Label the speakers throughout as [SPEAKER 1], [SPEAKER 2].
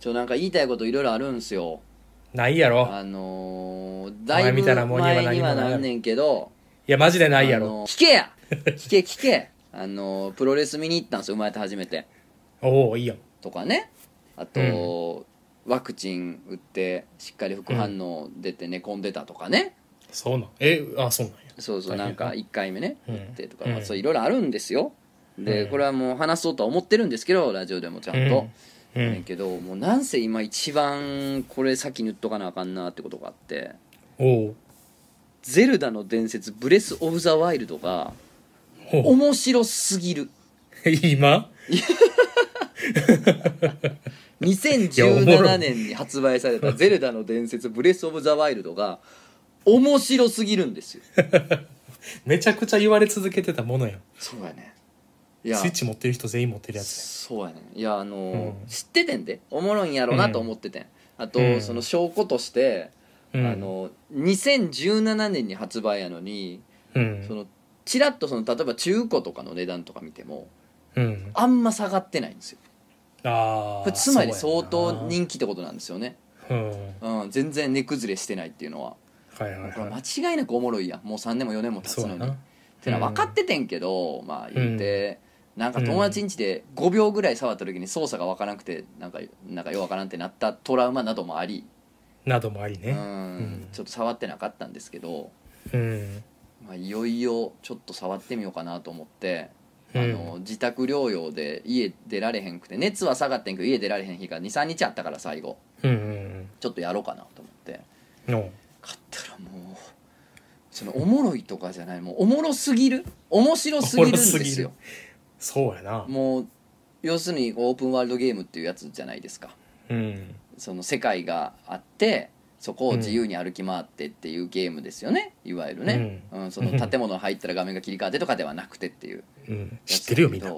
[SPEAKER 1] ちょなんか言いたいこといろいろあるんすよ
[SPEAKER 2] ないやろ。
[SPEAKER 1] あのー、
[SPEAKER 2] 前
[SPEAKER 1] だいぶ
[SPEAKER 2] みたいなもんには何も
[SPEAKER 1] 前にはなんねんけど
[SPEAKER 2] いや、マジでないや
[SPEAKER 1] あ
[SPEAKER 2] ろ。
[SPEAKER 1] のー聞け や聞け聞けあのープロレス見に行ったんですよ生まれて初めて
[SPEAKER 2] おおいいやん。
[SPEAKER 1] とかねあと、ワクチン打ってしっかり副反応出て寝込んでたとかね、
[SPEAKER 2] そうなん。え、あ、そうなんや。
[SPEAKER 1] そうそう
[SPEAKER 2] 大変
[SPEAKER 1] なんか
[SPEAKER 2] な
[SPEAKER 1] 1回目ね
[SPEAKER 2] う
[SPEAKER 1] 打
[SPEAKER 2] ん
[SPEAKER 1] ってとか、
[SPEAKER 2] うん
[SPEAKER 1] まあ、そういろいろあるんですよで、
[SPEAKER 2] うん
[SPEAKER 1] これはもう話そうとは思ってるんですけどラジオでもちゃんと、
[SPEAKER 2] うん。う
[SPEAKER 1] ねん
[SPEAKER 2] ん、
[SPEAKER 1] けどもうなんせ今一番これ先に言っとかなあかんなってことがあって
[SPEAKER 2] おう
[SPEAKER 1] 「ゼルダの伝説ブレス・オブ・ザ・ワイルド」が
[SPEAKER 2] おう。
[SPEAKER 1] 面白すぎる
[SPEAKER 2] 今いやおもろ
[SPEAKER 1] 2017
[SPEAKER 2] い
[SPEAKER 1] 年に発売された「ゼルダの伝説ブレス・オブ・ザ・ワイルド」が面白すぎるんですよ
[SPEAKER 2] めちゃくちゃ言われ続けてたものやん。
[SPEAKER 1] そうやねいや
[SPEAKER 2] スイッチ持ってる人全員持ってるやつ
[SPEAKER 1] そうやねいやあのー
[SPEAKER 2] うん
[SPEAKER 1] 知っててんでおもろいんやろなと思っててん、あと、
[SPEAKER 2] うん
[SPEAKER 1] その証拠として、
[SPEAKER 2] やん。うん
[SPEAKER 1] あ、の2017年に発売やのに
[SPEAKER 2] うん。
[SPEAKER 1] そのちらっとその例えば中古とかの値段とか見ても
[SPEAKER 2] うん。
[SPEAKER 1] あんま下がってないんですよこ
[SPEAKER 2] ああ。
[SPEAKER 1] れつまり
[SPEAKER 2] そうや
[SPEAKER 1] 相
[SPEAKER 2] な
[SPEAKER 1] 当人気ってことなんですよね
[SPEAKER 2] うん。
[SPEAKER 1] うん、全然値崩れしてないっていうのは
[SPEAKER 2] はいはい
[SPEAKER 1] これ
[SPEAKER 2] はい。
[SPEAKER 1] 間違いなくおもろいやんもう3年も4年も経つ
[SPEAKER 2] そう
[SPEAKER 1] の
[SPEAKER 2] や
[SPEAKER 1] にっ
[SPEAKER 2] な。
[SPEAKER 1] てのは分かっててんけど、まあ言って、なんか友達ん家で5秒ぐらい触った時に操作が分からなくてなんかなんかよう分からんってなったトラウマなどもあり、
[SPEAKER 2] などもあり
[SPEAKER 1] うん
[SPEAKER 2] ね。ん
[SPEAKER 1] ちょっと触ってなかったんですけど、
[SPEAKER 2] うん。
[SPEAKER 1] まあ、いよいよちょっと触ってみようかなと思って、
[SPEAKER 2] うん
[SPEAKER 1] あの自宅療養で家出られへんくて熱は下がってんけど家出られへん日が23日あったから最後
[SPEAKER 2] うん。
[SPEAKER 1] ちょっとやろうかなと思って
[SPEAKER 2] うん。の。
[SPEAKER 1] 買ったらもうそのおもろいとかじゃないもうおもろすぎる面白すぎるんで
[SPEAKER 2] おもろす
[SPEAKER 1] す
[SPEAKER 2] ぎ
[SPEAKER 1] よ
[SPEAKER 2] るそうやな。
[SPEAKER 1] もう要するにオープンワールドゲームっていうやつじゃないですか
[SPEAKER 2] うん。
[SPEAKER 1] その世界があってそこを自由に歩き回ってっていうゲームですよね、いわゆるね、うんその建物入ったら画面が切り替わってとかではなくてっていう
[SPEAKER 2] うん。知ってるよ、みんな。
[SPEAKER 1] い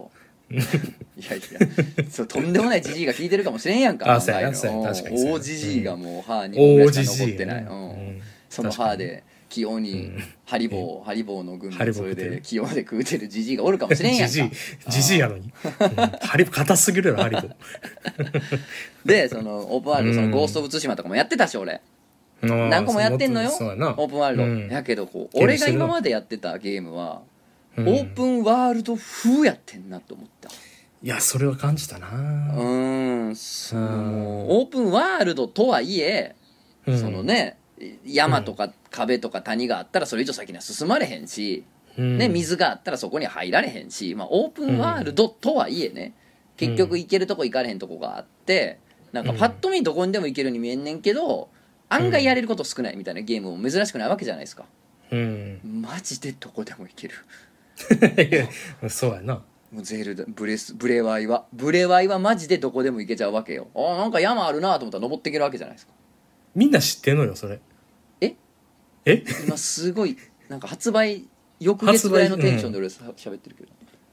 [SPEAKER 1] やいやそうとんでもないじじいが聞いてるかもしれんやんか
[SPEAKER 2] あそうやな
[SPEAKER 1] 考えの
[SPEAKER 2] そうやな確かにそうやな
[SPEAKER 1] 大じじいがもう歯に
[SPEAKER 2] 大じ
[SPEAKER 1] しか
[SPEAKER 2] じ
[SPEAKER 1] 残っ
[SPEAKER 2] い
[SPEAKER 1] て
[SPEAKER 2] や
[SPEAKER 1] な、
[SPEAKER 2] ないう
[SPEAKER 1] うん
[SPEAKER 2] ん。
[SPEAKER 1] その歯で器用にハリボーハリボーの軍
[SPEAKER 2] ハリ
[SPEAKER 1] で
[SPEAKER 2] ボー
[SPEAKER 1] それ
[SPEAKER 2] 食うて
[SPEAKER 1] で
[SPEAKER 2] る
[SPEAKER 1] 器用で食うてるじじいがおるかもしれんや
[SPEAKER 2] じ
[SPEAKER 1] ん
[SPEAKER 2] じい
[SPEAKER 1] か、
[SPEAKER 2] じじいやのに。うんハリボ、硬すぎるやろ、ハリボ。
[SPEAKER 1] でそのオープンワールドそのゴースト・オブ・ツシマとかもやってたし俺
[SPEAKER 2] うん
[SPEAKER 1] 何個もやってんのよ
[SPEAKER 2] そうやな。
[SPEAKER 1] オープンワールド、
[SPEAKER 2] うん
[SPEAKER 1] やけどこう
[SPEAKER 2] ゲー
[SPEAKER 1] 俺
[SPEAKER 2] ムし
[SPEAKER 1] が
[SPEAKER 2] てるな
[SPEAKER 1] 今までやってたゲームは、
[SPEAKER 2] うん
[SPEAKER 1] オープンワールド風やってんなと思った
[SPEAKER 2] いや、それは感じた
[SPEAKER 1] う
[SPEAKER 2] な。
[SPEAKER 1] ーんそのオープンワールドとはいえ、
[SPEAKER 2] うん
[SPEAKER 1] その。ね山とか壁とか谷があったらそれ以上先には進まれへんし、
[SPEAKER 2] うん
[SPEAKER 1] ね、。水があったらそこに入られへんし、まあ、オープンワールドとはいえね、結局行けるとこ行かれへんとこがあってなんかパッと見どこにでも行けるように見えんねんけど、案外やれること少ないみたいなゲームも珍しくないわけじゃないですか
[SPEAKER 2] うん。
[SPEAKER 1] マジでどこでも行ける
[SPEAKER 2] いやそうやな。
[SPEAKER 1] もうゼルダブレスブレワイはブレワイはマジでどこでも行けちゃうわけよあーなんか山あるなと思ったら登っていけるわけじゃないですか
[SPEAKER 2] みんな知ってんのよ、それ。
[SPEAKER 1] え
[SPEAKER 2] え
[SPEAKER 1] 今すごいなんか発売翌月ぐらいのテンションで俺さ喋ってるけど、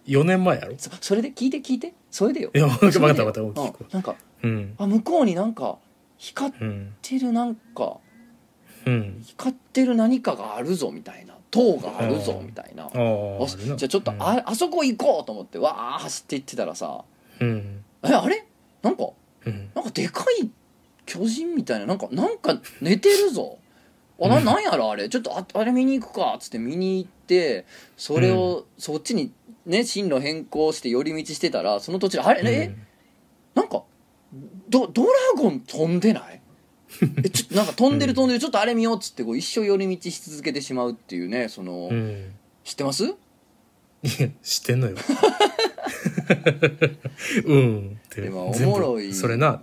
[SPEAKER 2] ?4 年前やろ
[SPEAKER 1] そそれで聞いて聞いてそれでよ
[SPEAKER 2] いやわかっ
[SPEAKER 1] そ
[SPEAKER 2] た
[SPEAKER 1] れでよ
[SPEAKER 2] わかったわか
[SPEAKER 1] うん
[SPEAKER 2] った
[SPEAKER 1] なんか
[SPEAKER 2] うん。
[SPEAKER 1] あ向こうになんか光っ
[SPEAKER 2] うん。
[SPEAKER 1] てるなんか
[SPEAKER 2] うん。
[SPEAKER 1] 光ってる何かがあるぞみたいな塔があるぞ
[SPEAKER 2] うん
[SPEAKER 1] みたいな
[SPEAKER 2] ああ。
[SPEAKER 1] あ
[SPEAKER 2] あるな
[SPEAKER 1] じゃあちょっと、ああそこ行こうと思ってわあ走って行ってたらさ
[SPEAKER 2] うん。
[SPEAKER 1] えあれなんか
[SPEAKER 2] うん。
[SPEAKER 1] なんかでかい巨人みたいななんかなんか寝てるぞあな
[SPEAKER 2] うん
[SPEAKER 1] なんやろあれちょっとああれ見に行くかっつって見に行ってそれをそっちにね進路変更して寄り道してたらその途中であれ、えなんかドドラゴン飛んでない えちょっとなんか飛んでる飛んでるちょっとあれ見ようっつってこう一生寄り道し続けてしまうっていうねその、
[SPEAKER 2] うん。うん。
[SPEAKER 1] 知って ます
[SPEAKER 2] いや、知ってんのよ。 うん。って
[SPEAKER 1] でも
[SPEAKER 2] 全部
[SPEAKER 1] おもろい
[SPEAKER 2] それな。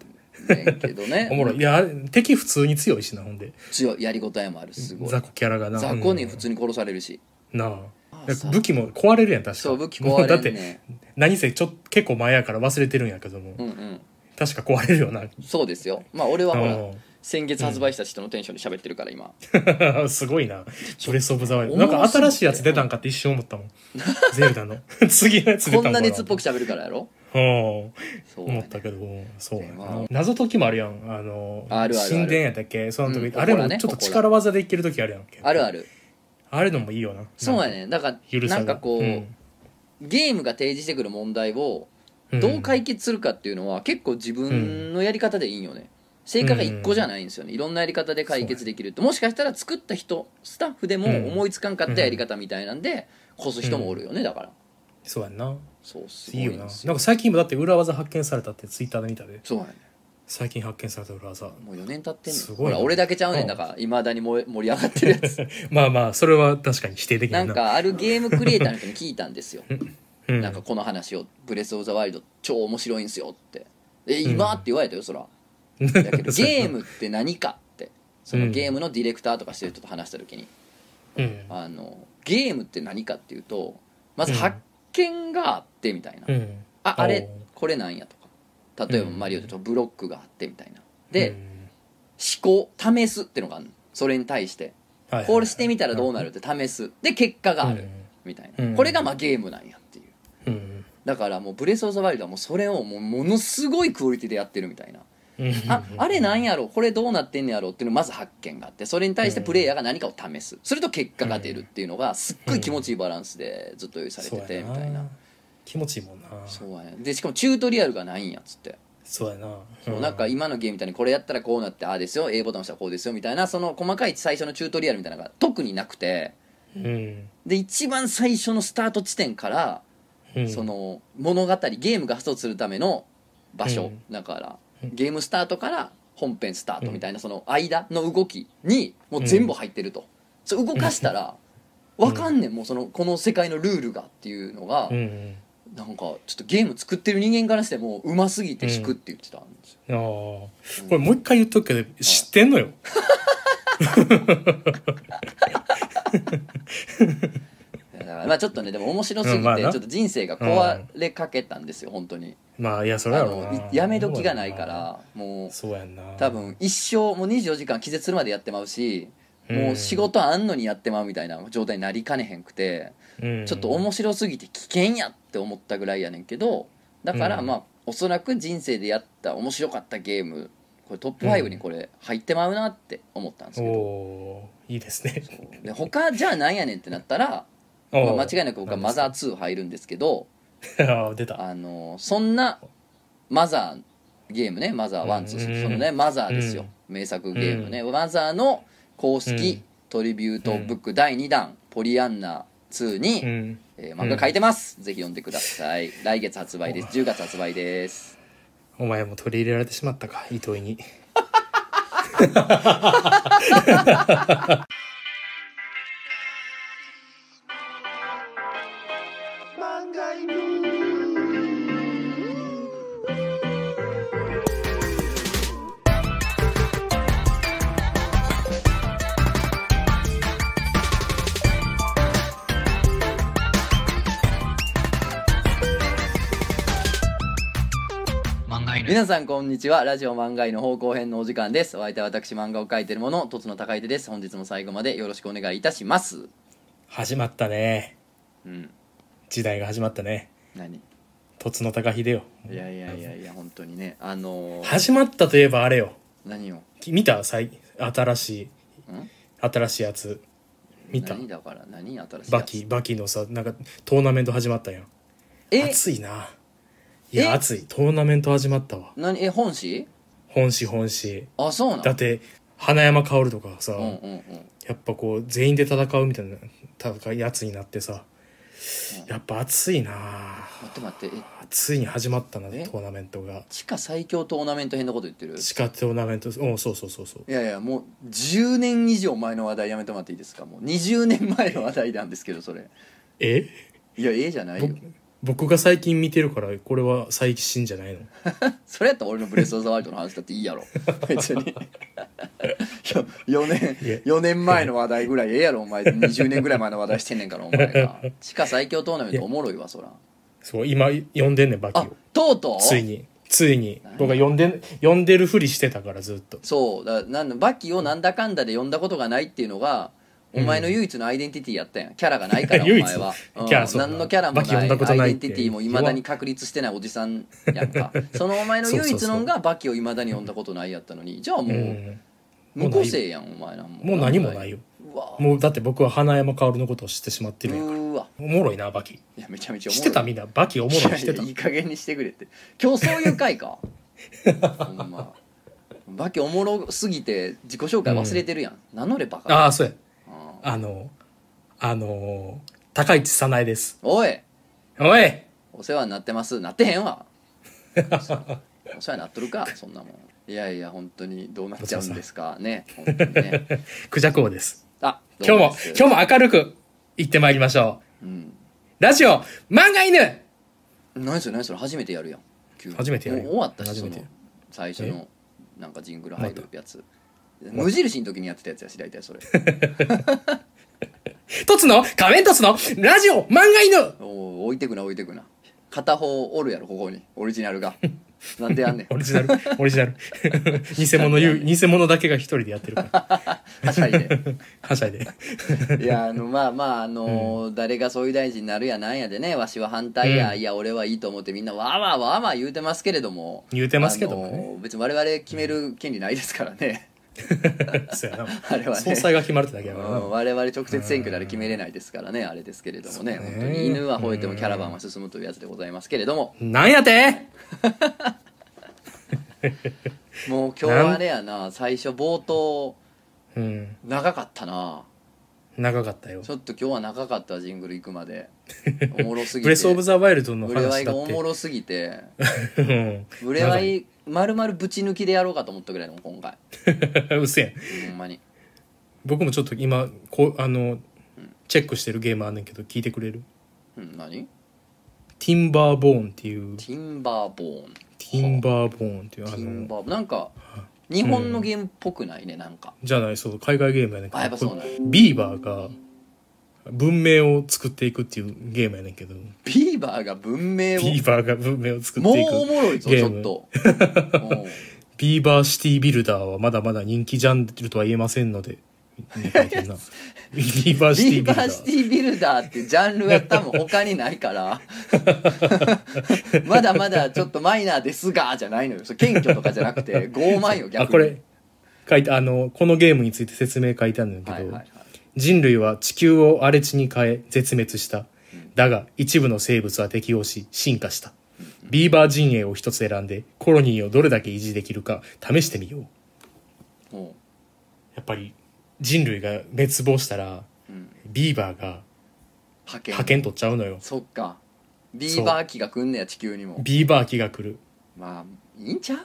[SPEAKER 1] ねんけどね
[SPEAKER 2] おもろい。いや、あれ敵普通に強いしな、ほんで。
[SPEAKER 1] 強いやりごたえもあるすごい
[SPEAKER 2] 雑魚キャラがな。
[SPEAKER 1] 雑魚に普
[SPEAKER 2] に。
[SPEAKER 1] 通に殺されるし、
[SPEAKER 2] なあ。
[SPEAKER 1] あ
[SPEAKER 2] だ
[SPEAKER 1] あ
[SPEAKER 2] か
[SPEAKER 1] さ
[SPEAKER 2] ら武器も壊れるやん確か
[SPEAKER 1] そう武器
[SPEAKER 2] も
[SPEAKER 1] 壊
[SPEAKER 2] うだっ
[SPEAKER 1] れん
[SPEAKER 2] て
[SPEAKER 1] ね
[SPEAKER 2] 何せちょ結構前やから忘れてるんやけども、
[SPEAKER 1] んうんうん
[SPEAKER 2] 確か壊れるよな
[SPEAKER 1] そうですよまあ俺はほら
[SPEAKER 2] う
[SPEAKER 1] 先月発売した人のテンションで喋ってるから今
[SPEAKER 2] ん すごいなブレス・オブ・ザ・ワイルド
[SPEAKER 1] 思
[SPEAKER 2] な
[SPEAKER 1] わ
[SPEAKER 2] ん
[SPEAKER 1] せ
[SPEAKER 2] か新しいやつ出たんかって一瞬思った もんゼルダの 次のやつ出たん
[SPEAKER 1] こ
[SPEAKER 2] か
[SPEAKER 1] んな熱っぽく喋るからやろ
[SPEAKER 2] うん
[SPEAKER 1] そうや
[SPEAKER 2] 思
[SPEAKER 1] ね
[SPEAKER 2] ったけどそうや
[SPEAKER 1] ま
[SPEAKER 2] な
[SPEAKER 1] あ
[SPEAKER 2] 謎解きもあるやんあの
[SPEAKER 1] あるあるある
[SPEAKER 2] 神殿やったっけその時、
[SPEAKER 1] うん
[SPEAKER 2] あれ
[SPEAKER 1] ここら
[SPEAKER 2] も
[SPEAKER 1] ね
[SPEAKER 2] ちょっ
[SPEAKER 1] こ
[SPEAKER 2] と
[SPEAKER 1] こら
[SPEAKER 2] 力技でいける時あるやんけ
[SPEAKER 1] あるある
[SPEAKER 2] あれのもいいよな
[SPEAKER 1] そうや
[SPEAKER 2] なんか
[SPEAKER 1] ねだか
[SPEAKER 2] 許
[SPEAKER 1] ら
[SPEAKER 2] さ
[SPEAKER 1] な
[SPEAKER 2] が
[SPEAKER 1] んかこう、
[SPEAKER 2] ん
[SPEAKER 1] ゲームが提示してくる問題を
[SPEAKER 2] うん
[SPEAKER 1] どう解決するかっていうのは結構自分のやり方でいいんよね正解が1個じゃないんですよねいろんなやり方で解決できるともしかしたら作った人スタッフでも
[SPEAKER 2] うん
[SPEAKER 1] 思いつかんかったやり方みたいなんでこす人もおるよねだから
[SPEAKER 2] そうやんな
[SPEAKER 1] そうすご
[SPEAKER 2] いい
[SPEAKER 1] い
[SPEAKER 2] よ
[SPEAKER 1] ん
[SPEAKER 2] な
[SPEAKER 1] です
[SPEAKER 2] な
[SPEAKER 1] よ
[SPEAKER 2] んか最近もだって裏技発見されたってツイッターで見たで
[SPEAKER 1] そうやね
[SPEAKER 2] 最近発見された裏技
[SPEAKER 1] もう4年経ってんね
[SPEAKER 2] す
[SPEAKER 1] ん
[SPEAKER 2] ごい
[SPEAKER 1] ほ
[SPEAKER 2] な
[SPEAKER 1] ら俺だけちゃうねんだからいまだに盛り盛り上がってるや つ
[SPEAKER 2] まあまあそれは確かに否定できな
[SPEAKER 1] ないん
[SPEAKER 2] な
[SPEAKER 1] かあるゲームクリエイターの人に聞いたんですよ
[SPEAKER 2] う
[SPEAKER 1] なんかこの話を「ブレス・オブ・ザ・ワイルド超面白いんすよ」って「え今?」
[SPEAKER 2] うん
[SPEAKER 1] って言われたよそ らだけどゲームって何かってそのゲームのディレクターとかしてる人と話した時に
[SPEAKER 2] うん
[SPEAKER 1] あのゲームって何かっていうとまず発見があってみたいな、
[SPEAKER 2] うん
[SPEAKER 1] ああれ
[SPEAKER 2] おう
[SPEAKER 1] これなんやとか例えば
[SPEAKER 2] うん
[SPEAKER 1] マリオで言うとブロックがあってみたいなで、
[SPEAKER 2] うん
[SPEAKER 1] 思考試すってのがあるのそれに対して
[SPEAKER 2] はいはいはい
[SPEAKER 1] これしてみたらどうなるって試すで結果があるみたいな、
[SPEAKER 2] うん
[SPEAKER 1] これがまあゲームなんやっていう
[SPEAKER 2] うんうん
[SPEAKER 1] だからもう「ブレス・オブ・ザ・ワイルド」はもうそれをもうものすごいクオリティでやってるみたいな
[SPEAKER 2] うん
[SPEAKER 1] ああれなんやろこれどうなってんねやろっていうのをまず発見があってそれに対してプレイヤーが何かを試すそれと結果が出るっていうのがすっごい気持ちいいバランスでずっと用意されて
[SPEAKER 2] そう
[SPEAKER 1] て
[SPEAKER 2] や
[SPEAKER 1] みたいな
[SPEAKER 2] 気持ちいいもんな
[SPEAKER 1] そうやねでしかもチュートリアルがないんやっつって
[SPEAKER 2] そうやな
[SPEAKER 1] そうなんか今のゲームみたいにこれやったらこうなってああですよ A ボタン押したらこうですよみたいなその細かい最初のチュートリアルみたいなのが特になくて
[SPEAKER 2] うん
[SPEAKER 1] で一番最初のスタート地点から
[SPEAKER 2] うん
[SPEAKER 1] その物語ゲームが発想するための場所、
[SPEAKER 2] うん
[SPEAKER 1] だから
[SPEAKER 2] うん
[SPEAKER 1] ゲームスタートから本編スタートみたいなその間の動きにもう全部入ってると、それ動かしたら
[SPEAKER 2] ん
[SPEAKER 1] わかんねんもうそのこの世界のルールがっていうのが、
[SPEAKER 2] うん
[SPEAKER 1] なんかちょっとゲーム作ってる人間からしてもうますぎて
[SPEAKER 2] うん
[SPEAKER 1] 引くって言ってたんですよ、
[SPEAKER 2] ああこれもう一回言っとくけど知ってんのよ
[SPEAKER 1] だからまあちょっとねでも面白すぎて
[SPEAKER 2] うん
[SPEAKER 1] ち
[SPEAKER 2] まあ
[SPEAKER 1] ょ
[SPEAKER 2] な
[SPEAKER 1] っと人生が壊れかけたんですよ本当に
[SPEAKER 2] まあいやそ
[SPEAKER 1] あ
[SPEAKER 2] れやろう
[SPEAKER 1] の
[SPEAKER 2] ない
[SPEAKER 1] やめ時がないからもう
[SPEAKER 2] そうやんな
[SPEAKER 1] 多分一生もう24時間気絶するまでやってまうし
[SPEAKER 2] うん
[SPEAKER 1] もう仕事あんのにやってまうみたいな状態になりかねへんくて
[SPEAKER 2] うん
[SPEAKER 1] ちょっと面白すぎて危険やって思ったぐらいやねんけどだから
[SPEAKER 2] うん
[SPEAKER 1] まあおそらく人生でやった面白かったゲームこれトップ5にこれ入ってまうなって思ったんです
[SPEAKER 2] お
[SPEAKER 1] けど
[SPEAKER 2] おーいいですね
[SPEAKER 1] で他じゃあなんやねんってなったらまあ間違いなく僕はマザー2入るんですけど
[SPEAKER 2] ー あー出た
[SPEAKER 1] あのそんなマザーゲームねマザー1、
[SPEAKER 2] うん
[SPEAKER 1] 2そのねマザーですよ、名作ゲームね、マザーの公式トリビュートブック第2弾「ポリアンナ2に」
[SPEAKER 2] うん
[SPEAKER 1] えー漫画書いてます、ぜひ読んでください来月発売です10月発売です
[SPEAKER 2] お前も取り入れられてしまったか伊藤に
[SPEAKER 1] 皆さんこんにちはラジオ漫画犬方向編のお時間ですお相手は私漫画を描いてるものとつの高い手です本日も最後までよろしくお願いいたします
[SPEAKER 2] 始まったね
[SPEAKER 1] うん
[SPEAKER 2] 時代が始まったね
[SPEAKER 1] 何
[SPEAKER 2] 凸の高秀よ
[SPEAKER 1] いやいやいやいや本当にねあのー、
[SPEAKER 2] 始まったといえばあれよ
[SPEAKER 1] 何を
[SPEAKER 2] き見た最新しい
[SPEAKER 1] ん
[SPEAKER 2] 新しいやつ見た
[SPEAKER 1] 何だから何新しいやつ
[SPEAKER 2] バキバキのさなんかトーナメント始まったやん
[SPEAKER 1] え
[SPEAKER 2] 熱いない
[SPEAKER 1] え
[SPEAKER 2] や熱いトーナメント始まったわ
[SPEAKER 1] 何え本誌
[SPEAKER 2] 本誌本誌
[SPEAKER 1] あそうな
[SPEAKER 2] だ
[SPEAKER 1] の
[SPEAKER 2] って花山薫とかさ、
[SPEAKER 1] うんうんうん
[SPEAKER 2] やっぱこう全員で戦うみたいな戦いやつになってさやっぱ熱いな
[SPEAKER 1] 待って待ってえ
[SPEAKER 2] ついに始まったなト
[SPEAKER 1] え
[SPEAKER 2] ーナメントが
[SPEAKER 1] 地下最強トーナメント編のこと言ってる
[SPEAKER 2] 地下トーナメントうんそうそうそうそう
[SPEAKER 1] いやいやもう10年以上前の話題やめてもらっていいですかもう20年前の話題なんですけどそれ
[SPEAKER 2] え
[SPEAKER 1] いやええじゃないよ
[SPEAKER 2] 僕僕が最近見てるからこれは最新じゃないの
[SPEAKER 1] それやったら俺のブレス・オブ・ザ・ワイルドの話だっていい やろ別に4
[SPEAKER 2] いや
[SPEAKER 1] 年四年前の話題ぐらいええやろお前20年ぐらい前の話題してんねんからお前 が地下最強トーナメントおもろいわそら
[SPEAKER 2] そう今読んでんねんバキ
[SPEAKER 1] あ
[SPEAKER 2] を
[SPEAKER 1] とうとう
[SPEAKER 2] ついについに僕が読んでん読んでるふりしてたからずっと
[SPEAKER 1] そうだなんだバキをなんだかんだで呼んだことがないっていうのがお前の唯一のアイデンティティやったやんキャラがないからお
[SPEAKER 2] 唯
[SPEAKER 1] 前
[SPEAKER 2] 一
[SPEAKER 1] は、うん
[SPEAKER 2] キャラそうだ
[SPEAKER 1] 何のキャラも
[SPEAKER 2] バキ呼んだこ
[SPEAKER 1] ない
[SPEAKER 2] と
[SPEAKER 1] ア
[SPEAKER 2] ない
[SPEAKER 1] イ
[SPEAKER 2] っ
[SPEAKER 1] デ
[SPEAKER 2] て
[SPEAKER 1] ンティティもいまだに確立してないおじさんやん かそのお前の唯一のんがバキをいまだに呼んだことないやったのにじゃあも
[SPEAKER 2] う
[SPEAKER 1] うん無個性やんお前なんも
[SPEAKER 2] もう何もないよ
[SPEAKER 1] うわ
[SPEAKER 2] もうだって僕は花山薫のことを知ってしまって
[SPEAKER 1] う
[SPEAKER 2] るやんか
[SPEAKER 1] ーわ
[SPEAKER 2] おもろいなバキ
[SPEAKER 1] いやめちゃめちゃおも
[SPEAKER 2] し
[SPEAKER 1] ろい
[SPEAKER 2] てたみんなバキおもろいのしてた
[SPEAKER 1] いやいやいい加減にしてくれって今日そういう回 かほんまバキおもろすぎて自己紹介忘れてるやん、名乗れバカ
[SPEAKER 2] ああそうや
[SPEAKER 1] うん
[SPEAKER 2] あのあのー高市早苗です
[SPEAKER 1] おい
[SPEAKER 2] おい
[SPEAKER 1] お世話になってますなってへん わお世話になっとるかそんなもんいやいや本当にどうなっちゃうんですかね本当にね
[SPEAKER 2] クジャク王です
[SPEAKER 1] あ
[SPEAKER 2] 今日も
[SPEAKER 1] 日
[SPEAKER 2] 今日も明るく行ってまいりましょ
[SPEAKER 1] うん
[SPEAKER 2] うラジオ漫画犬
[SPEAKER 1] 何それ何それ初めてやるやん急に
[SPEAKER 2] 初めてやるよ
[SPEAKER 1] もう終わったし
[SPEAKER 2] 初
[SPEAKER 1] そ
[SPEAKER 2] め
[SPEAKER 1] の
[SPEAKER 2] て
[SPEAKER 1] 最初のなんかジングル入るやつ
[SPEAKER 2] た
[SPEAKER 1] 無印の時にやってたやつやし大体それ
[SPEAKER 2] トツの仮面トツのラジオ漫画犬
[SPEAKER 1] おお置いてくな置いてくな片方おるやろここにオリジナルがなんでやんねん
[SPEAKER 2] オリジナルオリジナル 偽物言う偽物だけが一人でやってるから
[SPEAKER 1] はしゃいで
[SPEAKER 2] はしゃいで
[SPEAKER 1] いやあのまあまああのー誰が総理大臣になるやなんやでねわしは反対や、
[SPEAKER 2] うん
[SPEAKER 1] いや俺はいいと思ってみんなわーわーわーわー言うてますけれども
[SPEAKER 2] 言うてますけども
[SPEAKER 1] あ
[SPEAKER 2] ね
[SPEAKER 1] のー別に我々決める権利ないですからね、
[SPEAKER 2] そうやな
[SPEAKER 1] あれはね
[SPEAKER 2] 総裁が決まるってだけ
[SPEAKER 1] う
[SPEAKER 2] やから
[SPEAKER 1] ん、
[SPEAKER 2] な
[SPEAKER 1] 我々直接選挙であれ決めれないですからねあれですけれどもね
[SPEAKER 2] そうね
[SPEAKER 1] 本当に犬は吠えてもキャラバンは進むというやつでございますけれども、
[SPEAKER 2] なんやて
[SPEAKER 1] もう今日はあれやな最初冒頭
[SPEAKER 2] うん
[SPEAKER 1] 長かったな
[SPEAKER 2] 長かったよ
[SPEAKER 1] ちょっと今日は長かったジングル行くまでおもろすぎて
[SPEAKER 2] ブレス・オブ・ザ・ワイルドの
[SPEAKER 1] ブレワ
[SPEAKER 2] 話
[SPEAKER 1] イ
[SPEAKER 2] だ
[SPEAKER 1] が
[SPEAKER 2] っ
[SPEAKER 1] お
[SPEAKER 2] て
[SPEAKER 1] もろすぎて
[SPEAKER 2] うん
[SPEAKER 1] ブレワイ丸々ぶち抜きでやろうかと思ったぐらいの今回
[SPEAKER 2] うっせえ
[SPEAKER 1] ほんまに
[SPEAKER 2] 僕もちょっと今こうあのチェックしてるゲームあんねんけど聞いてくれる
[SPEAKER 1] うん何
[SPEAKER 2] ティンバーボーンっていうテ
[SPEAKER 1] ティンバーボーンテ
[SPEAKER 2] ィンバーボーンっていうあ
[SPEAKER 1] ィン
[SPEAKER 2] の
[SPEAKER 1] バーなんか日本のゲームっぽくないねなんか
[SPEAKER 2] じゃないそう海外ゲームやねんけ
[SPEAKER 1] あやっぱそう
[SPEAKER 2] ど
[SPEAKER 1] なんや
[SPEAKER 2] ビーバーが文明を作っていくっていうゲームやねんけど
[SPEAKER 1] ビーバーが文明を
[SPEAKER 2] ビーバーが文明を作っ
[SPEAKER 1] もう
[SPEAKER 2] てい
[SPEAKER 1] お
[SPEAKER 2] く
[SPEAKER 1] もろいぞ
[SPEAKER 2] ゲ
[SPEAKER 1] ち
[SPEAKER 2] ー
[SPEAKER 1] ょっ
[SPEAKER 2] ム
[SPEAKER 1] とうん
[SPEAKER 2] ビーバーシティビルダーはまだまだ人気ジャンルとは言えませんので みたいなビー バー
[SPEAKER 1] ビー
[SPEAKER 2] シティビル
[SPEAKER 1] バ
[SPEAKER 2] ダ
[SPEAKER 1] ーシテ
[SPEAKER 2] ー
[SPEAKER 1] ィビルダーってジャンルは多分他にないから まだまだちょっとマイナーですがじゃないのよそれ謙虚とかじゃなくて傲慢よ逆に
[SPEAKER 2] あこれ書いてあのこのゲームについて説明書いてあるんだ
[SPEAKER 1] は
[SPEAKER 2] け
[SPEAKER 1] い
[SPEAKER 2] ど、
[SPEAKER 1] はいはい
[SPEAKER 2] 人類は地球を荒れ地に変え絶滅した。だが、一部の生物は適応し、進化した。ビーバー陣営を一つ選んで、コロニーをどれだけ維持できるか試してみよう。
[SPEAKER 1] も
[SPEAKER 2] やっぱり、人類が滅亡したら、
[SPEAKER 1] う、うん、
[SPEAKER 2] ビーバーが
[SPEAKER 1] 派遣
[SPEAKER 2] 派遣取っちゃうのよ。
[SPEAKER 1] そっかビーバー機が来んねや地球にも
[SPEAKER 2] ビーバー気が来る。
[SPEAKER 1] まあいいんちゃ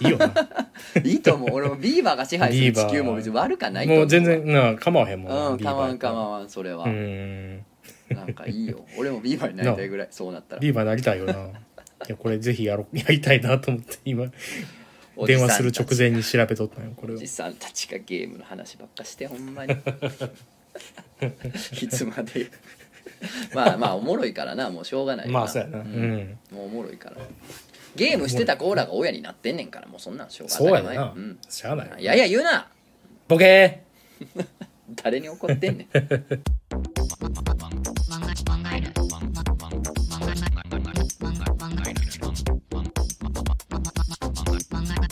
[SPEAKER 2] い いよな。
[SPEAKER 1] う いいと思う俺もビーバーが支配す
[SPEAKER 2] ビ
[SPEAKER 1] る
[SPEAKER 2] ーバー
[SPEAKER 1] 地球も別に悪かないと思う
[SPEAKER 2] もう全然、なあ、構わへんもんな。
[SPEAKER 1] うん
[SPEAKER 2] ビーバ
[SPEAKER 1] か
[SPEAKER 2] ー
[SPEAKER 1] まんかまわんそれは、
[SPEAKER 2] うーん。
[SPEAKER 1] なんかいいよ俺もビーバーになりたいぐ らいそうなったら
[SPEAKER 2] ビーバーなり たいよな。いや、これぜひやろ、やりたいなと思って、今、
[SPEAKER 1] おじ
[SPEAKER 2] 電
[SPEAKER 1] さん
[SPEAKER 2] 話
[SPEAKER 1] た
[SPEAKER 2] す
[SPEAKER 1] ち
[SPEAKER 2] る直前に調べとったんよ、これ
[SPEAKER 1] お
[SPEAKER 2] を
[SPEAKER 1] じ。さんたちがゲームの話ばっかしてほんまにいつまでまあまあおもろいからなもうしょうがないな
[SPEAKER 2] まあ、そうやな。うん
[SPEAKER 1] もうおもろいからゲームしてたコーラが親になってんねんからもうそんなんしょうが
[SPEAKER 2] そうや
[SPEAKER 1] 当たり前
[SPEAKER 2] な。
[SPEAKER 1] うん、
[SPEAKER 2] しゃあない。
[SPEAKER 1] いやいや言うな
[SPEAKER 2] ボケ
[SPEAKER 1] 誰に怒ってんねん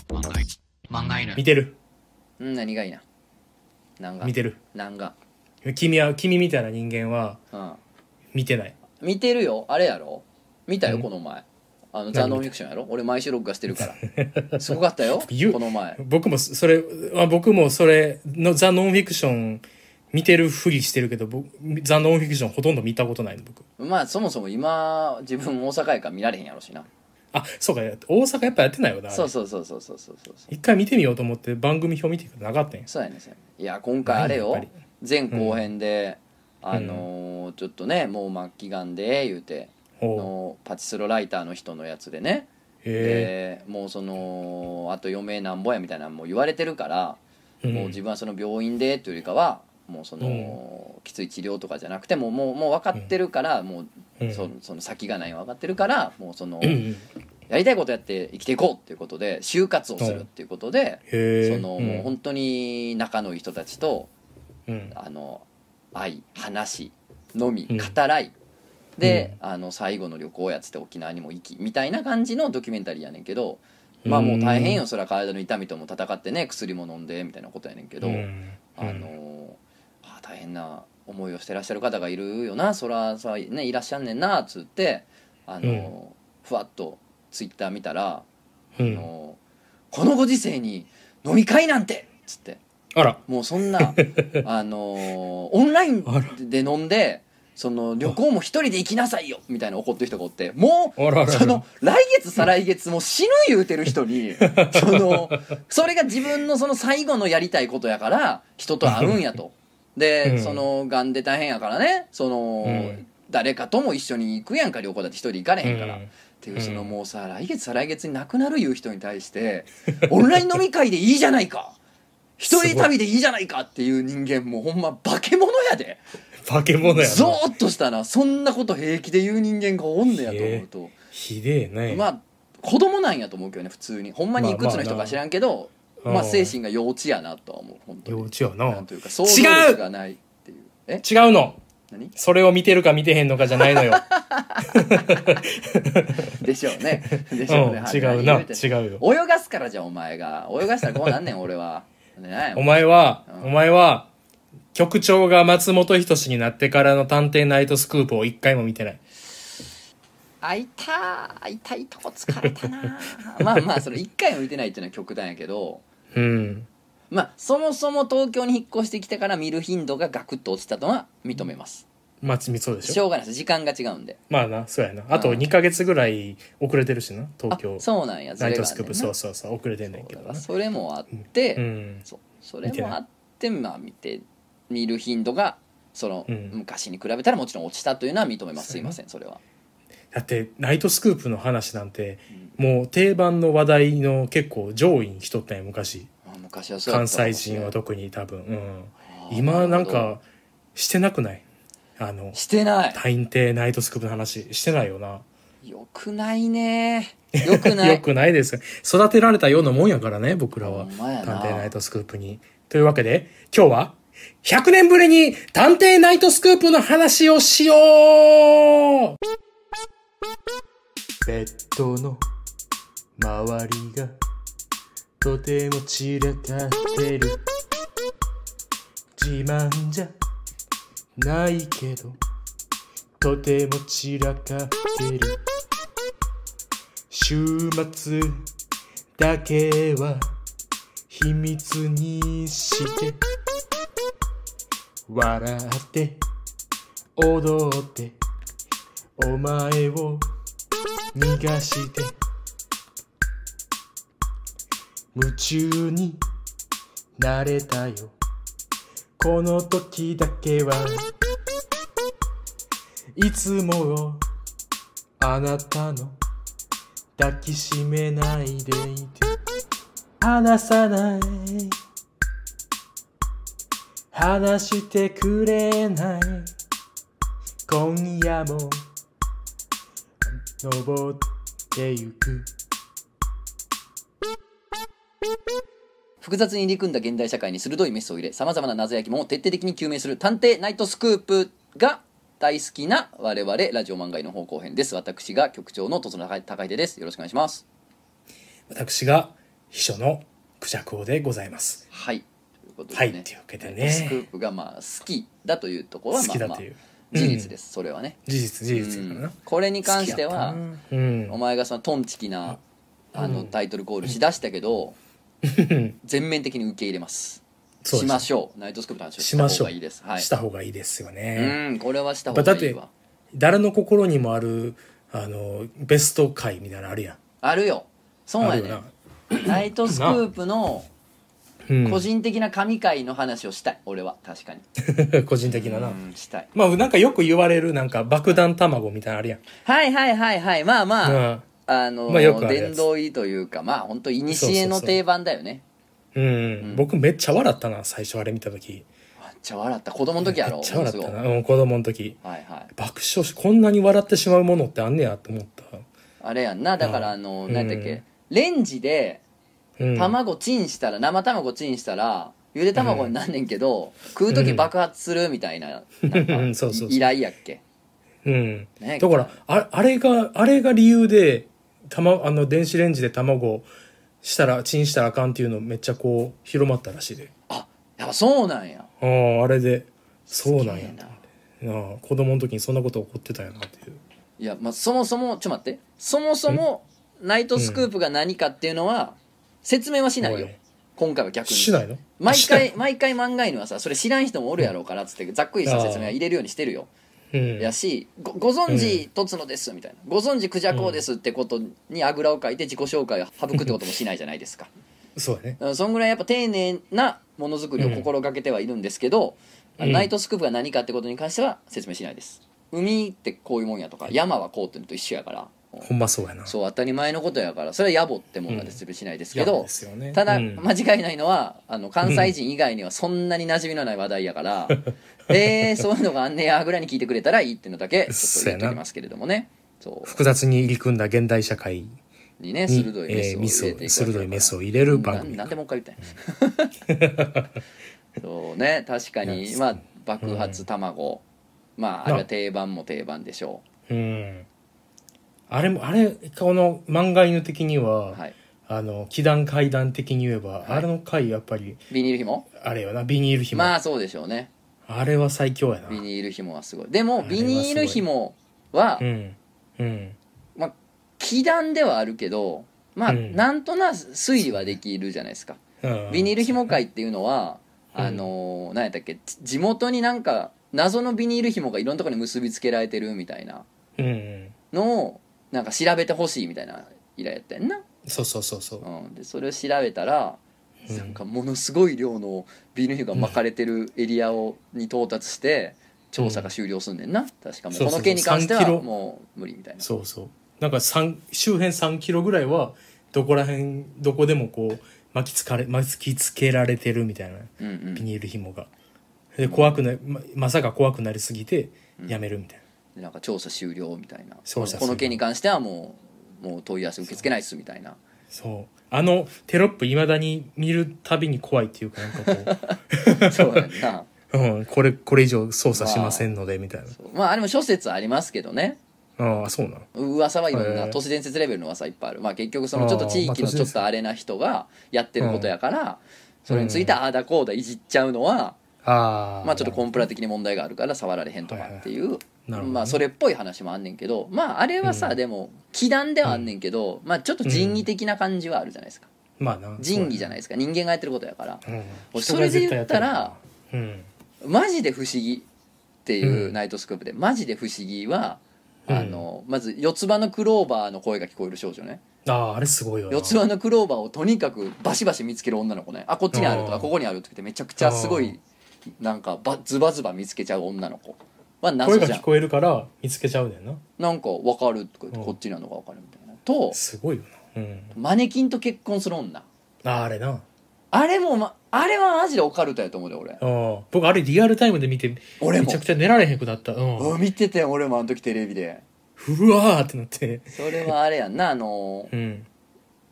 [SPEAKER 2] ー見てる
[SPEAKER 1] うん何がいいな何が
[SPEAKER 2] 見てる
[SPEAKER 1] 何が
[SPEAKER 2] 君は、君みたいな人間は
[SPEAKER 1] うん
[SPEAKER 2] 見てない。
[SPEAKER 1] 見てるよあれやろ見たよ
[SPEAKER 2] ん
[SPEAKER 1] この前あのザ・ノンフィクションやろ俺毎週録画してるから すごかったよ
[SPEAKER 2] 言う
[SPEAKER 1] この前
[SPEAKER 2] 僕もそ、それ、あ僕もそれの、ザ・ノンフィクション見てるふりしてるけど、僕ザ・ノンフィクションほとんど見たことないの、僕。
[SPEAKER 1] まあそもそも今自分大阪やから見られへんやろしな
[SPEAKER 2] あ、そうか、大阪やっぱやってないよな。あれ
[SPEAKER 1] そうそうそうそうそうそうそうそう
[SPEAKER 2] 一回見てみようと思って番組表見てるけどなかったんや。
[SPEAKER 1] そうやねんそうやねんいや今回あれ
[SPEAKER 2] ない
[SPEAKER 1] よ
[SPEAKER 2] ね
[SPEAKER 1] 前後編で、あのーちょっとねもう末期がんで言うて
[SPEAKER 2] ほう。
[SPEAKER 1] のパチスロライターの人のやつでね
[SPEAKER 2] へ
[SPEAKER 1] でもうそのあと余命なんぼやみたいなのも言われてるから、
[SPEAKER 2] え。
[SPEAKER 1] もう自分はその病院でというよりかはもうその、きつい治療とかじゃなくてもうもうもう分かってるから、もう、
[SPEAKER 2] うん
[SPEAKER 1] そのその先がないの分かってるからもうその、
[SPEAKER 2] うんうん。
[SPEAKER 1] やりたいことやって生きていこうっていうことで就活をするっていうことで、
[SPEAKER 2] へえ。
[SPEAKER 1] その、
[SPEAKER 2] うん
[SPEAKER 1] もう本当に仲のいい人たちと
[SPEAKER 2] うん。
[SPEAKER 1] あの愛話し飲み
[SPEAKER 2] うん
[SPEAKER 1] 語らい、で、あの最後の旅行やつって沖縄にも行きみたいな感じのドキュメンタリーやねんけどまあもう大変よそれは体の痛みとも戦ってね薬も飲んでみたいなことやねんけど、
[SPEAKER 2] うん。
[SPEAKER 1] あのあ大変な思いをしてらっしゃる方がいるよなそらそらねいらっしゃんねんなっつってあの、
[SPEAKER 2] うん
[SPEAKER 1] ふわっとツイッター見たら、あ
[SPEAKER 2] うん。
[SPEAKER 1] のこのご時世に飲み会なんてっつって
[SPEAKER 2] あら。
[SPEAKER 1] もうそ んなあのオンライン
[SPEAKER 2] あら
[SPEAKER 1] で飲んでその旅行も一人で行きなさいよみたいな怒ってる人がおってもう
[SPEAKER 2] あらあらあら
[SPEAKER 1] その来月再来月もう死ぬ言うてる人 にそのそれが自分のその最後のやりたいことやから人と会うんやと。で、
[SPEAKER 2] うん
[SPEAKER 1] そのがんで大変やからねその、
[SPEAKER 2] うん
[SPEAKER 1] 誰かとも一緒に行くやんか旅行だって一人行かれへんから。
[SPEAKER 2] うん
[SPEAKER 1] っていうその
[SPEAKER 2] うん
[SPEAKER 1] もうさ来月再来月に亡くなるいう人に対してオンライン飲み会でいいじゃない か一人旅でいいじゃないかっていう人間もうほんま化け物やで
[SPEAKER 2] 化け物やな。
[SPEAKER 1] ゾーッとしたなそんなこと平気で言う人間がおんねやと思うと
[SPEAKER 2] ひでえね。
[SPEAKER 1] まあ子供なんやと思うけどね普通にほんまにいくつの人
[SPEAKER 2] まあまあ
[SPEAKER 1] か
[SPEAKER 2] な
[SPEAKER 1] 知らんけど
[SPEAKER 2] うん
[SPEAKER 1] まあ精神が幼稚やなとは思う本当
[SPEAKER 2] 幼
[SPEAKER 1] に
[SPEAKER 2] 稚や
[SPEAKER 1] な。
[SPEAKER 2] なん
[SPEAKER 1] というか想像力がないっていうえ
[SPEAKER 2] 違うの。
[SPEAKER 1] 何
[SPEAKER 2] それを見てるか見てへんのかじゃないのよ。
[SPEAKER 1] でしょう ね でしょうね、
[SPEAKER 2] うん、違う
[SPEAKER 1] 何
[SPEAKER 2] な。
[SPEAKER 1] 言てんの
[SPEAKER 2] 違うよ。
[SPEAKER 1] 泳がすからじゃんお前が泳がしたらこうなんねん俺はね
[SPEAKER 2] お前は
[SPEAKER 1] うん、
[SPEAKER 2] お前は、局長が松本人志になってからの探偵ナイトスクープを一回も見てない。
[SPEAKER 1] あいたーあいたいとこ疲れたな ーまあまあそれ一回も見てないっていうのは極端やけど
[SPEAKER 2] うん。
[SPEAKER 1] まあそもそも東京に引っ越してきてから見る頻度がガクッと落ちたのは認めます
[SPEAKER 2] まあ、みそうで
[SPEAKER 1] し
[SPEAKER 2] しょ。
[SPEAKER 1] ょうがないです時間が違うんで
[SPEAKER 2] まあな、そうやな。あと
[SPEAKER 1] うん
[SPEAKER 2] 2ヶ月ぐらい遅れてるしな、
[SPEAKER 1] あ
[SPEAKER 2] 東京。
[SPEAKER 1] そうなんや
[SPEAKER 2] ナイ
[SPEAKER 1] が
[SPEAKER 2] ト
[SPEAKER 1] あ
[SPEAKER 2] ス
[SPEAKER 1] ん
[SPEAKER 2] ク
[SPEAKER 1] ねん
[SPEAKER 2] ープ、
[SPEAKER 1] な
[SPEAKER 2] そうそうそう、遅れてんねんけ
[SPEAKER 1] そうだか
[SPEAKER 2] ど
[SPEAKER 1] ら
[SPEAKER 2] な。
[SPEAKER 1] それもあって、
[SPEAKER 2] うん。
[SPEAKER 1] そうそれもあってまあ見て見る頻度がその、
[SPEAKER 2] うん
[SPEAKER 1] 昔に比べたらもちろん落ちたというのは認めますす
[SPEAKER 2] そう
[SPEAKER 1] い
[SPEAKER 2] やな
[SPEAKER 1] ませんそれは、
[SPEAKER 2] だって、ナイトスクープの話なんて、
[SPEAKER 1] うん
[SPEAKER 2] もう定番の話題の結構上位に来とったんや、昔。
[SPEAKER 1] まあ昔はそうや
[SPEAKER 2] 関
[SPEAKER 1] ったかも
[SPEAKER 2] 西
[SPEAKER 1] しれ
[SPEAKER 2] 人
[SPEAKER 1] ん
[SPEAKER 2] は特に多分。うん。
[SPEAKER 1] あー
[SPEAKER 2] 今なん
[SPEAKER 1] るほど
[SPEAKER 2] か、してなくないあの、
[SPEAKER 1] してない
[SPEAKER 2] 探偵ナイトスクープの話してないよな。
[SPEAKER 1] よくないね よくない
[SPEAKER 2] よくないです。育てられたようなもんやからね、僕ら
[SPEAKER 1] ほ
[SPEAKER 2] は
[SPEAKER 1] ん。まやな
[SPEAKER 2] 探偵ナイトスクープに。というわけで、今日は、100年ぶりに探偵ナイトスクープの話をしようベッドの周りがとても散らかってる自慢じゃないけどとても散らかってる週末だけは秘密にして笑って踊ってお前を逃がして夢中になれたよこの時だけはいつもあなたの抱きしめないでいて離さない話してくれない今夜も登ってゆく
[SPEAKER 1] 複雑に入り組んだ現代社会に鋭いメスを入れさまざまな謎や疑問を徹底的に究明する「探偵ナイトスクープ」が大好きな我々ラジオ漫画への方向編です私が局長の戸園高秀ですよろしくお願いします
[SPEAKER 2] 私が秘書のクジャクオでございます
[SPEAKER 1] はいということで
[SPEAKER 2] は
[SPEAKER 1] ね、
[SPEAKER 2] いっていうわけで
[SPEAKER 1] ナイトスク
[SPEAKER 2] ね
[SPEAKER 1] ープがまあ好きだというところ
[SPEAKER 2] 好
[SPEAKER 1] はま
[SPEAKER 2] き
[SPEAKER 1] あ
[SPEAKER 2] だ
[SPEAKER 1] まあ
[SPEAKER 2] という
[SPEAKER 1] 事実です、それはね、
[SPEAKER 2] 事実事
[SPEAKER 1] う、
[SPEAKER 2] 実やからなん
[SPEAKER 1] これに関しては
[SPEAKER 2] 好きやったなうん
[SPEAKER 1] お前がそのトンチキなあの
[SPEAKER 2] うん
[SPEAKER 1] タイトルコールしだしたけど、全面的に受け入れます
[SPEAKER 2] そう
[SPEAKER 1] し
[SPEAKER 2] です
[SPEAKER 1] ましょうナイトスクープの話を
[SPEAKER 2] しま
[SPEAKER 1] し
[SPEAKER 2] した
[SPEAKER 1] 方
[SPEAKER 2] ょう
[SPEAKER 1] がいいですはい
[SPEAKER 2] した方がいいですよね、
[SPEAKER 1] うんこれはした方がいい
[SPEAKER 2] ま
[SPEAKER 1] わ
[SPEAKER 2] あ誰の心にもあるあのベスト回みたいなのあるやん
[SPEAKER 1] あるよそうや
[SPEAKER 2] ある
[SPEAKER 1] ね
[SPEAKER 2] よ
[SPEAKER 1] ナイトスクープの
[SPEAKER 2] な、うん、
[SPEAKER 1] 個人的な神回の話をしたい俺は確かに
[SPEAKER 2] 個人的なな、
[SPEAKER 1] うんしたい
[SPEAKER 2] まあなんかよく言われるなんか爆弾卵みたいなのあるやん、
[SPEAKER 1] はいはいはいはいまあまあ、
[SPEAKER 2] うん
[SPEAKER 1] あの
[SPEAKER 2] まあよくあるや
[SPEAKER 1] 殿
[SPEAKER 2] つ
[SPEAKER 1] 堂入りというかまあ本当いにしえの定番だよね
[SPEAKER 2] うん、僕めっちゃ笑ったな最初あれ見た時
[SPEAKER 1] めっちゃ笑った子供の時やろ
[SPEAKER 2] めっちゃ笑った
[SPEAKER 1] も
[SPEAKER 2] な、うん、子供の
[SPEAKER 1] う
[SPEAKER 2] 時
[SPEAKER 1] すぐはいはい
[SPEAKER 2] 爆笑しこんなに笑ってしまうものってあんねやと思った、
[SPEAKER 1] あれやんなだから
[SPEAKER 2] うん
[SPEAKER 1] あの何だっけ、
[SPEAKER 2] うん
[SPEAKER 1] レンジで
[SPEAKER 2] うん、
[SPEAKER 1] 卵チンしたら生卵チンしたらゆで卵になんねんけど、食う時爆発するみたいな,、なんか
[SPEAKER 2] うんそうそうそう
[SPEAKER 1] 依頼やっけ
[SPEAKER 2] うん
[SPEAKER 1] ね
[SPEAKER 2] だからああれがあれが理由でた、ま、あの電子レンジで卵したらチンしたらあかんっていうのめっちゃこう広まったらしいで
[SPEAKER 1] あやっぱそうなんや
[SPEAKER 2] あああれでそうなんや
[SPEAKER 1] すげえ
[SPEAKER 2] なあ子供の時にそんなこと起こってたんやなっていう
[SPEAKER 1] いや、まあ、そもそもちょっと待ってそもそもナイトスクープが何かっていうのは説明はしないよ、
[SPEAKER 2] おい
[SPEAKER 1] 今回は逆に
[SPEAKER 2] しないの
[SPEAKER 1] 毎
[SPEAKER 2] しない
[SPEAKER 1] 回毎回漫画犬はさそれ知らん人もおるやろうからっつってざっくりした説明は入れるようにしてるよ
[SPEAKER 2] うん
[SPEAKER 1] やしごご存知とつのですみたいなご存知クジャコウですってことにあぐらをかいて自己紹介を省くってこともしないじゃないですか
[SPEAKER 2] そうやね
[SPEAKER 1] うんそんぐらいやっぱ丁寧なものづくりを心がけてはいるんですけど、
[SPEAKER 2] うん
[SPEAKER 1] ナイトスクープが何かってことに関しては説明しないです海ってこういうもんやとか山はこうってのと一緒やから
[SPEAKER 2] ほんまそうやな
[SPEAKER 1] そう当たり前のことやからそれは野暮ってもんが説明しないですけ
[SPEAKER 2] 嫌
[SPEAKER 1] ど
[SPEAKER 2] で、すよね
[SPEAKER 1] ただ、
[SPEAKER 2] うん
[SPEAKER 1] 間違いないのはあの関西人以外にはそんなに馴染みのない話題や から、えー、そういうのがあんねやぐらいに聞いてくれたらいいっていうのだけちょっと言っておきますけれどもねそう
[SPEAKER 2] 複雑に入り組んだ現代社会
[SPEAKER 1] にね
[SPEAKER 2] に
[SPEAKER 1] 鋭い
[SPEAKER 2] えー
[SPEAKER 1] メ
[SPEAKER 2] ミ
[SPEAKER 1] ス
[SPEAKER 2] ス
[SPEAKER 1] を入
[SPEAKER 2] を
[SPEAKER 1] れていくわけだから
[SPEAKER 2] 鋭いメスを入れる番
[SPEAKER 1] な
[SPEAKER 2] 組
[SPEAKER 1] なんでもう一回言ったんやそうね確か
[SPEAKER 2] い
[SPEAKER 1] に
[SPEAKER 2] や
[SPEAKER 1] まあ爆発卵、まああれは定番も定番でしょ
[SPEAKER 2] うんあれもあれこの漫画犬的に
[SPEAKER 1] う、
[SPEAKER 2] は、
[SPEAKER 1] はい、
[SPEAKER 2] あの奇談怪談的に言えば、
[SPEAKER 1] い
[SPEAKER 2] あれの回やっぱり
[SPEAKER 1] ビニール紐
[SPEAKER 2] あれよなビニール紐、
[SPEAKER 1] まあそうでしょうね
[SPEAKER 2] あれは最強やな
[SPEAKER 1] ビニール紐はすごいでも
[SPEAKER 2] あれはす
[SPEAKER 1] ビ
[SPEAKER 2] ご
[SPEAKER 1] ニ
[SPEAKER 2] い
[SPEAKER 1] ール紐は
[SPEAKER 2] うんうん
[SPEAKER 1] 気団ではあるけどまあ、
[SPEAKER 2] うん
[SPEAKER 1] なんとなく推理はできるじゃないですか
[SPEAKER 2] うん
[SPEAKER 1] ビニール紐会っていうのは、
[SPEAKER 2] うん
[SPEAKER 1] あのー何やったっけち地元になんか謎のビニール紐がいろんなところに結びつけられてるみたいな
[SPEAKER 2] うんうん
[SPEAKER 1] のをなんか調べてほしいみたいな依頼やったやんな、
[SPEAKER 2] そうそうそうそう
[SPEAKER 1] うん、でそれを調べたら、
[SPEAKER 2] うん
[SPEAKER 1] なんかものすごい量のビニール紐が巻かれてるエリアをに到達して調査が終了すんねんな確かもう
[SPEAKER 2] そうそう
[SPEAKER 1] こ
[SPEAKER 2] そう
[SPEAKER 1] の件に関しては
[SPEAKER 2] 3キロ
[SPEAKER 1] もう無理みたいな
[SPEAKER 2] そうそうなんか三周辺3キロぐらいはどこら辺どこでもこう巻きつかれ巻きつけられてるみたいな
[SPEAKER 1] うんうん
[SPEAKER 2] ビニール紐がで怖くなままさか怖くなりすぎてやめるみたいな、
[SPEAKER 1] でなんか調査終了みたいな
[SPEAKER 2] そうそうそう
[SPEAKER 1] この件に関してはもうもう問い合わせ受け付けないっすみたいな
[SPEAKER 2] そうあのテロップいまだに見るたびに怖いっていうかなんかこ
[SPEAKER 1] そうやんな
[SPEAKER 2] う、うん、これこれ以上操作しませんのでみたいな
[SPEAKER 1] そうまああれも諸説ありますけどね
[SPEAKER 2] ああそうなの
[SPEAKER 1] 噂はいろん
[SPEAKER 2] へ
[SPEAKER 1] な
[SPEAKER 2] ー
[SPEAKER 1] 都市伝説レベルの噂いっぱいあるまあ結局そのちょっと
[SPEAKER 2] あー
[SPEAKER 1] 地域の
[SPEAKER 2] まあ都市
[SPEAKER 1] ちょ
[SPEAKER 2] 伝
[SPEAKER 1] っ
[SPEAKER 2] 説
[SPEAKER 1] とあれな人がやってることやからそれについてああだこうだいじっちゃうのは
[SPEAKER 2] ああ
[SPEAKER 1] まあちょっとコンプラ的に問題があるから触られへんとかっていう
[SPEAKER 2] なるほどね
[SPEAKER 1] まあそれっぽい話もあんねんけどまああれは
[SPEAKER 2] う
[SPEAKER 1] さ
[SPEAKER 2] ん
[SPEAKER 1] でも忌憚ではあんねんけどまあちょっと仁義的な感じはあるじゃないですか
[SPEAKER 2] まあな
[SPEAKER 1] 仁義じゃない
[SPEAKER 2] い、
[SPEAKER 1] ですか人間がやってることやから
[SPEAKER 2] うん、
[SPEAKER 1] 俺
[SPEAKER 2] 人
[SPEAKER 1] そ
[SPEAKER 2] が
[SPEAKER 1] れで
[SPEAKER 2] 絶
[SPEAKER 1] 言
[SPEAKER 2] 対や
[SPEAKER 1] った
[SPEAKER 2] る
[SPEAKER 1] ら
[SPEAKER 2] からうん
[SPEAKER 1] マジで不思議っていううんナイトスクープで、マジで不思議は、
[SPEAKER 2] うん
[SPEAKER 1] あのまず四つ葉のクローバーの声が聞こえる少女ね
[SPEAKER 2] あああれすごいよな
[SPEAKER 1] 四つ葉のクローバーをとにかくバシバシ見つける女の子ねあこっちにあると
[SPEAKER 2] あ
[SPEAKER 1] か
[SPEAKER 2] ー
[SPEAKER 1] ここにあるとかってめちゃくちゃすごいなんかばズバズバ見つけちゃう女の子は謎
[SPEAKER 2] 声が
[SPEAKER 1] じゃ
[SPEAKER 2] 聞
[SPEAKER 1] ん
[SPEAKER 2] こえるから見つけちゃうだよな
[SPEAKER 1] なんか分かるとか言って
[SPEAKER 2] うん
[SPEAKER 1] こっちなのが分かるみたいなと
[SPEAKER 2] すごいよなうん
[SPEAKER 1] マネキンと結婚する女
[SPEAKER 2] ああれな
[SPEAKER 1] あれも、ま、あれはマジでオカルトやと思うで俺
[SPEAKER 2] うん僕あれリアルタイムで見て
[SPEAKER 1] 俺
[SPEAKER 2] め
[SPEAKER 1] も
[SPEAKER 2] ちゃくちゃ寝られへんくなったうん
[SPEAKER 1] うん見てて俺もあの時テレビで
[SPEAKER 2] ふわーってなって
[SPEAKER 1] それはあれやんなあのー
[SPEAKER 2] うん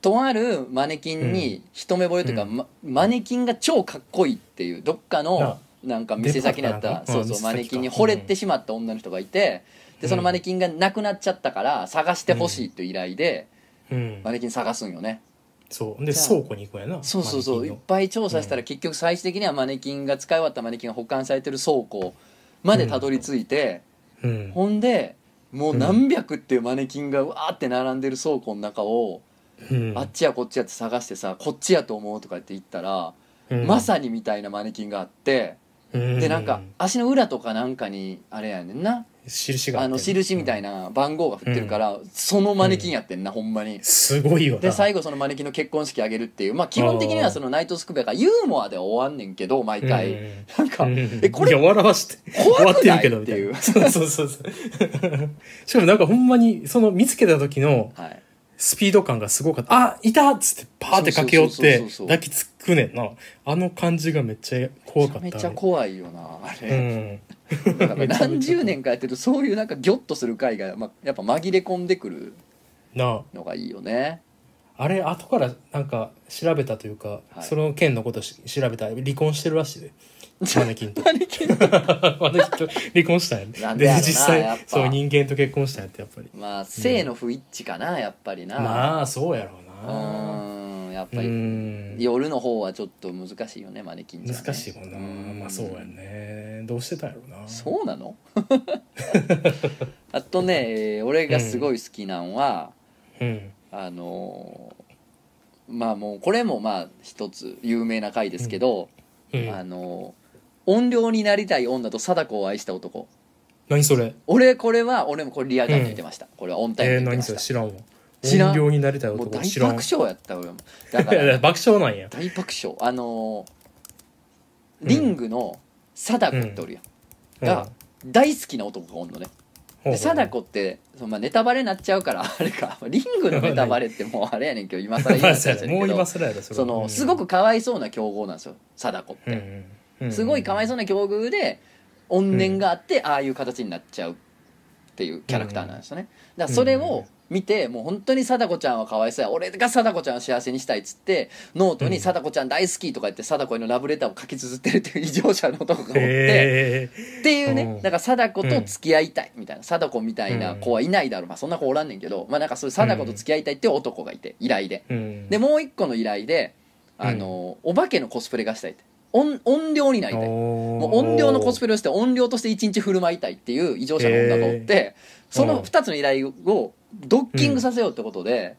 [SPEAKER 1] とあるマネキンに一目惚れというか、
[SPEAKER 2] うん
[SPEAKER 1] まマネキンが超かっこいいっていうどっかの
[SPEAKER 2] な
[SPEAKER 1] なんか店先にあっ
[SPEAKER 2] デパートかな
[SPEAKER 1] た
[SPEAKER 2] う
[SPEAKER 1] そう
[SPEAKER 2] ん店
[SPEAKER 1] そう
[SPEAKER 2] 先
[SPEAKER 1] マネキンに
[SPEAKER 2] か
[SPEAKER 1] 惚れてしまった女の人がいてでそのマネキンが亡くなっちゃったから探してほしいという依頼で
[SPEAKER 2] うん
[SPEAKER 1] マネキン探すんよね
[SPEAKER 2] そうで
[SPEAKER 1] じゃあ
[SPEAKER 2] 倉庫に行くんやな
[SPEAKER 1] そうそうそうい
[SPEAKER 2] マネキ
[SPEAKER 1] っ
[SPEAKER 2] ンの
[SPEAKER 1] ぱい調査したら結局最終的にはマネキンが使い終わったマネキンが保管されてる倉庫までたどり着いて
[SPEAKER 2] うん
[SPEAKER 1] ほんでもう何百っていうマネキンがうわーって並んでる倉庫の中を
[SPEAKER 2] うん
[SPEAKER 1] あっちやこっちやって探してさこっちやと思うとかって言ったら
[SPEAKER 2] うん
[SPEAKER 1] まさにみたいなマネキンがあって、
[SPEAKER 2] うん
[SPEAKER 1] でなんか足の裏とかなんかにあれやねんな
[SPEAKER 2] 印が
[SPEAKER 1] あの印みたい
[SPEAKER 2] な
[SPEAKER 1] な番号が振ってるから、そのマネキンやってんな、ほんまに。
[SPEAKER 2] すごいよな
[SPEAKER 1] で最後そのマネキンの結婚式あげるっていうまあ基本的にはそのナイトスクープやからユーモアで終わんねんけど毎回、
[SPEAKER 2] うん
[SPEAKER 1] なんか、
[SPEAKER 2] うん
[SPEAKER 1] えこ
[SPEAKER 2] い
[SPEAKER 1] れ
[SPEAKER 2] や笑わして
[SPEAKER 1] 怖くない
[SPEAKER 2] みたな
[SPEAKER 1] っ
[SPEAKER 2] そうそうそうそう しかもなんかほんまにその見つけた時の
[SPEAKER 1] はい、
[SPEAKER 2] スピード感がすごかった。あいたっつってパーって駆け寄っ
[SPEAKER 1] そうそうそう
[SPEAKER 2] て
[SPEAKER 1] そうそう
[SPEAKER 2] 抱きつくねんな。あの感じがめっちゃ怖かった。
[SPEAKER 1] めちゃめちゃ怖いよなあ
[SPEAKER 2] う
[SPEAKER 1] れ、
[SPEAKER 2] ん。
[SPEAKER 1] だから何十年かやってるとそういうなんかギョッとする回が、まあ、やっぱ紛れ込んでくる
[SPEAKER 2] なあ。
[SPEAKER 1] のがいいよね
[SPEAKER 2] あれ、後からなんか調べたというか、
[SPEAKER 1] はい
[SPEAKER 2] その件のことし調べたら離婚してるら しいで。マネキンと。
[SPEAKER 1] マネキン
[SPEAKER 2] マネキンと離婚したんやね
[SPEAKER 1] なんで
[SPEAKER 2] で、
[SPEAKER 1] やろな
[SPEAKER 2] 実
[SPEAKER 1] やっ
[SPEAKER 2] 際
[SPEAKER 1] ぱ、
[SPEAKER 2] そう、人間と結婚したんやって、やっぱり。
[SPEAKER 1] まあ性の不一致かなやっぱりな、
[SPEAKER 2] まあ、そうやろう
[SPEAKER 1] う
[SPEAKER 2] な。
[SPEAKER 1] ーんやっ
[SPEAKER 2] う
[SPEAKER 1] ぱり、
[SPEAKER 2] ん。
[SPEAKER 1] 夜の方はちょっと難しいよねマネキンじゃね
[SPEAKER 2] 難しいもんな。
[SPEAKER 1] うん
[SPEAKER 2] まあ、そうやね。どうしてたんやろうな
[SPEAKER 1] そうな のあとね、えー俺がすごい好きなんは、
[SPEAKER 2] うん
[SPEAKER 1] あのーまあもうこれもまあ一つ有名な回ですけど、
[SPEAKER 2] うん
[SPEAKER 1] あのー怨霊になりたい女と貞子を愛した男
[SPEAKER 2] 何それ
[SPEAKER 1] 俺これは俺もこれリアガンで言ってました、これはオンタイム
[SPEAKER 2] え
[SPEAKER 1] で
[SPEAKER 2] ー、
[SPEAKER 1] 言って
[SPEAKER 2] 何
[SPEAKER 1] ま
[SPEAKER 2] そ
[SPEAKER 1] した、
[SPEAKER 2] れ知らんわ
[SPEAKER 1] 知らん
[SPEAKER 2] 音量になりたい
[SPEAKER 1] もう大
[SPEAKER 2] 男知
[SPEAKER 1] 爆
[SPEAKER 2] らん
[SPEAKER 1] 笑やった俺もだか
[SPEAKER 2] いやいや
[SPEAKER 1] ら
[SPEAKER 2] 爆笑なんや
[SPEAKER 1] 大爆笑あのーリングの貞子っておるやん、が大好きな男がおんのねで貞
[SPEAKER 2] 子
[SPEAKER 1] 子ってそのまあネタバレになっちゃうから あれかリングのネタバレってもうあれやねんけど今更言い出しちゃうけど
[SPEAKER 2] もう今更やろ それ
[SPEAKER 1] そのすごくかわいそうな境遇なんですよ貞子っ
[SPEAKER 2] うんう
[SPEAKER 1] て、
[SPEAKER 2] んうん
[SPEAKER 1] すごいかわいそうな境遇で怨念があって、ああいう形になっちゃうっていうキャラクターなんですよね、だからそれを見てもう本当に貞子ちゃんはかわいそうや俺が貞子ちゃんを幸せにしたいっつってノートに「貞子ちゃん大好き」とか言って貞子へのラブレターを書き綴ってるっていう異常者の男がおって。
[SPEAKER 2] へえ
[SPEAKER 1] っていうね、
[SPEAKER 2] うん
[SPEAKER 1] だから貞子と付き合いたいみたいな、貞子みたいな子はいないだろう、まあ、そんな子おらんねんけど、まあ、なんかそういう貞子と付き合いたいっていう男がいて依頼で
[SPEAKER 2] うん
[SPEAKER 1] でもう一個の依頼であの、お化けのコスプレがしたいって音音量になりたいもう音量のコスプレをして音量として一日振る舞いたいっていう異常者の女がおってその2つの依頼をドッキングさせようってことで、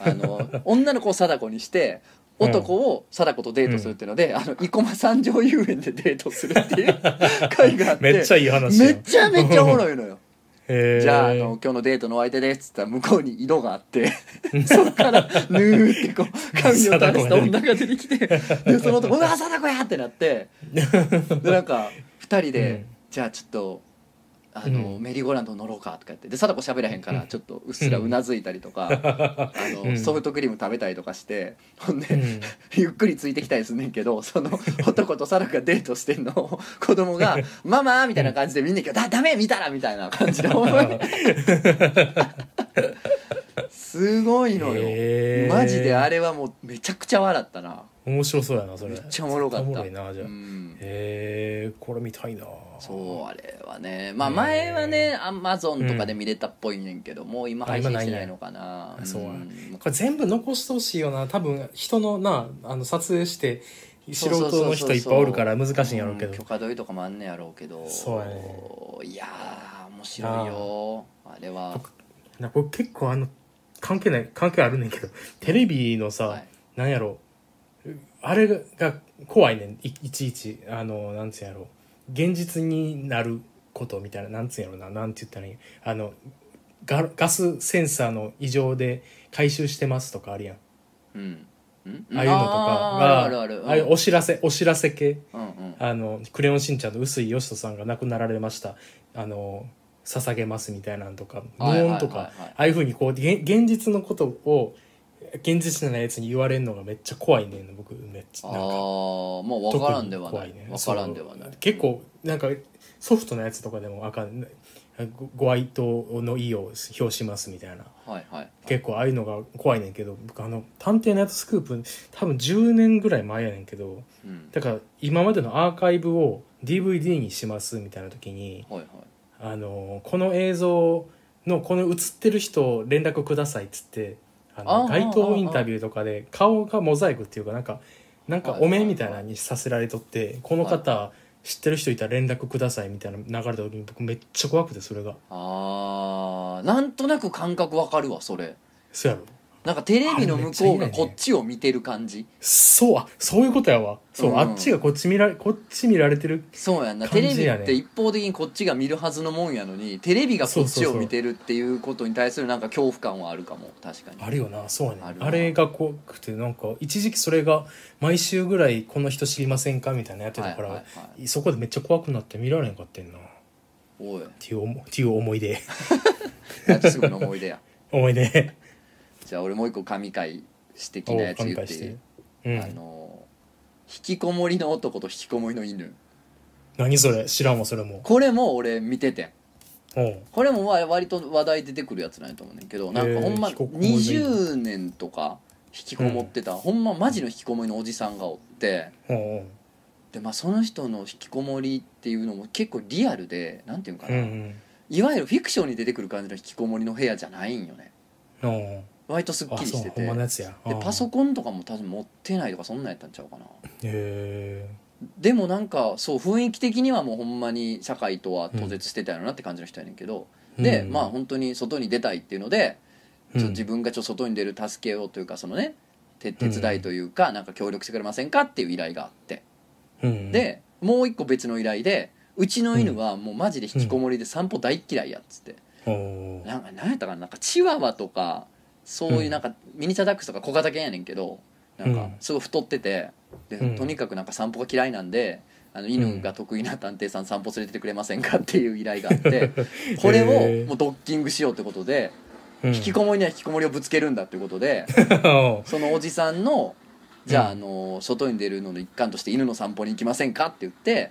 [SPEAKER 1] あの女の子を貞子にして
[SPEAKER 2] うん
[SPEAKER 1] 男を貞子とデートするっていうので、あの生駒三条遊園でデートするって いう会があって
[SPEAKER 2] めっちゃいい話や
[SPEAKER 1] めちゃめちゃおもろいのよ。
[SPEAKER 2] へー
[SPEAKER 1] じゃああ の今日のデートのお相手ですっつったら向こうに色があって そっからぬーってこう髪を垂らした女が出てきて でその男「うわ貞子や!」ってなってでなんか2人で、
[SPEAKER 2] うん
[SPEAKER 1] じゃあちょっと。あの
[SPEAKER 2] うん
[SPEAKER 1] メリーゴーランド乗ろうかとか言ってで貞子喋らへんからちょっとうっすらうなずいたりとか、あの
[SPEAKER 2] うん
[SPEAKER 1] ソフトクリーム食べたりとかしてほんで、
[SPEAKER 2] うん
[SPEAKER 1] ゆっくりついてきたりすんねんけどその男とサラがデートしてんのを子供が「ママ」みたいな感じで見んねんけど「だダメ見たら」みたいな感じですごいの
[SPEAKER 2] へ
[SPEAKER 1] よ
[SPEAKER 2] ー
[SPEAKER 1] マジであれはもうめちゃくちゃ笑ったな
[SPEAKER 2] 面白そうやなそれ
[SPEAKER 1] めっちゃおもろかった
[SPEAKER 2] めちゃおもろいなじゃあ
[SPEAKER 1] うん
[SPEAKER 2] へえこれ見たいな
[SPEAKER 1] そうあれはねまあ前はねアマゾンとかで見れたっぽいねんけどもう今配信してないのかな
[SPEAKER 2] あそうや
[SPEAKER 1] ん
[SPEAKER 2] これ全部残してほしいよな多分人のなあの撮影して素人の人いっぱいおるから難しいんやろうけ
[SPEAKER 1] ん許
[SPEAKER 2] ど
[SPEAKER 1] 可取りとかもあんねやろうけど
[SPEAKER 2] そうやね
[SPEAKER 1] いやー面白いよあれは
[SPEAKER 2] なこれ結構あの関係ない関係あるねんけどテレビのさ、
[SPEAKER 1] はい
[SPEAKER 2] なんやろあれが怖いねんいいちいちあのなんつうんやろ現実になることみたいななんつうんやろななんて言ったらいいあのガガスセンサーの異常で回収してますとかあるやん
[SPEAKER 1] うんうん
[SPEAKER 2] ああいうのとか
[SPEAKER 1] あー
[SPEAKER 2] が
[SPEAKER 1] あるある
[SPEAKER 2] ああいうお知らせお知らせ系
[SPEAKER 1] うんうん
[SPEAKER 2] あの「クレヨンしんちゃん」の臼井義人さんが亡くなられましたあの捧げますみたいなんとか無
[SPEAKER 1] はいはいはいはい
[SPEAKER 2] 音とかああいうふうにこう現現実のことを現実じゃないやつに言われるのがめっちゃ怖いねんの僕めっちゃ
[SPEAKER 1] あ
[SPEAKER 2] なんか
[SPEAKER 1] あまあ分
[SPEAKER 2] 特に
[SPEAKER 1] からんではな
[SPEAKER 2] 怖
[SPEAKER 1] い
[SPEAKER 2] ね
[SPEAKER 1] 分からんではない
[SPEAKER 2] そう結構なんかソフトなやつとかでもあかんごご愛悼の意を表しますみたいな
[SPEAKER 1] はいはい
[SPEAKER 2] 結構ああいうのが怖いねんけど僕あの探偵のやつスクープ多分10年ぐらい前やねんけど
[SPEAKER 1] うん
[SPEAKER 2] だから今までのアーカイブを DVD にしますみたいな時に
[SPEAKER 1] はいはい
[SPEAKER 2] あのこの映像のこの映ってる人を連絡くださいっつってあ
[SPEAKER 1] あ
[SPEAKER 2] の
[SPEAKER 1] ー
[SPEAKER 2] 街頭インタビューとかで顔がモザイクっていうかなんかなんか
[SPEAKER 1] はい
[SPEAKER 2] お面みたいなのにさせられとってこの方知ってる人いたら連絡くださいみたいな流れた時に僕めっちゃ怖くてそれが
[SPEAKER 1] あーなんとなく感覚分かるわそれ
[SPEAKER 2] そうやろ
[SPEAKER 1] なんかテレビの向こう
[SPEAKER 2] あれめっちゃいい
[SPEAKER 1] が
[SPEAKER 2] ね
[SPEAKER 1] こっちを見てる感じ
[SPEAKER 2] そうあそういうことやわそう、
[SPEAKER 1] うん
[SPEAKER 2] あっちがこっち見られこっち見られてる
[SPEAKER 1] そうやんな
[SPEAKER 2] 感
[SPEAKER 1] テレ
[SPEAKER 2] じ
[SPEAKER 1] ビ
[SPEAKER 2] や
[SPEAKER 1] っ
[SPEAKER 2] ね
[SPEAKER 1] て一方的にこっちが見るはずのもんやのにテレビがこっ
[SPEAKER 2] そう
[SPEAKER 1] ち
[SPEAKER 2] そう
[SPEAKER 1] を
[SPEAKER 2] そう
[SPEAKER 1] 見てるっていうことに対するなんか恐怖感はあるかも確かに
[SPEAKER 2] あるよなそうやね
[SPEAKER 1] ある
[SPEAKER 2] あ
[SPEAKER 1] わ
[SPEAKER 2] れが怖くてなんか一時期それが毎週ぐらいこの人知りませんかみたいなやってたから、
[SPEAKER 1] はいはいは
[SPEAKER 2] そこでめっちゃ怖くなって見られへんかってんなっ
[SPEAKER 1] おい
[SPEAKER 2] ていう思っていう思い出
[SPEAKER 1] やつすぐの思い出や
[SPEAKER 2] 思い出
[SPEAKER 1] じゃあ俺もう一個神回史的なやつ言っていい
[SPEAKER 2] おううん
[SPEAKER 1] あの引きこもりの男と引きこもりの犬
[SPEAKER 2] 何それ知らんわそれも
[SPEAKER 1] これも俺見ててん
[SPEAKER 2] おう
[SPEAKER 1] これもわ割と話題出てくるやつなんやと思うねんけどなんかほんま
[SPEAKER 2] へー引きこもりの犬
[SPEAKER 1] 20年とか引きこもってた、ほんまマジの引きこもりのおじさんがおって
[SPEAKER 2] おうおう
[SPEAKER 1] で、まあ、その人の引きこもりっていうのも結構リアルでなんていうんか
[SPEAKER 2] う
[SPEAKER 1] な、
[SPEAKER 2] ん
[SPEAKER 1] いわゆるフィクションに出てくる感じの引きこもりの部屋じゃないんよね
[SPEAKER 2] うんおう
[SPEAKER 1] 割とすっき
[SPEAKER 2] あ
[SPEAKER 1] り
[SPEAKER 2] そう
[SPEAKER 1] して
[SPEAKER 2] ほん
[SPEAKER 1] て
[SPEAKER 2] まのやつや
[SPEAKER 1] でパソ
[SPEAKER 2] コ
[SPEAKER 1] コンとかも多分持ってないとかそんなんやったんちゃうかな
[SPEAKER 2] へえ
[SPEAKER 1] でもなんかそう雰囲気的にはもうほんまに社会とは途絶してたよなって感じの人やねんけど、で
[SPEAKER 2] うん
[SPEAKER 1] まあ本当に外に出たいっていうので、
[SPEAKER 2] うん
[SPEAKER 1] ちょ自分がちょっと外に出る助けをというかそのね手手伝いというか、なんか協力してくれませんかっていう依頼があって、
[SPEAKER 2] うん、
[SPEAKER 1] でもう一個別の依頼でうちの犬はもうマジで引きこもりで散歩大嫌いやっつって、
[SPEAKER 2] おー
[SPEAKER 1] なんか何やったかななんかチワワとかそういうなんかミニチャダックスとか小型犬やねんけどなん
[SPEAKER 2] う
[SPEAKER 1] か
[SPEAKER 2] ん
[SPEAKER 1] すごい太っててで
[SPEAKER 2] うん
[SPEAKER 1] とにかくなんか散歩が嫌いなんであの犬が得意な探偵さん散歩連れてってくれませんかっていう依頼があってこれ
[SPEAKER 2] へ
[SPEAKER 1] を
[SPEAKER 2] ー
[SPEAKER 1] もうドッキングしようってことで
[SPEAKER 2] うん
[SPEAKER 1] 引き こもりには引きこもりをぶつけるんだっていうことでそのおじさんのじゃああの外に出るのの一環として犬の散歩に行きませんかって言って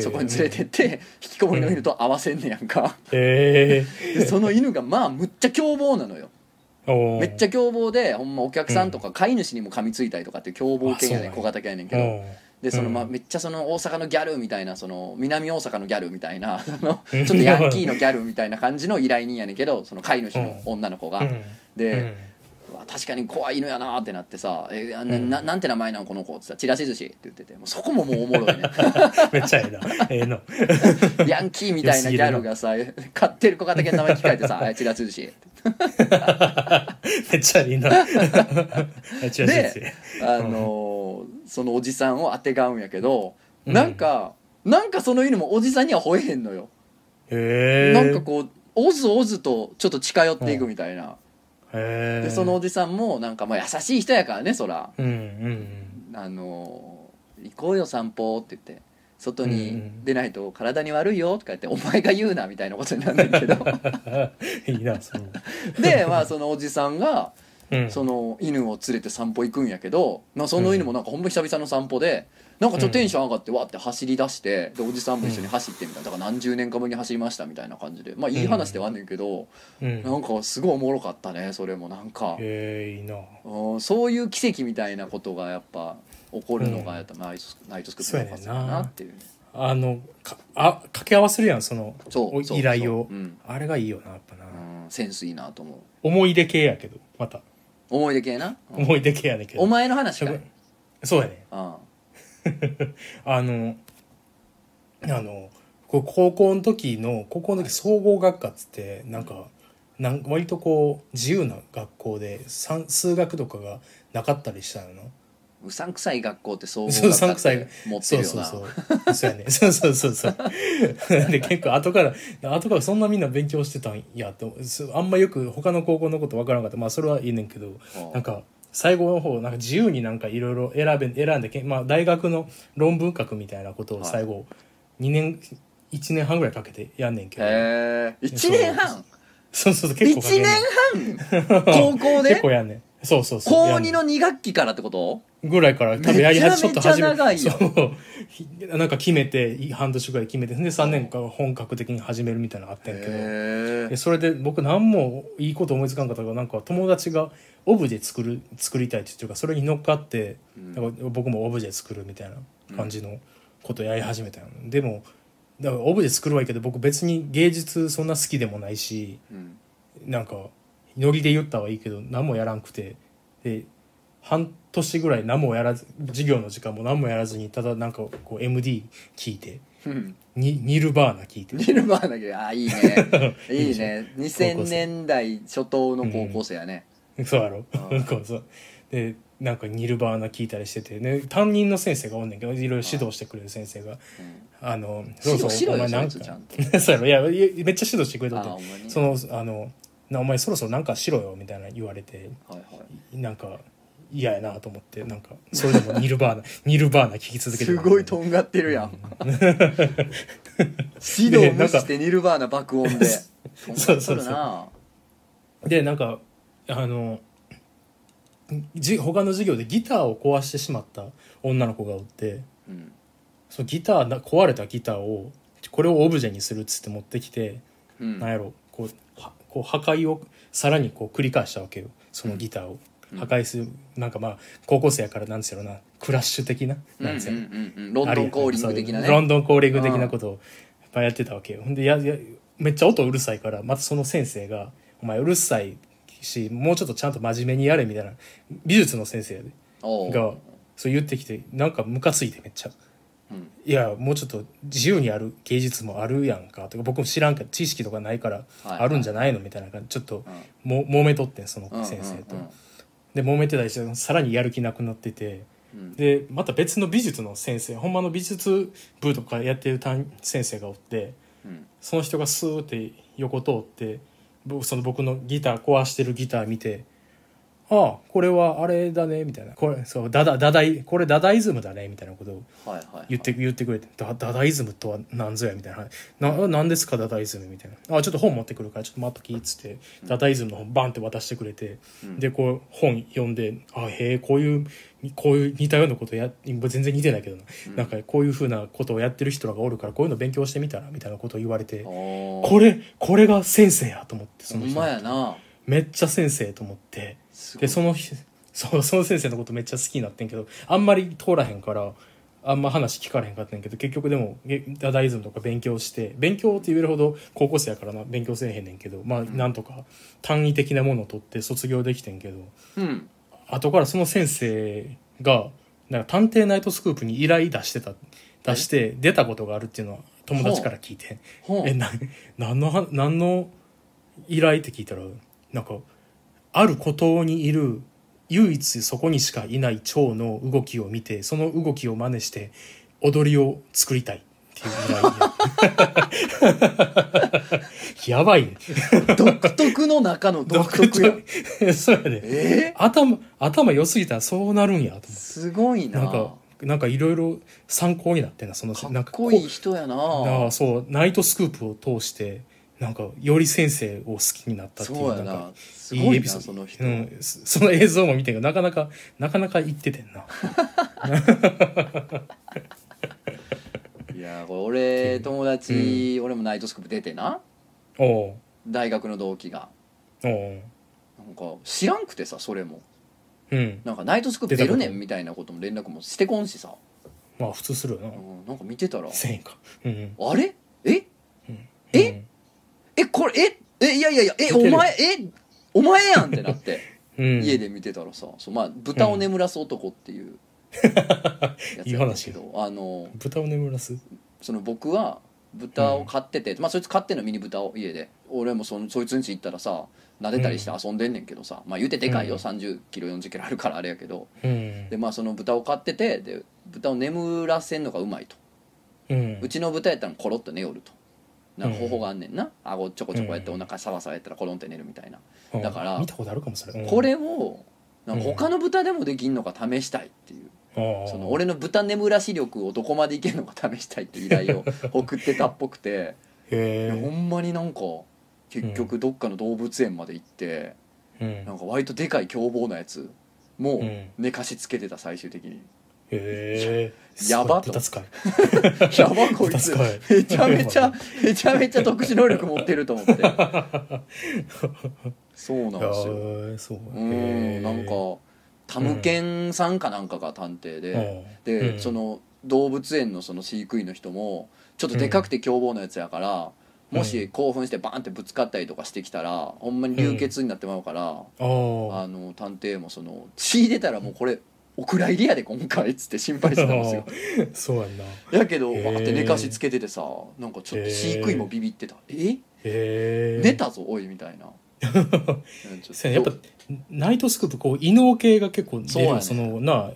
[SPEAKER 1] そこに連れて って引きこもりの犬と合わせんねやんか
[SPEAKER 2] へえ
[SPEAKER 1] でその犬がまあむっちゃ凶暴なのよ
[SPEAKER 2] おー
[SPEAKER 1] めっちゃ凶暴でほんまお客さんとか飼い主にも噛みついたりとかっていう凶暴犬やね
[SPEAKER 2] あそうなん
[SPEAKER 1] ん
[SPEAKER 2] や
[SPEAKER 1] 小型犬やねんけ
[SPEAKER 2] お
[SPEAKER 1] ど
[SPEAKER 2] ー
[SPEAKER 1] でそのまあ
[SPEAKER 2] うん
[SPEAKER 1] めっちゃその大阪のギャルみたいなその南大阪のギャルみたいな あ のちょっとヤンキーのギャルみたいな感じの依頼人やねんけどその飼い主の女の子が
[SPEAKER 2] うん
[SPEAKER 1] でうわ確かに怖い犬やなーってなってさ「えあなななんて名前なのこの子」ってさ「ちらし寿司」って言っててもうそこももうおもろ いね
[SPEAKER 2] うん めっちゃええなええの
[SPEAKER 1] ヤンキーみたいなギャルがさ飼ってる小型犬の名前聞かれて さ「えちらし寿司」って
[SPEAKER 2] めっちゃいいな あ違う違う違う
[SPEAKER 1] であのーそのおじさんをあてがうんやけどなんか、なんかその犬もおじさんには吠えへんのよ、
[SPEAKER 2] へえ
[SPEAKER 1] なんかこうおずおずとちょっと近寄っていくみたいな、
[SPEAKER 2] へえ
[SPEAKER 1] でそのおじさんもなんかまあ優しい人やからねそら
[SPEAKER 2] うんうん
[SPEAKER 1] あのー行こうよ散歩」って言って「外
[SPEAKER 2] うんう
[SPEAKER 1] に
[SPEAKER 2] ん
[SPEAKER 1] 出ないと体に悪いよ」とか言って「お前が言うな」みたいなことになるんだ けど
[SPEAKER 2] うんいいなその
[SPEAKER 1] でまあそのおじさんが
[SPEAKER 2] うん
[SPEAKER 1] その犬を連れて散歩行くんやけどなその犬もなんかほんま久々の散歩でなんかちょっとテンション上がってわって走り出してでおじさんも一緒に走ってみたいなだから何十年かぶりに走りましたみたいな感じでまあいい話ではあんねんけど
[SPEAKER 2] うん
[SPEAKER 1] なんかすごいおもろかったねそれもなんか
[SPEAKER 2] へえいいな
[SPEAKER 1] うんそういう奇跡みたいなことがやっぱ起こるのがやっぱナイトスナイトスクープの良かったかなっていう
[SPEAKER 2] あのかあ掛け合わせるやんその
[SPEAKER 1] そう
[SPEAKER 2] お
[SPEAKER 1] そう
[SPEAKER 2] 依頼を
[SPEAKER 1] そううん
[SPEAKER 2] あれがいいよなやっぱな
[SPEAKER 1] うんセンスいいなと思う
[SPEAKER 2] 思い出系やけどまた
[SPEAKER 1] 思い出系なうん
[SPEAKER 2] 思い出系やねんけど
[SPEAKER 1] お前の話かい
[SPEAKER 2] そうやね
[SPEAKER 1] うん
[SPEAKER 2] あの、あの、こう高校の時の、高校の時総合学科っつって、なんか、なん割とこう、自由な学校で、算数学とかがなかったりしたのな。
[SPEAKER 1] うさんくさい学校って総合
[SPEAKER 2] そうう
[SPEAKER 1] 学
[SPEAKER 2] さ
[SPEAKER 1] 科
[SPEAKER 2] ん
[SPEAKER 1] っ
[SPEAKER 2] くさい
[SPEAKER 1] て持って
[SPEAKER 2] そう
[SPEAKER 1] るよ
[SPEAKER 2] そう
[SPEAKER 1] な
[SPEAKER 2] そう。そうやね。 そうそうそうそう。で、結構後から、後からそんなみんな勉強してたんやと、すあんまよく他の高校のことわからんかった。まあ、それはいいねんけど、
[SPEAKER 1] うん
[SPEAKER 2] なんか最後の方なんか自由になんかいろいろ選べ選んでけ、まあ、大学の論文書くみたいなことを最後2年、1年半ぐらいかけてやんねんけど、
[SPEAKER 1] へえ1年半
[SPEAKER 2] そうそうそう結
[SPEAKER 1] 1
[SPEAKER 2] 構かけん
[SPEAKER 1] 年
[SPEAKER 2] ねん
[SPEAKER 1] 半 高校
[SPEAKER 2] 結
[SPEAKER 1] で
[SPEAKER 2] 構やんねんそうそうそう
[SPEAKER 1] 高
[SPEAKER 2] やんね
[SPEAKER 1] 2
[SPEAKER 2] ん
[SPEAKER 1] の2学期からってこと
[SPEAKER 2] ぐらいから多分やり
[SPEAKER 1] めちゃ
[SPEAKER 2] 始ちょっと
[SPEAKER 1] めちゃ
[SPEAKER 2] 始め
[SPEAKER 1] 長いよ
[SPEAKER 2] そうひなんか決めて半年ぐらい決めてで3年間本格的に始めるみたいなのあったんやけど、
[SPEAKER 1] へ
[SPEAKER 2] で
[SPEAKER 1] え
[SPEAKER 2] それで僕何もいいこと思いつかんかったからなんか友達がオブジェ作る作りたいって言ってるからそれに乗っかって、
[SPEAKER 1] うん
[SPEAKER 2] なんか僕もオブジェ作るみたいな感じのことやり始めたの、でもだからオブジェ作るはいいけど僕別に芸術そんな好きでもないし
[SPEAKER 1] うん
[SPEAKER 2] なんかノリで言ったはいいけど何もやらんくてで半年ぐらい何もやらず授業の時間も何もやらずにただなんかこう MD 聞いて
[SPEAKER 1] うん
[SPEAKER 2] にニルバーナ 聞いて
[SPEAKER 1] ニルバーナけあいいねいい
[SPEAKER 2] いい
[SPEAKER 1] ね
[SPEAKER 2] 高
[SPEAKER 1] 2000
[SPEAKER 2] 校生
[SPEAKER 1] 年代初頭の高校生やね
[SPEAKER 2] そうやろ
[SPEAKER 1] うん
[SPEAKER 2] こうそうでなんかニルバーナ聞いたりしてて、ね、担任の先生がおんねんけどいろいろ指導してくれる先生が「あのそうそう
[SPEAKER 1] 指導
[SPEAKER 2] お前
[SPEAKER 1] 指導よ
[SPEAKER 2] なん
[SPEAKER 1] そいつちゃん
[SPEAKER 2] か そうやろいやいやめっちゃ指導してくれとって
[SPEAKER 1] あほんまに
[SPEAKER 2] そのあのな「お前そろそろなんかしろよ」みたいな言われて
[SPEAKER 1] はいはい
[SPEAKER 2] なんか嫌やなと思ってなんかそれで もニルバーナニルバーナ聞き続けて
[SPEAKER 1] す
[SPEAKER 2] る
[SPEAKER 1] ごいとんがってる やん指導無視してニルバーナ爆音で とんがっとるな
[SPEAKER 2] でなんかあのじ他の授業でギターを壊してしまった女の子がおって。
[SPEAKER 1] うん
[SPEAKER 2] そのギターな壊れたギターをこれをオブジェにするっつって持ってきて、
[SPEAKER 1] うん
[SPEAKER 2] なんやろこうはこう破壊をさらにこう繰り返したわけよそのギターを、
[SPEAKER 1] うん
[SPEAKER 2] 破壊するなんかまあ高校生やからなんつうやろなクラッシュ的な
[SPEAKER 1] うんう
[SPEAKER 2] なん
[SPEAKER 1] ん
[SPEAKER 2] つ
[SPEAKER 1] う
[SPEAKER 2] うやろ
[SPEAKER 1] んうんロン
[SPEAKER 2] ある
[SPEAKER 1] ド
[SPEAKER 2] や
[SPEAKER 1] ン
[SPEAKER 2] ん
[SPEAKER 1] コーリング的なね
[SPEAKER 2] そうロンドンコーリング的なことをやっぱやってたわけよほんでややめっちゃ音うるさいからまたその先生が「お前うるさいしもうちょっとちゃんと真面目にやれ」みたいな美術の先生やで
[SPEAKER 1] おう
[SPEAKER 2] がそう言ってきてなんかムカついてめっちゃ
[SPEAKER 1] うん
[SPEAKER 2] いやもうちょっと自由にある芸術もあるやんかとか僕も知らんけど知識とかないから
[SPEAKER 1] はい
[SPEAKER 2] あるんじゃないのみたいな感じちょっとも揉めとってんその
[SPEAKER 1] うん
[SPEAKER 2] 先生と
[SPEAKER 1] うん。
[SPEAKER 2] で揉めてたりしてさらにやる気なくなってて
[SPEAKER 1] うん
[SPEAKER 2] でまた別の美術の先生ほんまの美術部とかやってる担先生がおって
[SPEAKER 1] うん
[SPEAKER 2] その人がスーって横通って僕その僕のギター壊してるギター見て「ああこれはあれだね」みたいな「これそうダダダダイこれダダイズムだね」みたいなことを
[SPEAKER 1] はいはいはい
[SPEAKER 2] 言って言ってくれてダ「ダダイズムとは何ぞや」みたいな「な何ですかダダイズム」みたいな「あちょっと本持ってくるからちょっと待っとき」っつってダダイズムの本バンって渡してくれて、
[SPEAKER 1] うん
[SPEAKER 2] でこう本読んで「あへえこういうこういう似たようなことや今全然似てないけどな,、なんかこういうふうなことをやってる人らがおるからこういうの勉強してみたら」みたいなことを言われて。
[SPEAKER 1] おー
[SPEAKER 2] これこれが先生やと思って
[SPEAKER 1] ほ
[SPEAKER 2] その
[SPEAKER 1] ん
[SPEAKER 2] 人
[SPEAKER 1] まやな
[SPEAKER 2] めっちゃ先生と思って
[SPEAKER 1] すご
[SPEAKER 2] で
[SPEAKER 1] い
[SPEAKER 2] その日 そうその先生のことめっちゃ好きになってんけどあんまり通らへんからあんま話聞かれへんかったんやけど結局でもえダダイズムとか勉強して勉強って言えるほど高校生やからな勉強せえへんねんけどまあなんとか単位的なものを取って卒業できてんけど
[SPEAKER 1] うん
[SPEAKER 2] 後からその先生がなんか探偵ナイトスクープに依頼出してた出して出たことがあるっていうのは友達から聞いて
[SPEAKER 1] ほう
[SPEAKER 2] えな何のは何の依頼って聞いたらなんかある孤島にいる唯一そこにしかいない蝶の動きを見てその動きを真似して踊りを作りたいっていう依頼 やばいね
[SPEAKER 1] 独特の中の独特や
[SPEAKER 2] そうやね
[SPEAKER 1] え
[SPEAKER 2] 頭頭良すぎたらそうなるんやと思って
[SPEAKER 1] ーすごいな
[SPEAKER 2] なんかなんかいろいろ参考になってんなその
[SPEAKER 1] か
[SPEAKER 2] なん
[SPEAKER 1] っ
[SPEAKER 2] か
[SPEAKER 1] こいい人やな
[SPEAKER 2] ああそうナイトスクープを通してなんかより先生を好きになったっていう
[SPEAKER 1] そうや
[SPEAKER 2] なんか
[SPEAKER 1] なすごい
[SPEAKER 2] エピ
[SPEAKER 1] な
[SPEAKER 2] ソー
[SPEAKER 1] そ
[SPEAKER 2] ド
[SPEAKER 1] の人
[SPEAKER 2] うん、そその映像も見てんけどなかなかなかなか言っててん な
[SPEAKER 1] いやこれ俺友達俺もナイトスクープ出てな
[SPEAKER 2] おお
[SPEAKER 1] 大学の同期が
[SPEAKER 2] うおう
[SPEAKER 1] なんか知らんくてさそれも
[SPEAKER 2] うん
[SPEAKER 1] なんかナイトスクープ出るね
[SPEAKER 2] 出たこ
[SPEAKER 1] んみたいなことも連絡もしてこんしさ
[SPEAKER 2] まあ普通するよな
[SPEAKER 1] うんなんか見てたら
[SPEAKER 2] 1000円かうん
[SPEAKER 1] あれええ
[SPEAKER 2] え
[SPEAKER 1] えこれええいやいやいやえ
[SPEAKER 2] 見て
[SPEAKER 1] お
[SPEAKER 2] る
[SPEAKER 1] 前えお前やんってなって
[SPEAKER 2] うん
[SPEAKER 1] 家で見てたらさそうまあ豚を眠らす男っていうやつ
[SPEAKER 2] いい
[SPEAKER 1] なんだ
[SPEAKER 2] 話
[SPEAKER 1] け
[SPEAKER 2] や
[SPEAKER 1] どあの
[SPEAKER 2] 豚を眠らす
[SPEAKER 1] その僕は豚を飼ってて、まあそいつ飼ってんのミニ豚を家で俺もそのそいつん家行ったらさ撫でたりして遊んでんねんけどさ、まあ言うてでかいよ、
[SPEAKER 2] うん
[SPEAKER 1] 3 0キロ4 0キロあるからあれやけど
[SPEAKER 2] うん
[SPEAKER 1] でまあその豚を飼っててで豚を眠らせんのがうまいと、
[SPEAKER 2] うん
[SPEAKER 1] うちの豚やったらコロッと寝よるとなんか方法があんねんな、顎ちょこちょこやってお腹サワサワやったらコロンって寝るみたいな、
[SPEAKER 2] うん
[SPEAKER 1] だから
[SPEAKER 2] 見たことあるかもそれうん
[SPEAKER 1] これをなんか他の豚でもできんのか試したいっていう、
[SPEAKER 2] ああ
[SPEAKER 1] その俺の豚眠らし力をどこまでいけるのか試したいっていう依頼を送ってたっぽくてい
[SPEAKER 2] へ
[SPEAKER 1] やほ
[SPEAKER 2] え
[SPEAKER 1] んまになんか結局どっかの動物園まで行って、
[SPEAKER 2] うん
[SPEAKER 1] なんか割とでかい凶暴なやつも
[SPEAKER 2] うん
[SPEAKER 1] 寝かしつけてた最終的 に、
[SPEAKER 2] へえ
[SPEAKER 1] やばと
[SPEAKER 2] 豚使い
[SPEAKER 1] やばこい
[SPEAKER 2] 豚
[SPEAKER 1] つ
[SPEAKER 2] 使い
[SPEAKER 1] めちゃめちゃめちゃめちゃ特殊能力持ってると思って そうなんですよ
[SPEAKER 2] ああそう
[SPEAKER 1] う
[SPEAKER 2] へえ
[SPEAKER 1] んなんかタムケンさんかなんかが探偵で、
[SPEAKER 2] うん
[SPEAKER 1] で、
[SPEAKER 2] うん
[SPEAKER 1] その動物園のその飼育員の人もちょっとでかくて凶暴なやつやから、
[SPEAKER 2] うん
[SPEAKER 1] もし興奮してバーンってぶつかったりとかしてきたらほんまに流血になってまうから、
[SPEAKER 2] ああ
[SPEAKER 1] あの探偵もその血出たらもうこれお蔵入りやで今回っつって心配してたん ですよ
[SPEAKER 2] そうやんなへ
[SPEAKER 1] やけど
[SPEAKER 2] へ
[SPEAKER 1] わ
[SPEAKER 2] ー
[SPEAKER 1] ーって寝かしつけててさなんかちょっと飼育員もビビってた「え
[SPEAKER 2] え
[SPEAKER 1] 寝たぞおい」みたい なうんちょっと
[SPEAKER 2] やっぱナイトスクープこう異能系が結構出る
[SPEAKER 1] そうやね
[SPEAKER 2] そのな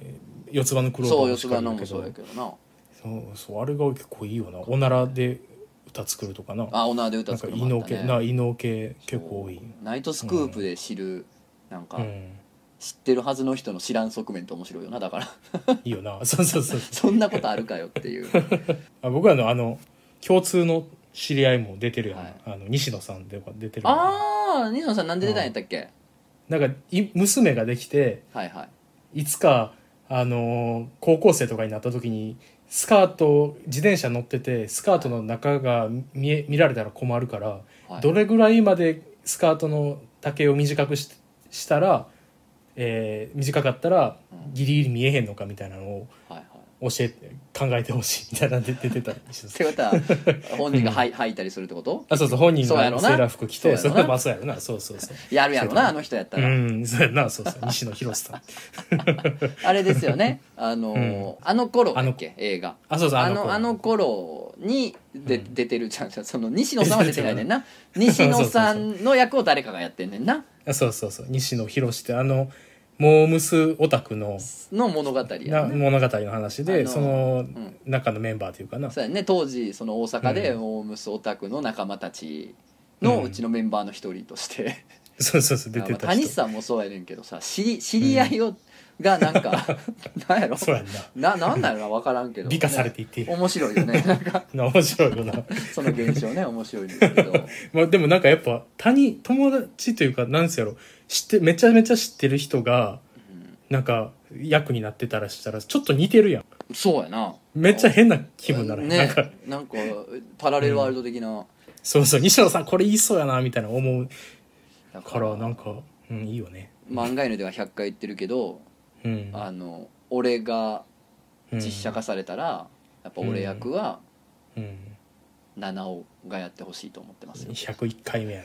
[SPEAKER 2] 四つ葉のクローバー
[SPEAKER 1] そう
[SPEAKER 2] も
[SPEAKER 1] 四つ葉の
[SPEAKER 2] し
[SPEAKER 1] も
[SPEAKER 2] っか
[SPEAKER 1] そう
[SPEAKER 2] りだ
[SPEAKER 1] や
[SPEAKER 2] け
[SPEAKER 1] けどな
[SPEAKER 2] どそうそうあれが結構いいよなおならで歌作るとかな
[SPEAKER 1] あオナーで歌
[SPEAKER 2] なん
[SPEAKER 1] 作
[SPEAKER 2] か
[SPEAKER 1] る
[SPEAKER 2] 異
[SPEAKER 1] のも
[SPEAKER 2] 能
[SPEAKER 1] あったね
[SPEAKER 2] 系な異能系結構多い
[SPEAKER 1] ナイトスクープで知るなんか
[SPEAKER 2] うん
[SPEAKER 1] 知ってるはずの人の知らん側面って面白いよなだから
[SPEAKER 2] いいよな そうそうそう
[SPEAKER 1] そんなことあるかよって いう
[SPEAKER 2] あ僕らのあの共通の知り合いも出てるよね、
[SPEAKER 1] はい
[SPEAKER 2] あの西野さんとか出てるよね
[SPEAKER 1] ああ西野さんなんで出たんやったっけ
[SPEAKER 2] なんかい娘ができて
[SPEAKER 1] はいはい
[SPEAKER 2] いつか、あのー高校生とかになった時にスカート自転車乗っててスカートの中が見え見られたら困るから、
[SPEAKER 1] はい
[SPEAKER 2] どれぐらいまでスカートの丈を短くししたら、えー短かったらギリギリ見えへんのかみたいなのを
[SPEAKER 1] はいはい
[SPEAKER 2] 教えて考えてほしいみたいなんで出てたりし
[SPEAKER 1] っ
[SPEAKER 2] ます
[SPEAKER 1] てことは本人がはい吐いたりするってこと
[SPEAKER 2] あそうそう本人
[SPEAKER 1] そうやろ
[SPEAKER 2] が
[SPEAKER 1] な
[SPEAKER 2] セーラー服着て
[SPEAKER 1] そ
[SPEAKER 2] そうう
[SPEAKER 1] やろな
[SPEAKER 2] まあそうやろな そうそうそう
[SPEAKER 1] やるやろなあの人やった
[SPEAKER 2] う
[SPEAKER 1] ら
[SPEAKER 2] んそうやなそうそう西野博さん
[SPEAKER 1] あれですよ ねあのーあの頃だっけ映画
[SPEAKER 2] あそうそう
[SPEAKER 1] あのあの頃にで出てるじゃんその西野さんは出てないね んな西野さんの役を誰かがやってんねんな
[SPEAKER 2] あそうそうそう西野博ってあのモームスオタクの
[SPEAKER 1] の物語や
[SPEAKER 2] な
[SPEAKER 1] ね
[SPEAKER 2] 物語の話
[SPEAKER 1] あ
[SPEAKER 2] で
[SPEAKER 1] の
[SPEAKER 2] その
[SPEAKER 1] ん
[SPEAKER 2] 中のメンバーというかな
[SPEAKER 1] そうやね当時その大阪で
[SPEAKER 2] う
[SPEAKER 1] モームスオタクの仲間たちの
[SPEAKER 2] うん
[SPEAKER 1] うちのメンバーの一人として
[SPEAKER 2] そうそう そう出
[SPEAKER 1] あ
[SPEAKER 2] て
[SPEAKER 1] まあ
[SPEAKER 2] た
[SPEAKER 1] 谷
[SPEAKER 2] 人
[SPEAKER 1] さんもそうやねんけどさ知り知り合いをがなんか なんやろ
[SPEAKER 2] そうやん
[SPEAKER 1] な
[SPEAKER 2] な
[SPEAKER 1] なんだろうな分からんけど
[SPEAKER 2] 美化されていっている
[SPEAKER 1] 面白いよねなんか
[SPEAKER 2] な面白いよな
[SPEAKER 1] その現象ね面白いんですけ ど
[SPEAKER 2] まあでもなんかやっぱ谷友達というかなんすやろ知ってめちゃめちゃ知ってる人がなんか役になってたらしたらちょっと似てるやん
[SPEAKER 1] そうやな
[SPEAKER 2] めっちゃ変な気分になる、
[SPEAKER 1] ね
[SPEAKER 2] なんか
[SPEAKER 1] なんかパラレルワールド的な、
[SPEAKER 2] そうそう西野さんこれ言いそうやなみたいな思う
[SPEAKER 1] だか
[SPEAKER 2] かららなんか、うん、いいよね
[SPEAKER 1] 漫画犬では100回言ってるけど
[SPEAKER 2] うん
[SPEAKER 1] あの俺が
[SPEAKER 2] うん
[SPEAKER 1] 実写化されたら、やっぱ俺役は
[SPEAKER 2] うん
[SPEAKER 1] 七尾がやってほしいと思ってますよ、
[SPEAKER 2] 101回目や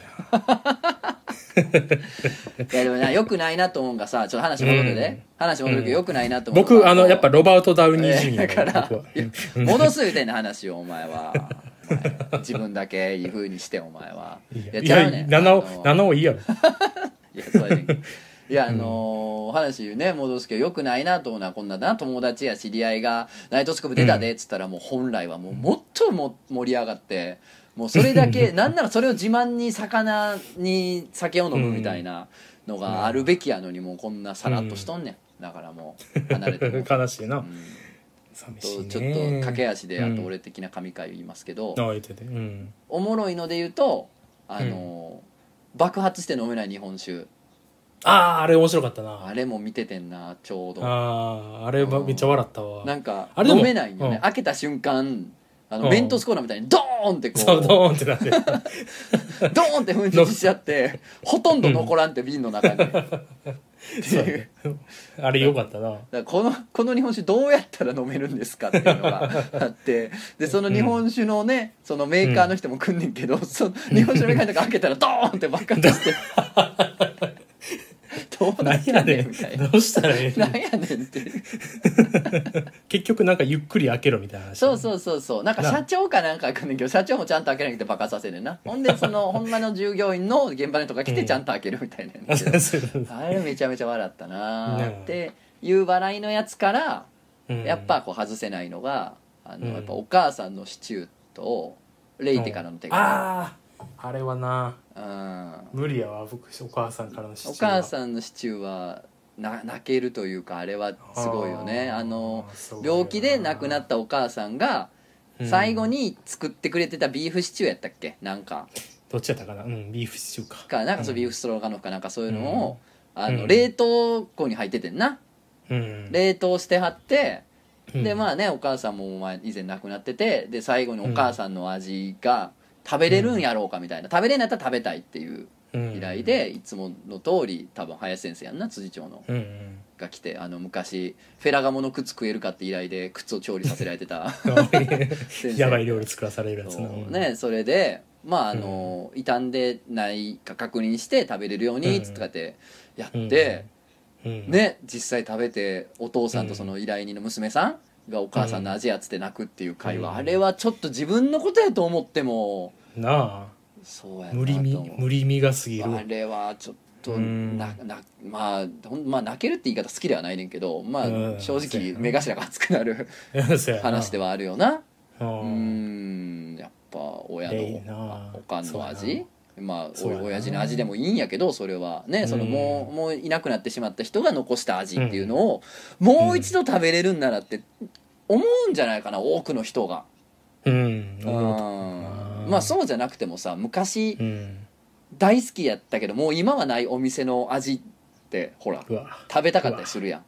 [SPEAKER 1] いやでもなよくないなと思うんがさちょっと話戻るでね、話戻るけどよくないなと
[SPEAKER 2] な
[SPEAKER 1] 思うのが
[SPEAKER 2] 僕あのやっぱロバート・ダウニー・ジュニア
[SPEAKER 1] だ
[SPEAKER 2] や
[SPEAKER 1] か
[SPEAKER 2] ね
[SPEAKER 1] ら
[SPEAKER 2] 僕はい
[SPEAKER 1] や戻すみたいな話をお前はお前自分だけいうふうにしてお前 はいちゃ
[SPEAKER 2] や
[SPEAKER 1] うねん
[SPEAKER 2] 7
[SPEAKER 1] あの
[SPEAKER 2] を7をいいやろ
[SPEAKER 1] いやそうやねんけどい やあのー話ね戻すけどよくないなと思うのはこんなだな友達や知り合いが「ナイトスクープ出たで」っつったらもう本来はもうもっとも盛り上が ってもうそれだけなんならそれを自慢に魚に酒を飲むみたいなのがあるべきやのにもうこんなさらっとしとんねんだからもう離れて も
[SPEAKER 2] 悲しいな、
[SPEAKER 1] うん
[SPEAKER 2] 寂
[SPEAKER 1] ち
[SPEAKER 2] しい
[SPEAKER 1] ょ
[SPEAKER 2] ね
[SPEAKER 1] っと駆け足であと
[SPEAKER 2] うん
[SPEAKER 1] 俺的な神回言いますけど、
[SPEAKER 2] あ言っててうん
[SPEAKER 1] おもろいので言うとあのー爆発して飲めない日本酒
[SPEAKER 2] あああれ面白かったな
[SPEAKER 1] あれも見ててんなちょうど
[SPEAKER 2] あああれば
[SPEAKER 1] うん
[SPEAKER 2] めっちゃ笑ったわ
[SPEAKER 1] なんか
[SPEAKER 2] あれで
[SPEAKER 1] 飲
[SPEAKER 2] も
[SPEAKER 1] めないんよね、
[SPEAKER 2] うん
[SPEAKER 1] 開けた瞬間あの、
[SPEAKER 2] うん
[SPEAKER 1] メントスコーラみたいにドーンってこう
[SPEAKER 2] そうドーンってなって
[SPEAKER 1] ドーンって噴出しちゃ ってほとんど残らんって瓶の中に、って
[SPEAKER 2] そう
[SPEAKER 1] いう
[SPEAKER 2] ねあれよかったな
[SPEAKER 1] だからこのこの日本酒どうやったら飲めるんですかっていうのが あってでその日本酒のねそのメーカーの人も来んねんけど、その日本酒のメーカーの中開けたらドーンって爆発 してどうなっ
[SPEAKER 2] 何
[SPEAKER 1] て
[SPEAKER 2] や
[SPEAKER 1] んね
[SPEAKER 2] ね
[SPEAKER 1] んみたいなん
[SPEAKER 2] どうしたらええの
[SPEAKER 1] 何やねんっていう
[SPEAKER 2] 結局なんかゆっくり開けろみたいな話
[SPEAKER 1] そうそうそうそうなんか社長かなんか来んねんけど社長もちゃんと開けなくて爆発させんねん なほんでそのほんまの従業員の現場の人が来てちゃんと開けるみたいなん
[SPEAKER 2] あ
[SPEAKER 1] やけ
[SPEAKER 2] そ
[SPEAKER 1] ど
[SPEAKER 2] うそうそう
[SPEAKER 1] あれめちゃめちゃ笑ったな
[SPEAKER 2] ね
[SPEAKER 1] ーっていう笑いのやつから
[SPEAKER 2] うん
[SPEAKER 1] やっぱこう外せないのがあの、
[SPEAKER 2] うん
[SPEAKER 1] やっぱお母さんのシチューとレイテからの手紙、
[SPEAKER 2] あああれはな
[SPEAKER 1] うん、
[SPEAKER 2] 無理やわ僕お母さんからの
[SPEAKER 1] お母
[SPEAKER 2] ん
[SPEAKER 1] さんのシチューはな泣けるというかあれはすごいよねあの病気で亡くなったお母さんが最後に作ってくれてたビーフシチューやったっけなんか
[SPEAKER 2] どっちやったかなうんビーフシチューか
[SPEAKER 1] かなんかそう
[SPEAKER 2] うん
[SPEAKER 1] ビーフストロガノフかなんかそういうのを、あ
[SPEAKER 2] う
[SPEAKER 1] の
[SPEAKER 2] ん
[SPEAKER 1] 冷凍庫に入っててんな、
[SPEAKER 2] うん
[SPEAKER 1] 冷凍してはってで
[SPEAKER 2] あ
[SPEAKER 1] まあねお母さんもまあ以前亡くなっててで最後にお母さんの味が食べれるんやろうかみたいな、食べれんやったら食べたいっていう依頼で、いつもの通り多分林先生やんな辻町の
[SPEAKER 2] うんうん
[SPEAKER 1] が来てあの昔フェラガモの靴食えるかって依頼で靴を調理させられてた 先生
[SPEAKER 2] やばい料理作らされるやつな
[SPEAKER 1] そうねそれでまああの、傷んでないか確認して食べれるように
[SPEAKER 2] うん
[SPEAKER 1] つってかってやっ
[SPEAKER 2] うん
[SPEAKER 1] て、
[SPEAKER 2] うん
[SPEAKER 1] ね実際食べてお父さんとその依頼人の娘さんがお母さんの味やつって泣くっていう会話、
[SPEAKER 2] うん
[SPEAKER 1] あれはちょっと自分のことやと思っても
[SPEAKER 2] な
[SPEAKER 1] そうやなと
[SPEAKER 2] あ
[SPEAKER 1] 思う
[SPEAKER 2] 無理み無理みがすぎる
[SPEAKER 1] あれはちょっと
[SPEAKER 2] うん
[SPEAKER 1] ななまあほんまあ泣けるって言い方好きではないねんけどまあ
[SPEAKER 2] うん
[SPEAKER 1] 正
[SPEAKER 2] そう
[SPEAKER 1] 直
[SPEAKER 2] やな
[SPEAKER 1] 目頭が熱くなる 話で
[SPEAKER 2] は
[SPEAKER 1] はあるよな。う
[SPEAKER 2] う
[SPEAKER 1] ー
[SPEAKER 2] ん
[SPEAKER 1] んやっぱ親
[SPEAKER 2] ええな
[SPEAKER 1] のおかんの
[SPEAKER 2] そうや
[SPEAKER 1] 味まあお
[SPEAKER 2] そうやな
[SPEAKER 1] 親父の味でもいいんやけどそれはねその
[SPEAKER 2] うん
[SPEAKER 1] もうもういなくなってしまった人が残した味っていうのをもう一度食べれるんならって思うんじゃないかな多くの人が。
[SPEAKER 2] うん
[SPEAKER 1] う
[SPEAKER 2] 思
[SPEAKER 1] んまあそうじゃなくてもさ昔
[SPEAKER 2] ううん
[SPEAKER 1] 大好きやったけどもう今はないお店の味ってほら
[SPEAKER 2] うわ
[SPEAKER 1] 食べたかったりするやん。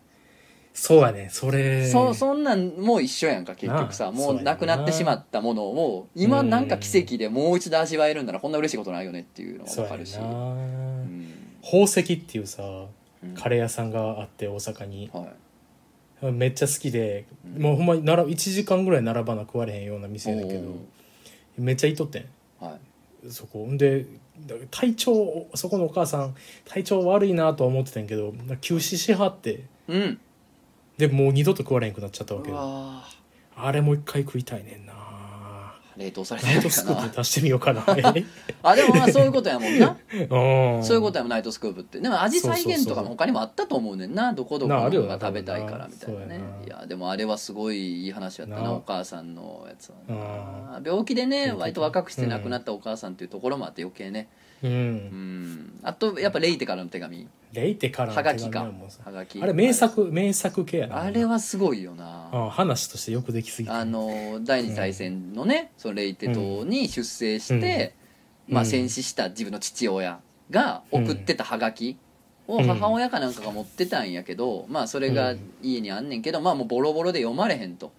[SPEAKER 2] そうやねそれ
[SPEAKER 1] そそんなんも一緒やんか結局
[SPEAKER 2] な
[SPEAKER 1] さ
[SPEAKER 2] あ
[SPEAKER 1] も
[SPEAKER 2] そう
[SPEAKER 1] う
[SPEAKER 2] やな
[SPEAKER 1] なくなってしまったものを今
[SPEAKER 2] うん
[SPEAKER 1] なんか奇跡でもう一度味わえるんならこんな嬉しいことないよねっていうのが
[SPEAKER 2] そ
[SPEAKER 1] 分
[SPEAKER 2] うや
[SPEAKER 1] か
[SPEAKER 2] ね
[SPEAKER 1] るし
[SPEAKER 2] んな、
[SPEAKER 1] うん
[SPEAKER 2] 宝石っていうさ
[SPEAKER 1] うん
[SPEAKER 2] カレー屋さんがあって大阪に
[SPEAKER 1] はい
[SPEAKER 2] めっちゃ好きで、もうほんまに並1時間ぐらい並ばな食われへんような店だけどめっちゃいとってん
[SPEAKER 1] おーはい
[SPEAKER 2] そこんでだ体調そこのお母さん体調悪いなとは思ってたんやけど休止しはって
[SPEAKER 1] うん
[SPEAKER 2] でもう二度と食われへんくなっちゃったわけ
[SPEAKER 1] う
[SPEAKER 2] よ
[SPEAKER 1] わー
[SPEAKER 2] あれもう一回食いたいねんな
[SPEAKER 1] 冷凍されて
[SPEAKER 2] ナイ
[SPEAKER 1] る
[SPEAKER 2] ト
[SPEAKER 1] のか
[SPEAKER 2] スクー
[SPEAKER 1] な
[SPEAKER 2] プ出してみよう かな
[SPEAKER 1] あでもまあそういうことやもんな
[SPEAKER 2] うん
[SPEAKER 1] そういうことやもんナイトスクープってでも味再現とかも他にもあったと思うねんなどこどこ
[SPEAKER 2] なあ
[SPEAKER 1] の
[SPEAKER 2] るよな
[SPEAKER 1] が食べたいからみたいな
[SPEAKER 2] そう
[SPEAKER 1] ね
[SPEAKER 2] やない
[SPEAKER 1] やでもあれはすごいいい話やったな
[SPEAKER 2] な
[SPEAKER 1] お母さんのやつは
[SPEAKER 2] あ
[SPEAKER 1] な病気でね
[SPEAKER 2] うん
[SPEAKER 1] 割と若くして亡くなったお母さんっていうところもあって余計ね
[SPEAKER 2] う
[SPEAKER 1] うんんあとやっぱレイテからの手紙
[SPEAKER 2] レイテからの
[SPEAKER 1] は
[SPEAKER 2] 手
[SPEAKER 1] が
[SPEAKER 2] 紙
[SPEAKER 1] き
[SPEAKER 2] は
[SPEAKER 1] か
[SPEAKER 2] もうさ
[SPEAKER 1] はがき
[SPEAKER 2] あれ名作名作系やな
[SPEAKER 1] あれはすごいよな
[SPEAKER 2] うん話としてよくできすぎて
[SPEAKER 1] あの第二次大戦のね、そのレイテ島に出征して、
[SPEAKER 2] うん
[SPEAKER 1] まあ、
[SPEAKER 2] うん
[SPEAKER 1] 戦死した自分の父親が送ってたハガキを
[SPEAKER 2] うん
[SPEAKER 1] 母親かなんかが持ってたんやけど、まあそれが家にあんねんけど、まあもうボロボロで読まれへんと。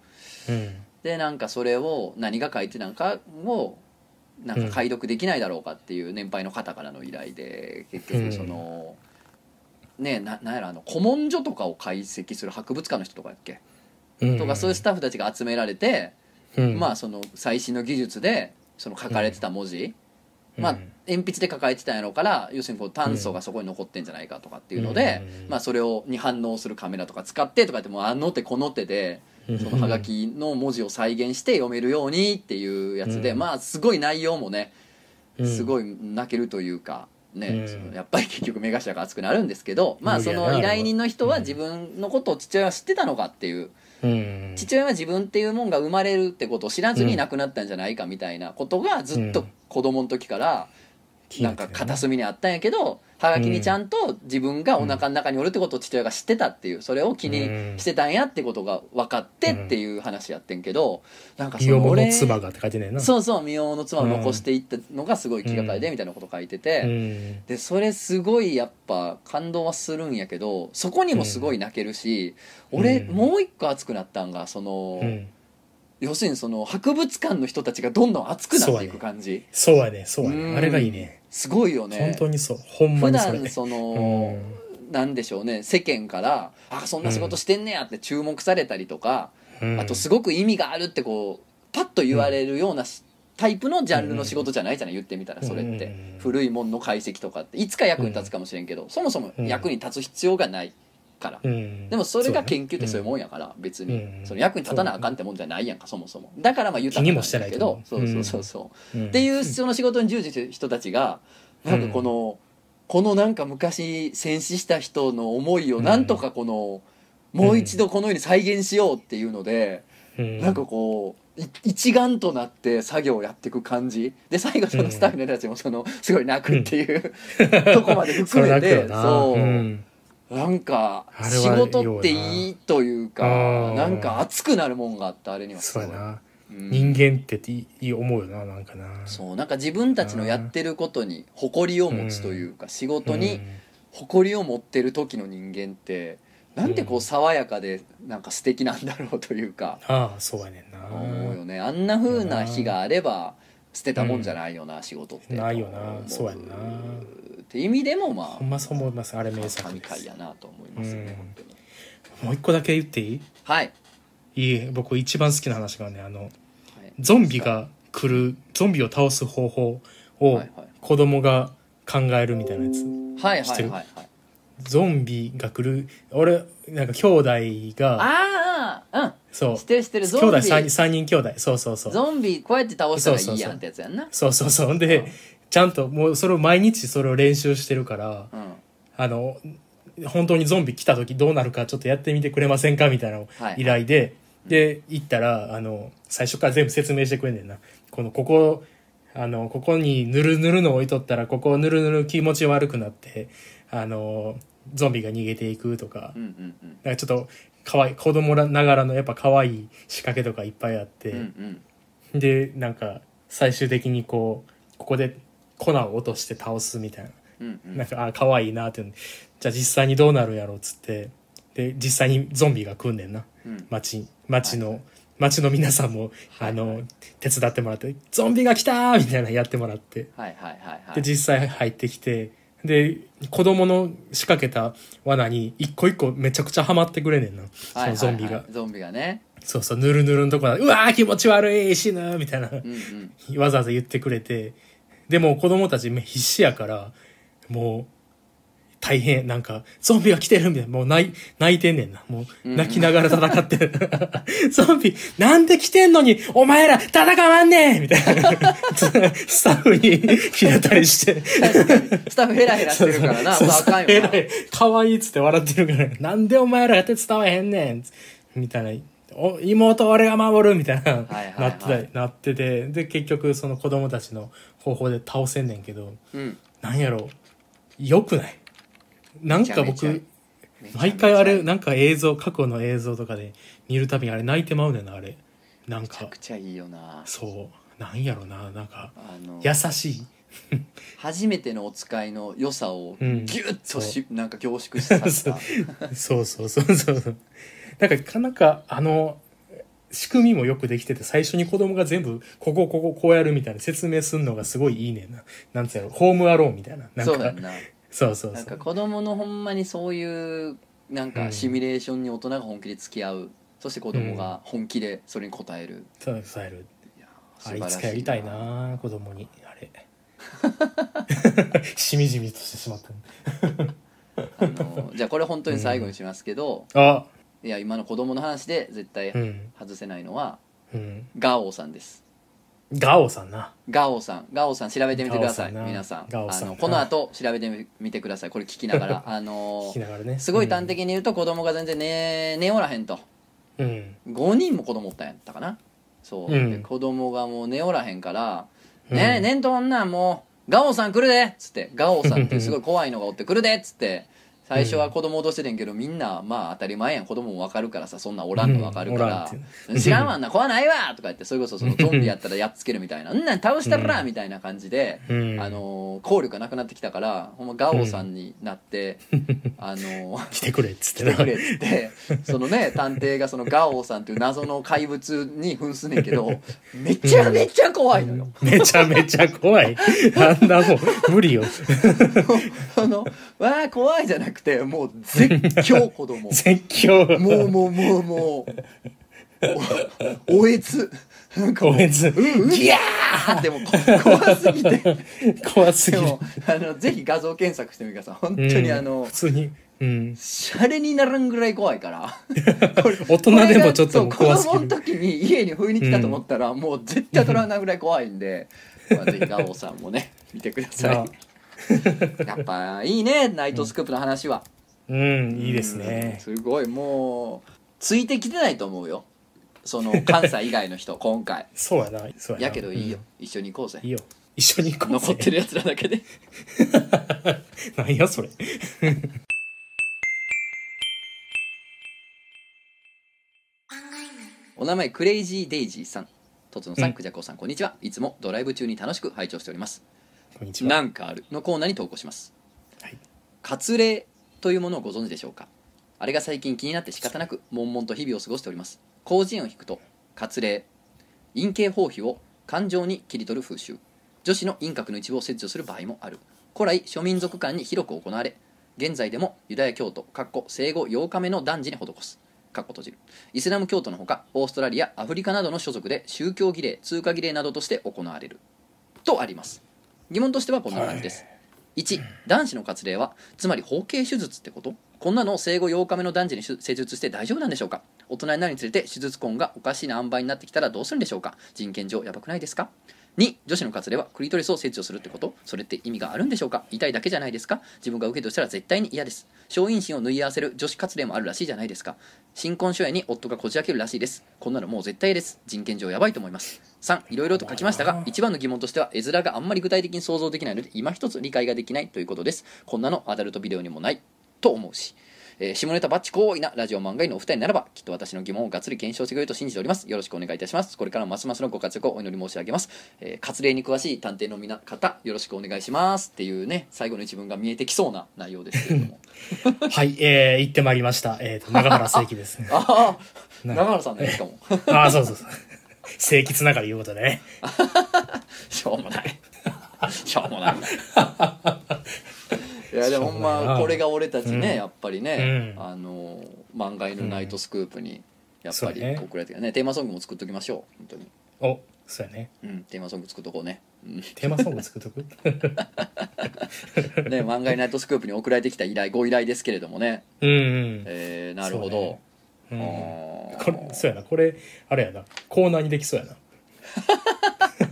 [SPEAKER 2] うん
[SPEAKER 1] でなんかそれを何が書いてなんかをなんか解読できないだろうかっていう年配の方からの依頼で結局その、ねななんやらあの古文書とかを解析する博物館の人とかやっけ、
[SPEAKER 2] うん
[SPEAKER 1] とかそういうスタッフたちが集められて。
[SPEAKER 2] うん
[SPEAKER 1] まあその最新の技術でその書かれてた文字、
[SPEAKER 2] うん
[SPEAKER 1] まあ鉛筆で書かれてたんやろうから要するにこう炭素がそこに残ってんじゃないかとかっていうので、
[SPEAKER 2] うん
[SPEAKER 1] まあそれをに反応するカメラとか使ってとかってもうあの手この手でそのハガキの文字を再現して読めるようにっていうやつで、
[SPEAKER 2] うん
[SPEAKER 1] まあすごい内容もね
[SPEAKER 2] うん
[SPEAKER 1] すごい泣けるというか。ね
[SPEAKER 2] うん
[SPEAKER 1] そのやっぱり結局目頭が熱くなるんですけど、まあ、
[SPEAKER 2] 無理
[SPEAKER 1] そ
[SPEAKER 2] やな
[SPEAKER 1] の依頼人の人は自分のことを父親は知ってたのかっていう
[SPEAKER 2] うん
[SPEAKER 1] 父親は自分っていうもんが生まれるってことを知らず
[SPEAKER 2] う
[SPEAKER 1] に
[SPEAKER 2] ん
[SPEAKER 1] 亡くなったんじゃないかみたいなことがずっ
[SPEAKER 2] う
[SPEAKER 1] と
[SPEAKER 2] ん
[SPEAKER 1] 子供の時からなんか片隅にあったんやけどはがきにちゃんと自分がお腹の中におるってことを父親が知ってたっていうそれを気にしてたんやってことが分かってっていう話やってんけどなんかそ
[SPEAKER 2] 清
[SPEAKER 1] の
[SPEAKER 2] 盛
[SPEAKER 1] 俺
[SPEAKER 2] の妻がって書いてねえな
[SPEAKER 1] そうそう美容の妻を残していったのがすごい気がかりでみたいなこと書いてて。
[SPEAKER 2] うん
[SPEAKER 1] でそれすごいやっぱ感動はするんやけどそこにもすごい泣けるし、
[SPEAKER 2] うん
[SPEAKER 1] 俺
[SPEAKER 2] うん
[SPEAKER 1] もう一個熱くなったんがその、
[SPEAKER 2] うん
[SPEAKER 1] 要するにその博物館の人たちがどんどん熱くなっていく感じ、
[SPEAKER 2] そうやねそうや
[SPEAKER 1] う
[SPEAKER 2] ね
[SPEAKER 1] ん
[SPEAKER 2] あれがいいね
[SPEAKER 1] すごいよね
[SPEAKER 2] 本当にそうほんま
[SPEAKER 1] 普
[SPEAKER 2] にそれ
[SPEAKER 1] 段その、
[SPEAKER 2] うん
[SPEAKER 1] なんでしょうね世間から「あそんな仕事してんねや」って注目されたりとか、
[SPEAKER 2] うん
[SPEAKER 1] あとすごく意味があるってこうパッと言われるようなしタイプのジャンルの仕事じゃないじゃない言ってみたらそれって、
[SPEAKER 2] うん
[SPEAKER 1] 古いものの解析とかっていつか役に立つかもしれんけど、そもそも役に立つ必要がないから、
[SPEAKER 2] うん
[SPEAKER 1] でもそれが研究って
[SPEAKER 2] うん
[SPEAKER 1] そういうもんやから別に、
[SPEAKER 2] うん
[SPEAKER 1] その役に立たなあかんってもんじゃないやんかそもそもだからまあ豊か
[SPEAKER 2] 気に
[SPEAKER 1] ん
[SPEAKER 2] も
[SPEAKER 1] だ
[SPEAKER 2] してない
[SPEAKER 1] け
[SPEAKER 2] と
[SPEAKER 1] ど
[SPEAKER 2] 思う
[SPEAKER 1] そうそうそうそううんっていうその仕事に従事する人たちがなんかこの、このなんか昔戦死した人の思いをなんとかこの、もう一度このように再現しようっていうので、
[SPEAKER 2] うん
[SPEAKER 1] なんかこうい一丸となって作業をやっていく感じで最後そのスタッフの人たちもそのすごい泣くっていう、とこまで
[SPEAKER 2] そ
[SPEAKER 1] 含
[SPEAKER 2] れ
[SPEAKER 1] め
[SPEAKER 2] だけ
[SPEAKER 1] て
[SPEAKER 2] よな
[SPEAKER 1] そう、
[SPEAKER 2] うん
[SPEAKER 1] なんか
[SPEAKER 2] あれは
[SPEAKER 1] 仕事っていいというか
[SPEAKER 2] よう
[SPEAKER 1] な
[SPEAKER 2] な
[SPEAKER 1] んか熱くなるもんがあったあれにはす
[SPEAKER 2] そ
[SPEAKER 1] ご
[SPEAKER 2] う
[SPEAKER 1] い
[SPEAKER 2] やな
[SPEAKER 1] うん
[SPEAKER 2] 人間ってっていい思うよななんかな
[SPEAKER 1] そうなんか自分たちのやってることに誇りを持つというか、仕事
[SPEAKER 2] う
[SPEAKER 1] に
[SPEAKER 2] ん
[SPEAKER 1] 誇りを持ってる時の人間ってなんてこう
[SPEAKER 2] う
[SPEAKER 1] ん爽やかでなんか素敵なんだろうというか、
[SPEAKER 2] ああそうやねんな
[SPEAKER 1] 思うよねあんな風な日があれば捨てたもんじゃないよな、仕事って
[SPEAKER 2] ないよな
[SPEAKER 1] と思
[SPEAKER 2] そうやんな
[SPEAKER 1] って意味でもま
[SPEAKER 2] ほん
[SPEAKER 1] あ
[SPEAKER 2] まそう思いますあれ名作
[SPEAKER 1] 神
[SPEAKER 2] です
[SPEAKER 1] 回やなと思いますよね、
[SPEAKER 2] うん
[SPEAKER 1] 本当に
[SPEAKER 2] もう一個だけ言っていい
[SPEAKER 1] はい、
[SPEAKER 2] いい僕一番好きな話がねあの
[SPEAKER 1] はい、
[SPEAKER 2] ゾンビが来るゾンビを倒す方法を
[SPEAKER 1] はいはい
[SPEAKER 2] 子供が考えるみたいなやつ、
[SPEAKER 1] はい
[SPEAKER 2] 知っ
[SPEAKER 1] は
[SPEAKER 2] て
[SPEAKER 1] い
[SPEAKER 2] る
[SPEAKER 1] はいはい
[SPEAKER 2] ゾンビが来る俺なんか兄弟が
[SPEAKER 1] ああう
[SPEAKER 2] そ
[SPEAKER 1] ん
[SPEAKER 2] う
[SPEAKER 1] 知ってる知ってる
[SPEAKER 2] 兄
[SPEAKER 1] ゾン
[SPEAKER 2] 弟
[SPEAKER 1] ビ
[SPEAKER 2] 3人三人兄弟そうそうそう
[SPEAKER 1] ゾンビこうやって倒したらいいやんってやつやんな
[SPEAKER 2] そうそうそうでちゃんともうそれを毎日それを練習してるから
[SPEAKER 1] うん
[SPEAKER 2] あの本当にゾンビ来た時どうなるかちょっとやってみてくれませんかみたいなのを
[SPEAKER 1] はい
[SPEAKER 2] 依頼で、で行ったらあの最初から全部説明してくれんねんなこのここあのここにぬるぬるの置いとったらここぬるぬる気持ち悪くなってあのゾンビが逃げていくとか
[SPEAKER 1] うんうんうん
[SPEAKER 2] なんかちょっと可愛い子供ながらのやっぱ可愛い仕掛けとかいっぱいあって、
[SPEAKER 1] うんうん
[SPEAKER 2] でなんか最終的にこうここで粉を落として倒すみたいな
[SPEAKER 1] うんうん
[SPEAKER 2] なんかあ可愛いなっていうのじゃあ実際にどうなるやろうっつってで実際にゾンビが来んねんな
[SPEAKER 1] うん
[SPEAKER 2] 町に町の、町の皆さんも、
[SPEAKER 1] はい
[SPEAKER 2] あの手伝ってもらって「ゾンビが来た!」みたいなのやってもらって
[SPEAKER 1] はいはいはいは
[SPEAKER 2] で
[SPEAKER 1] い
[SPEAKER 2] 実際入ってきてで、子供の仕掛けた罠に一個一個めちゃくちゃハマってくれねんな。そ
[SPEAKER 1] はいはいは
[SPEAKER 2] の
[SPEAKER 1] い
[SPEAKER 2] ゾンビが。
[SPEAKER 1] ゾンビがね
[SPEAKER 2] そうそう、ぬるぬるのとこだ。うわー気持ち悪い死ぬみたいな。
[SPEAKER 1] うんうん
[SPEAKER 2] わざわざ言ってくれて。でも子供たちめ必死やから、もう、大変、なんか、ゾンビが来てるみたいな。もう泣い、泣いてんねんな。もう、
[SPEAKER 1] うん
[SPEAKER 2] 泣きながら戦ってる。 ゾンビ、なんで来てんのに、お前ら戦わんねんみたいな。 スタッフに切れたりして。
[SPEAKER 1] 確かにスタッフヘラヘラしてるからな
[SPEAKER 2] そう
[SPEAKER 1] まあ
[SPEAKER 2] そ
[SPEAKER 1] あか
[SPEAKER 2] う
[SPEAKER 1] ん
[SPEAKER 2] え
[SPEAKER 1] よ
[SPEAKER 2] ら
[SPEAKER 1] ない
[SPEAKER 2] かわいいっつって笑ってるから、なんでお前らやって伝わへんねんみたいな。お妹俺が守るみたいな、
[SPEAKER 1] はいはい
[SPEAKER 2] なってたりなっててで結局その子供たちの方法で倒せんねんけど
[SPEAKER 1] うん
[SPEAKER 2] なんやろよくないなんか
[SPEAKER 1] めちゃめ
[SPEAKER 2] 僕
[SPEAKER 1] ちめちゃめちゃ
[SPEAKER 2] 毎回あれなんか映像過去の映像とかで見るたびにあれ泣いてまうねんなあれなん
[SPEAKER 1] めちゃ
[SPEAKER 2] か
[SPEAKER 1] くちゃいいよな
[SPEAKER 2] そうなんやろななんか
[SPEAKER 1] あの
[SPEAKER 2] 優しい
[SPEAKER 1] 初めてのお使いの良さを
[SPEAKER 2] う
[SPEAKER 1] ギ
[SPEAKER 2] ん
[SPEAKER 1] ュッとし、なんか凝縮した
[SPEAKER 2] そ
[SPEAKER 1] さ
[SPEAKER 2] うそうそうそうそうそう。なんか、なんか、あの、仕組みもよくできてて、最初に子供が全部、ここ、ここ、こうやるみたいな説明すんのがすごいいいねんな。なんつうやろ、ホームアローンみたいな。なん
[SPEAKER 1] そうだよ、
[SPEAKER 2] か
[SPEAKER 1] な
[SPEAKER 2] そうそう
[SPEAKER 1] なん
[SPEAKER 2] そ
[SPEAKER 1] か
[SPEAKER 2] う。
[SPEAKER 1] 子供のほんまにそういうなん
[SPEAKER 2] う
[SPEAKER 1] か
[SPEAKER 2] ん
[SPEAKER 1] シミュレーションに大人が本気で付き合う、そして子供が本気でそれに応える、
[SPEAKER 2] そうそうやる。
[SPEAKER 1] いや
[SPEAKER 2] あいつかやりたいな子供に。あ れ。しみじみとしてしまった。
[SPEAKER 1] あのじゃあこれ本当に最後にしますけど、
[SPEAKER 2] あ
[SPEAKER 1] いや今の子供の話で絶対
[SPEAKER 2] うん。
[SPEAKER 1] 外せないのは、
[SPEAKER 2] うん。
[SPEAKER 1] ガオさんです
[SPEAKER 2] ガオさんな。
[SPEAKER 1] ガオさんガオさん調べてみてください
[SPEAKER 2] ガオさんな
[SPEAKER 1] 皆さん
[SPEAKER 2] ガオさん
[SPEAKER 1] あの
[SPEAKER 2] な
[SPEAKER 1] この後調べてみてくださいこれ聞きなが らあの
[SPEAKER 2] 聞きながらね。
[SPEAKER 1] すごい端的に言うと子供が全然寝寝おらへんと
[SPEAKER 2] うん。うん。
[SPEAKER 1] 5人も子供おったんやったかなそう、
[SPEAKER 2] うん
[SPEAKER 1] で子供がもう寝おらへんから「
[SPEAKER 2] うん
[SPEAKER 1] ねえねんと女もうガオさん来るで」っつって「ガオさんっていうすごい怖いのがおって来るで」っつって最初は子供としててんけどみんなまあ当たり前やん子供も分かるからさそんなんおらんの分かるか
[SPEAKER 2] うんおらんっ
[SPEAKER 1] ら
[SPEAKER 2] てい
[SPEAKER 1] 「
[SPEAKER 2] う
[SPEAKER 1] 知らんわんな怖ないわ」とか言ってそれこそそのゾンビやったらやっつけるみたいな「んなん倒したら!」みたいな感じで。
[SPEAKER 2] うん。
[SPEAKER 1] あ、のー効力なくなってきたからほんまガオさんにな って、あのー
[SPEAKER 2] 来てくれっつっ
[SPEAKER 1] 来
[SPEAKER 2] て
[SPEAKER 1] て
[SPEAKER 2] な
[SPEAKER 1] く。れっつってそのね探偵がそのガオさんという謎の怪物に扮すねんけどめちゃめちゃ怖いのよ。
[SPEAKER 2] めちゃめちゃ怖い。あんなもう、無理よ。
[SPEAKER 1] そのわあ怖いじゃなくてもう絶叫子供
[SPEAKER 2] 絶叫。
[SPEAKER 1] もうもうもうもうおおえつなんか
[SPEAKER 2] ごめんず。
[SPEAKER 1] ギャーってもうこ怖すぎて
[SPEAKER 2] 怖すぎ
[SPEAKER 1] で
[SPEAKER 2] る。
[SPEAKER 1] もあのぜひ画像検索してみてください本当に
[SPEAKER 2] うん
[SPEAKER 1] あの
[SPEAKER 2] 普通に。うん。
[SPEAKER 1] シャレにならんぐらい怖いから。
[SPEAKER 2] 大人でもちょっともう
[SPEAKER 1] これ
[SPEAKER 2] 怖
[SPEAKER 1] が
[SPEAKER 2] す
[SPEAKER 1] そう子供の
[SPEAKER 2] ぎる。
[SPEAKER 1] 時に家に不意に来たと思ったら、もう絶対トラウマぐらい怖いんで、まあ、ぜひガオさんも ね見てくださ
[SPEAKER 2] あ
[SPEAKER 1] いやっぱいいねナイトスクープの話は、
[SPEAKER 2] うん、いいですね。
[SPEAKER 1] うんすごいもうついてきてないと思うよそ の関西以外の人今回
[SPEAKER 2] そうやな。そうやな。
[SPEAKER 1] やけどいいよ、一緒に行こうぜ
[SPEAKER 2] うん。いいよ。一緒に行こう
[SPEAKER 1] 残
[SPEAKER 2] ぜ。
[SPEAKER 1] ってるやつらだけで
[SPEAKER 2] なんやそれ。
[SPEAKER 1] お名前クレイジーデイジーさんとつのさん、クジャコさんこんにちはいつもドライブ中に楽しく拝聴しております
[SPEAKER 2] こんにちは。
[SPEAKER 1] なんかあるのコーナーに投稿します、
[SPEAKER 2] はい
[SPEAKER 1] カツレというものをご存知でしょうかあれが最近気になって仕方なく悶々と日々を過ごしております広辞苑を引くとカツレ陰茎包皮を感情に切り取る風習女子の陰核の一部を切除する場合もある古来庶民族間に広く行われ現在でもユダヤ教徒かっこ生後8日目の男児に施すかっこ閉じるイスラム教徒のほかオーストラリアアフリカなどの所属で宗教儀礼通貨儀礼などとして行われるとあります疑問としてはこんな感じです、1男子の割礼はつまり包茎手術ってことこんなのを生後8日目の男児に施術して大丈夫なんでしょうか大人になるにつれて手術痕がおかしいな塩梅になってきたらどうするんでしょうか人権上やばくないですか2女子の割礼はクリトリスを切除するってことそれって意味があるんでしょうか痛いだけじゃないですか自分が受けとしたら絶対に嫌です小陰唇を縫い合わせる女子割礼もあるらしいじゃないですか新婚初夜に夫がこじ開けるらしいですこんなのもう絶対です人権上やばいと思います3いろいろと書きましたが一番の疑問としては絵面があんまり具体的に想像できないので今一つ理解ができないということですこんなのアダルトビデオにもないと思うしえー下ネタバッチ行為なラジオ漫画員のお二人ならばきっと私の疑問をがっつり検証してくれると信じておりますよろしくお願いいたしますこれからもますますのご活躍をお祈り申し上げます、えー、活例に詳しい探偵の皆方よろしくお願いしますっていうね最後の一文が見えてきそうな内容ですけれども
[SPEAKER 2] はい、えー、行ってまいりました。えーと、長原正規 です。
[SPEAKER 1] ああ
[SPEAKER 2] な
[SPEAKER 1] 長原さんのやつかも
[SPEAKER 2] ああ、そうそうそう。正規つながりいうことでね。
[SPEAKER 1] しょうもないしょうもない いやでもほん
[SPEAKER 2] しょうがない
[SPEAKER 1] ま
[SPEAKER 2] な
[SPEAKER 1] これが俺たちね、
[SPEAKER 2] うん
[SPEAKER 1] やっぱりね、
[SPEAKER 2] うん
[SPEAKER 1] あの漫画のナイトスクープにやっぱり
[SPEAKER 2] そうね
[SPEAKER 1] こうくれてねテーマソングも作っときましょう本当に
[SPEAKER 2] おそうやね
[SPEAKER 1] うんテーマソング作っとこうね、うん、ね
[SPEAKER 2] テーマソング作っ とく
[SPEAKER 1] 漫画ナイトスクープに送られてきた依頼ご依頼ですけれどもね
[SPEAKER 2] うんうん、
[SPEAKER 1] えー、なるほ
[SPEAKER 2] そう
[SPEAKER 1] ど
[SPEAKER 2] ねうん、
[SPEAKER 1] あー
[SPEAKER 2] これそうやなこれあれやなコーナーにできそうや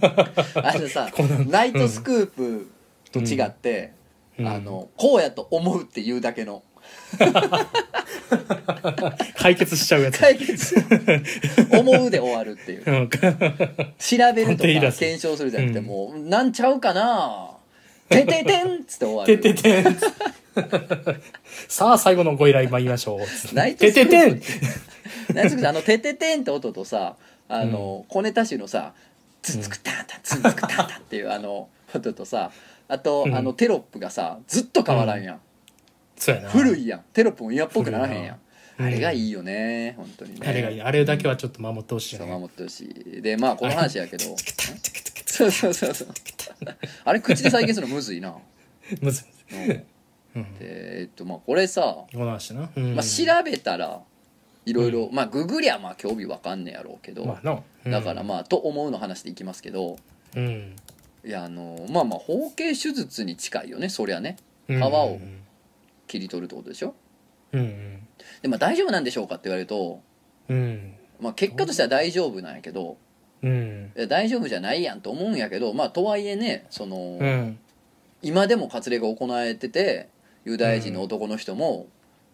[SPEAKER 2] な
[SPEAKER 1] あのさ
[SPEAKER 2] こんな
[SPEAKER 1] ナイトスクープと違って、
[SPEAKER 2] うん
[SPEAKER 1] あのこうやと思うっていうだけの
[SPEAKER 2] 解決しちゃうやつ
[SPEAKER 1] 解 決思うで終わるっていう
[SPEAKER 2] うん
[SPEAKER 1] 調べると
[SPEAKER 2] 手
[SPEAKER 1] か
[SPEAKER 2] いらず
[SPEAKER 1] 検証するじゃなくて、
[SPEAKER 2] うん
[SPEAKER 1] もうなんちゃうかな「てんてんてん」っつって終わ
[SPEAKER 2] て
[SPEAKER 1] る
[SPEAKER 2] ててん。さあ、最後のご依頼参りましょう。
[SPEAKER 1] ナイト
[SPEAKER 2] て
[SPEAKER 1] スク
[SPEAKER 2] て
[SPEAKER 1] ープ
[SPEAKER 2] てん。
[SPEAKER 1] なんつうかあの「てててん」って音とさあの、小ネタ集のさ「つんつくたんたんつんつくたんたん」っていうあの音とさあと、
[SPEAKER 2] うん
[SPEAKER 1] あのテロップがさずっと変わらんやん、
[SPEAKER 2] そうやな。
[SPEAKER 1] 古いやんテロップも今っぽくならへんやん
[SPEAKER 2] うん
[SPEAKER 1] あれがいいよね本当にね
[SPEAKER 2] あれがいい。あれだけはちょっと守ってほしい
[SPEAKER 1] そう
[SPEAKER 2] ね。
[SPEAKER 1] 守ってほしいでまあこの話やけど
[SPEAKER 2] チクタンチクタンチク
[SPEAKER 1] そうそうそうそうあれ口で再現するのむずいな、
[SPEAKER 2] タンむずい。
[SPEAKER 1] うんでえっとまあこれさ
[SPEAKER 2] この話な。うん
[SPEAKER 1] まあ、調べたらいろいろまあググりゃまあ興味わかんねやろうけど、
[SPEAKER 2] まあなうん
[SPEAKER 1] だからまあ「と思う」の話でいきますけど
[SPEAKER 2] うん。
[SPEAKER 1] いやあのまあまあ包茎手術に近いよねそりゃね
[SPEAKER 2] うん
[SPEAKER 1] 皮を切り取るってことでしょ
[SPEAKER 2] うん。
[SPEAKER 1] でまあ大丈夫なんでしょうかって言われると、
[SPEAKER 2] うん。
[SPEAKER 1] まあ、結果としては大丈夫なんやけど
[SPEAKER 2] うん。
[SPEAKER 1] いや大丈夫じゃないやんと思うんやけどまあとはいえねその、
[SPEAKER 2] うん。
[SPEAKER 1] 今でも割礼が行われててユダヤ人の男の人も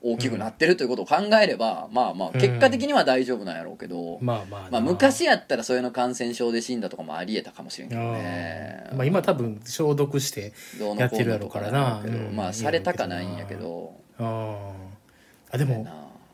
[SPEAKER 1] 大きくなってるということを考えれば、まあまあ結果的には大丈夫なんやろうけど、
[SPEAKER 2] まあまあな。
[SPEAKER 1] まあ、昔やったらそれの感染症で死んだとかもありえたかもしれん
[SPEAKER 2] あ
[SPEAKER 1] けどね
[SPEAKER 2] ー。まあ今多分消毒して。
[SPEAKER 1] どうのこうの
[SPEAKER 2] やってるやろうからな
[SPEAKER 1] とかなんやけど
[SPEAKER 2] うん
[SPEAKER 1] まあされたかないんやけど
[SPEAKER 2] あーあ。でも。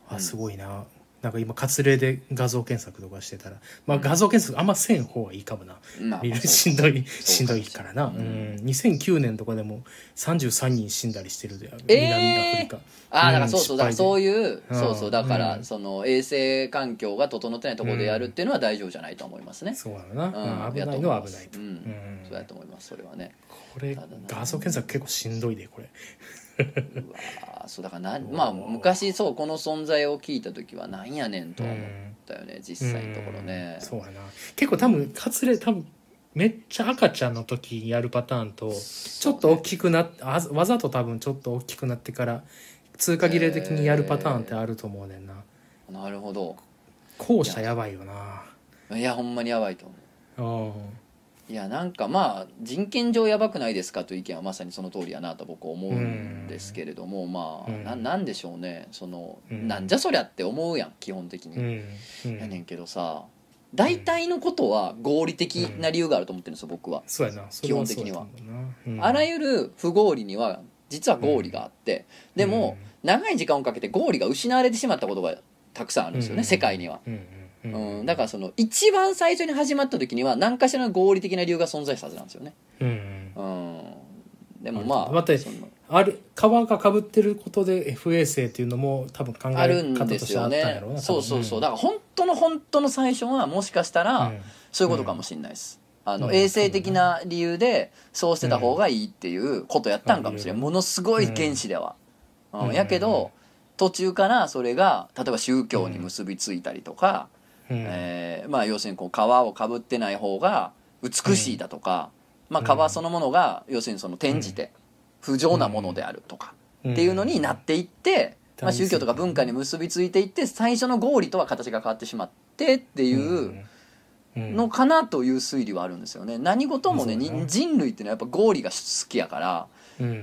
[SPEAKER 2] あすごいな、なんか今割礼で画像検索とかしてたら、まあ、画像検索あんません方がいいかもな、
[SPEAKER 1] い、まあ
[SPEAKER 2] 見る
[SPEAKER 1] そ
[SPEAKER 2] し
[SPEAKER 1] うん
[SPEAKER 2] どいしんどいからな、
[SPEAKER 1] う
[SPEAKER 2] うんん2009年とかでも33人死んだりしてる
[SPEAKER 1] え
[SPEAKER 2] で、
[SPEAKER 1] ー
[SPEAKER 2] 南アフリカ
[SPEAKER 1] ああだから
[SPEAKER 2] うん
[SPEAKER 1] そうそうだから
[SPEAKER 2] 失敗
[SPEAKER 1] そういう
[SPEAKER 2] うん
[SPEAKER 1] そうそうだから、
[SPEAKER 2] うん
[SPEAKER 1] その衛生環境が整ってないところでやるっていうのは大丈夫じゃないと思いますね、
[SPEAKER 2] そうだな、
[SPEAKER 1] うん
[SPEAKER 2] うん危ないのは危ない
[SPEAKER 1] やと思
[SPEAKER 2] と、
[SPEAKER 1] いますうん
[SPEAKER 2] うん
[SPEAKER 1] そうだと思いますそれはね
[SPEAKER 2] これ
[SPEAKER 1] ただな
[SPEAKER 2] 画像検索結構しんどいでこれ
[SPEAKER 1] うわーそうだからなまあ昔そうこの存在を聞いた時はなんやねんとは思ったよね、実際のところね
[SPEAKER 2] うんそうやな結構多分割礼多分めっちゃ赤ちゃんの時やるパターンとちょっと大きくなっあわざと多分ちょっと大きくなってから通過切れ的にやるパターンってあると思うねんな
[SPEAKER 1] なるほど
[SPEAKER 2] 後者やばいよない
[SPEAKER 1] やほんまにやばいと思う
[SPEAKER 2] うん
[SPEAKER 1] いやなんかまあ人権上やばくないですかという意見はまさにその通りやなと僕は思うんですけれども、まあ、
[SPEAKER 2] うん
[SPEAKER 1] ななんでしょうねその、
[SPEAKER 2] うん
[SPEAKER 1] なんじゃそりゃって思うやん基本的に、
[SPEAKER 2] うんうん
[SPEAKER 1] やねんけどさ大体のことは合理的な理由があると思ってるんですよ僕は、
[SPEAKER 2] そうやなそ
[SPEAKER 1] 基
[SPEAKER 2] れ
[SPEAKER 1] 本
[SPEAKER 2] はそ
[SPEAKER 1] 的
[SPEAKER 2] う
[SPEAKER 1] に
[SPEAKER 2] やと
[SPEAKER 1] は
[SPEAKER 2] 思うなうん
[SPEAKER 1] あらゆる不合理には実は合理があって、でも、長い時間をかけて合理が失われてしまったことがたくさんあるんですよね、
[SPEAKER 2] うん
[SPEAKER 1] 世界には、
[SPEAKER 2] うんうんう
[SPEAKER 1] うんん、だからその一番最初に始まった時には何かしらの合理的な理由が存在したはずなんですよね
[SPEAKER 2] うんう
[SPEAKER 1] う
[SPEAKER 2] ん
[SPEAKER 1] んでもまあ
[SPEAKER 2] あ待って
[SPEAKER 1] その
[SPEAKER 2] ある皮がかぶってることで不衛生っていうのも多分考
[SPEAKER 1] あ
[SPEAKER 2] え
[SPEAKER 1] る
[SPEAKER 2] 方
[SPEAKER 1] ん
[SPEAKER 2] と
[SPEAKER 1] で
[SPEAKER 2] し
[SPEAKER 1] す
[SPEAKER 2] てあ
[SPEAKER 1] よ
[SPEAKER 2] ったんや
[SPEAKER 1] ね
[SPEAKER 2] ろうな
[SPEAKER 1] そうそうそう
[SPEAKER 2] だ
[SPEAKER 1] だから本当の本当の最初はもしかしたらそういうことかもしれないです、あの
[SPEAKER 2] うん
[SPEAKER 1] 衛生的な理由でそうしてた方がいいっていうことやったんかもしれない
[SPEAKER 2] うん
[SPEAKER 1] ものすごい原始では、
[SPEAKER 2] ん
[SPEAKER 1] うんやけど途中からそれが例えば宗教に結びついたりとか、えーまあ、要するにこう皮をかぶってない方が美しいだとか、ま
[SPEAKER 2] う
[SPEAKER 1] あ、
[SPEAKER 2] ん
[SPEAKER 1] 皮そのものが要するにその転じて不浄なものであるとか、
[SPEAKER 2] っ
[SPEAKER 1] っていうのになっていって、
[SPEAKER 2] うん
[SPEAKER 1] まあ、宗教とか文化に結びついていって最初の合理とは形が変わってしまってっていうのかなという推理はあるんですよね何事もね、
[SPEAKER 2] うんそうだな
[SPEAKER 1] に人類ってのはやっぱ合理が好きやから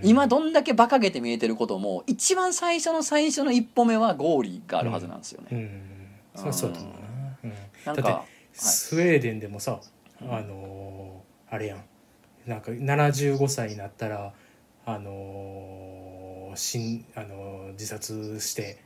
[SPEAKER 1] 今どんだけ馬鹿げて見えてることも一番最初の最初の一歩目は合理があるはずなんですよね、
[SPEAKER 2] うんそりゃそうだと思うな,、うん、
[SPEAKER 1] なん
[SPEAKER 2] だっ
[SPEAKER 1] か
[SPEAKER 2] てスウェーデンでもさ、あのーあれやんなんか75歳になったらあのー死んあのー自殺して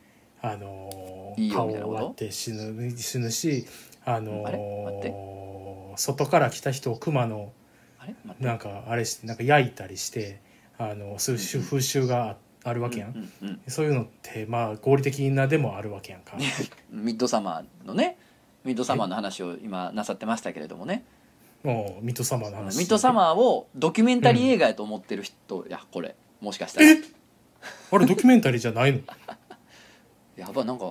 [SPEAKER 2] あのー
[SPEAKER 1] いいよ
[SPEAKER 2] 顔
[SPEAKER 1] みたいなこ
[SPEAKER 2] を
[SPEAKER 1] と
[SPEAKER 2] 割って死ぬ死ぬしあ
[SPEAKER 1] あれ待っ
[SPEAKER 2] の
[SPEAKER 1] て
[SPEAKER 2] ー外から来た人を熊の
[SPEAKER 1] あれ待って
[SPEAKER 2] なんかあれしてなんか焼いたりしてあのそういう
[SPEAKER 1] うんうん
[SPEAKER 2] 風習がああるわけやん、
[SPEAKER 1] うんうんうん
[SPEAKER 2] そういうのってまあ合理的なでもあるわけや んか。
[SPEAKER 1] ミッドサマーのねミッドサマーの話を今なさってましたけれどもね
[SPEAKER 2] もうミッドサマーの
[SPEAKER 1] ミ
[SPEAKER 2] 話。
[SPEAKER 1] ッドサマーをドキュメンタリー映画やと思ってる人やこれもしかしたら
[SPEAKER 2] あれドキュメンタリーじゃないの
[SPEAKER 1] やばいなんか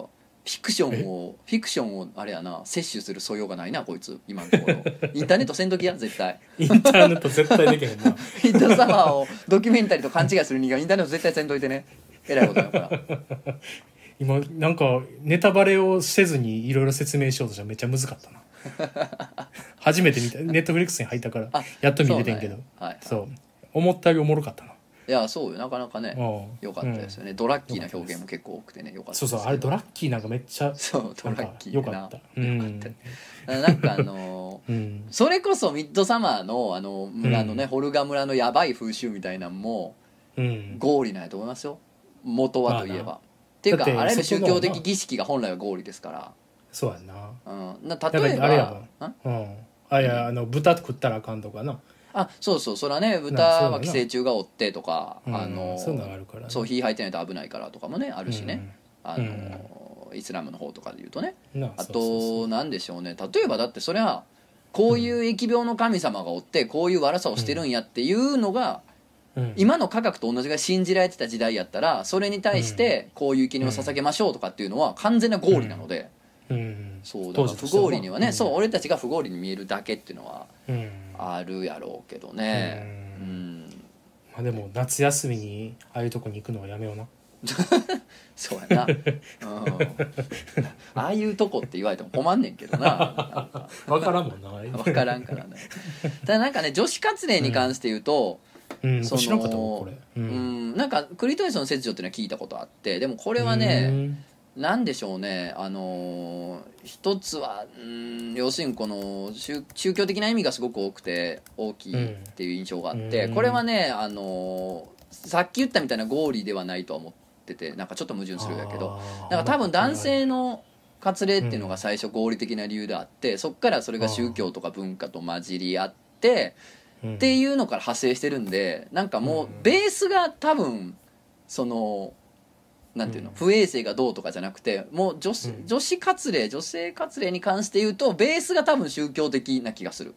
[SPEAKER 1] フィクションをフィクションをあれやな摂取する素養がないなこいつ今のところインターネットせんときや絶対
[SPEAKER 2] インターネット絶対できへんな
[SPEAKER 1] インターサマーをドキュメンタリーと勘違いする人間インターネット絶対せんといてねえらいことやから
[SPEAKER 2] 今なんかネタバレをせずにいろいろ説明しようとしたらめっちゃ難かったな初めて見たネットフリックスに入ったから
[SPEAKER 1] あ
[SPEAKER 2] やっと見れてんけ
[SPEAKER 1] そ
[SPEAKER 2] ど
[SPEAKER 1] うなんやはい
[SPEAKER 2] そう思ったよりおもろかったない
[SPEAKER 1] やそうよなかなかね
[SPEAKER 2] うん
[SPEAKER 1] 良かったですよね、ドラッキーな表現も結構多くてね良かった
[SPEAKER 2] うん
[SPEAKER 1] です
[SPEAKER 2] そうそうあれドラッキーなんかめっちゃ
[SPEAKER 1] そうド
[SPEAKER 2] な
[SPEAKER 1] ラ
[SPEAKER 2] んか
[SPEAKER 1] ッキー
[SPEAKER 2] 良
[SPEAKER 1] で
[SPEAKER 2] か
[SPEAKER 1] な
[SPEAKER 2] ったうん
[SPEAKER 1] なんかあのー
[SPEAKER 2] うん
[SPEAKER 1] それこそミッドサマーのあの村のね、
[SPEAKER 2] うん
[SPEAKER 1] ホルガ村のやばい風習みたいなんも
[SPEAKER 2] うん
[SPEAKER 1] 合理なんやと思いますよ元はといえば、
[SPEAKER 2] まあ
[SPEAKER 1] っ
[SPEAKER 2] な
[SPEAKER 1] ていうか
[SPEAKER 2] だって
[SPEAKER 1] あらゆる宗教
[SPEAKER 2] そこ
[SPEAKER 1] 的
[SPEAKER 2] の
[SPEAKER 1] 儀式が本来は合理ですか
[SPEAKER 2] そうやんな
[SPEAKER 1] ら、うん、な例え
[SPEAKER 2] だからあれや
[SPEAKER 1] ばん
[SPEAKER 2] うんあいやあの豚食ったらあかんとかな
[SPEAKER 1] あそうそうそれはね豚
[SPEAKER 2] なあそうだ
[SPEAKER 1] は
[SPEAKER 2] な
[SPEAKER 1] 寄生虫がおってとか、
[SPEAKER 2] うん
[SPEAKER 1] あの
[SPEAKER 2] そういうのがあるからね
[SPEAKER 1] そう火入ってないと危ないからとかもねあるしね、あのイスラムの方とかで言うとね
[SPEAKER 2] うんな
[SPEAKER 1] あ
[SPEAKER 2] そうそうそう
[SPEAKER 1] となんでしょうね例えばだってそれはこういう疫病の神様がおってこういう悪さをしてるんやっていうのが
[SPEAKER 2] うん
[SPEAKER 1] 今の科学と同じが信じられてた時代やったらそれに対してこういう生贄を捧げましょうとかっていうのは完全な合理なので
[SPEAKER 2] うん
[SPEAKER 1] そうだから不合理にはねそう俺たちが不合理に見えるだけっていうのは
[SPEAKER 2] うん、うん
[SPEAKER 1] あるやろうけどねう
[SPEAKER 2] うん
[SPEAKER 1] ん
[SPEAKER 2] まあ、でも夏休みにああいうとこに行くのはや めような
[SPEAKER 1] そうやな、うん、ああいうとこって言われても困んねんけどななんか
[SPEAKER 2] 分からんもんなあれ
[SPEAKER 1] 分からんからねただなんかね女子活例に関して言うと、
[SPEAKER 2] うん
[SPEAKER 1] その
[SPEAKER 2] 知らんかったもんこれ
[SPEAKER 1] う
[SPEAKER 2] う
[SPEAKER 1] んなんかクリトリスの切除っていうのは聞いたことあってでもこれはね何でしょうねあのー一つはうん要するにこの宗宗教的な意味がすごく多くて大きいっていう印象があって、
[SPEAKER 2] うん
[SPEAKER 1] これはねあのーさっき言ったみたいな合理ではないとは思っててなんかちょっと矛盾するんやけどだから多分男性の割礼っていうのが最初合理的な理由であって、そっからそれが宗教とか文化と混じり合って
[SPEAKER 2] っ
[SPEAKER 1] って
[SPEAKER 2] う
[SPEAKER 1] いうのから派生してるんでなんかもう
[SPEAKER 2] うん
[SPEAKER 1] ベースが多分そのなんていうの
[SPEAKER 2] うん
[SPEAKER 1] 不衛生がどうとかじゃなくてもう女子
[SPEAKER 2] うん
[SPEAKER 1] 女子割礼女性割礼に関して言うとベースが多分宗教的な気がする。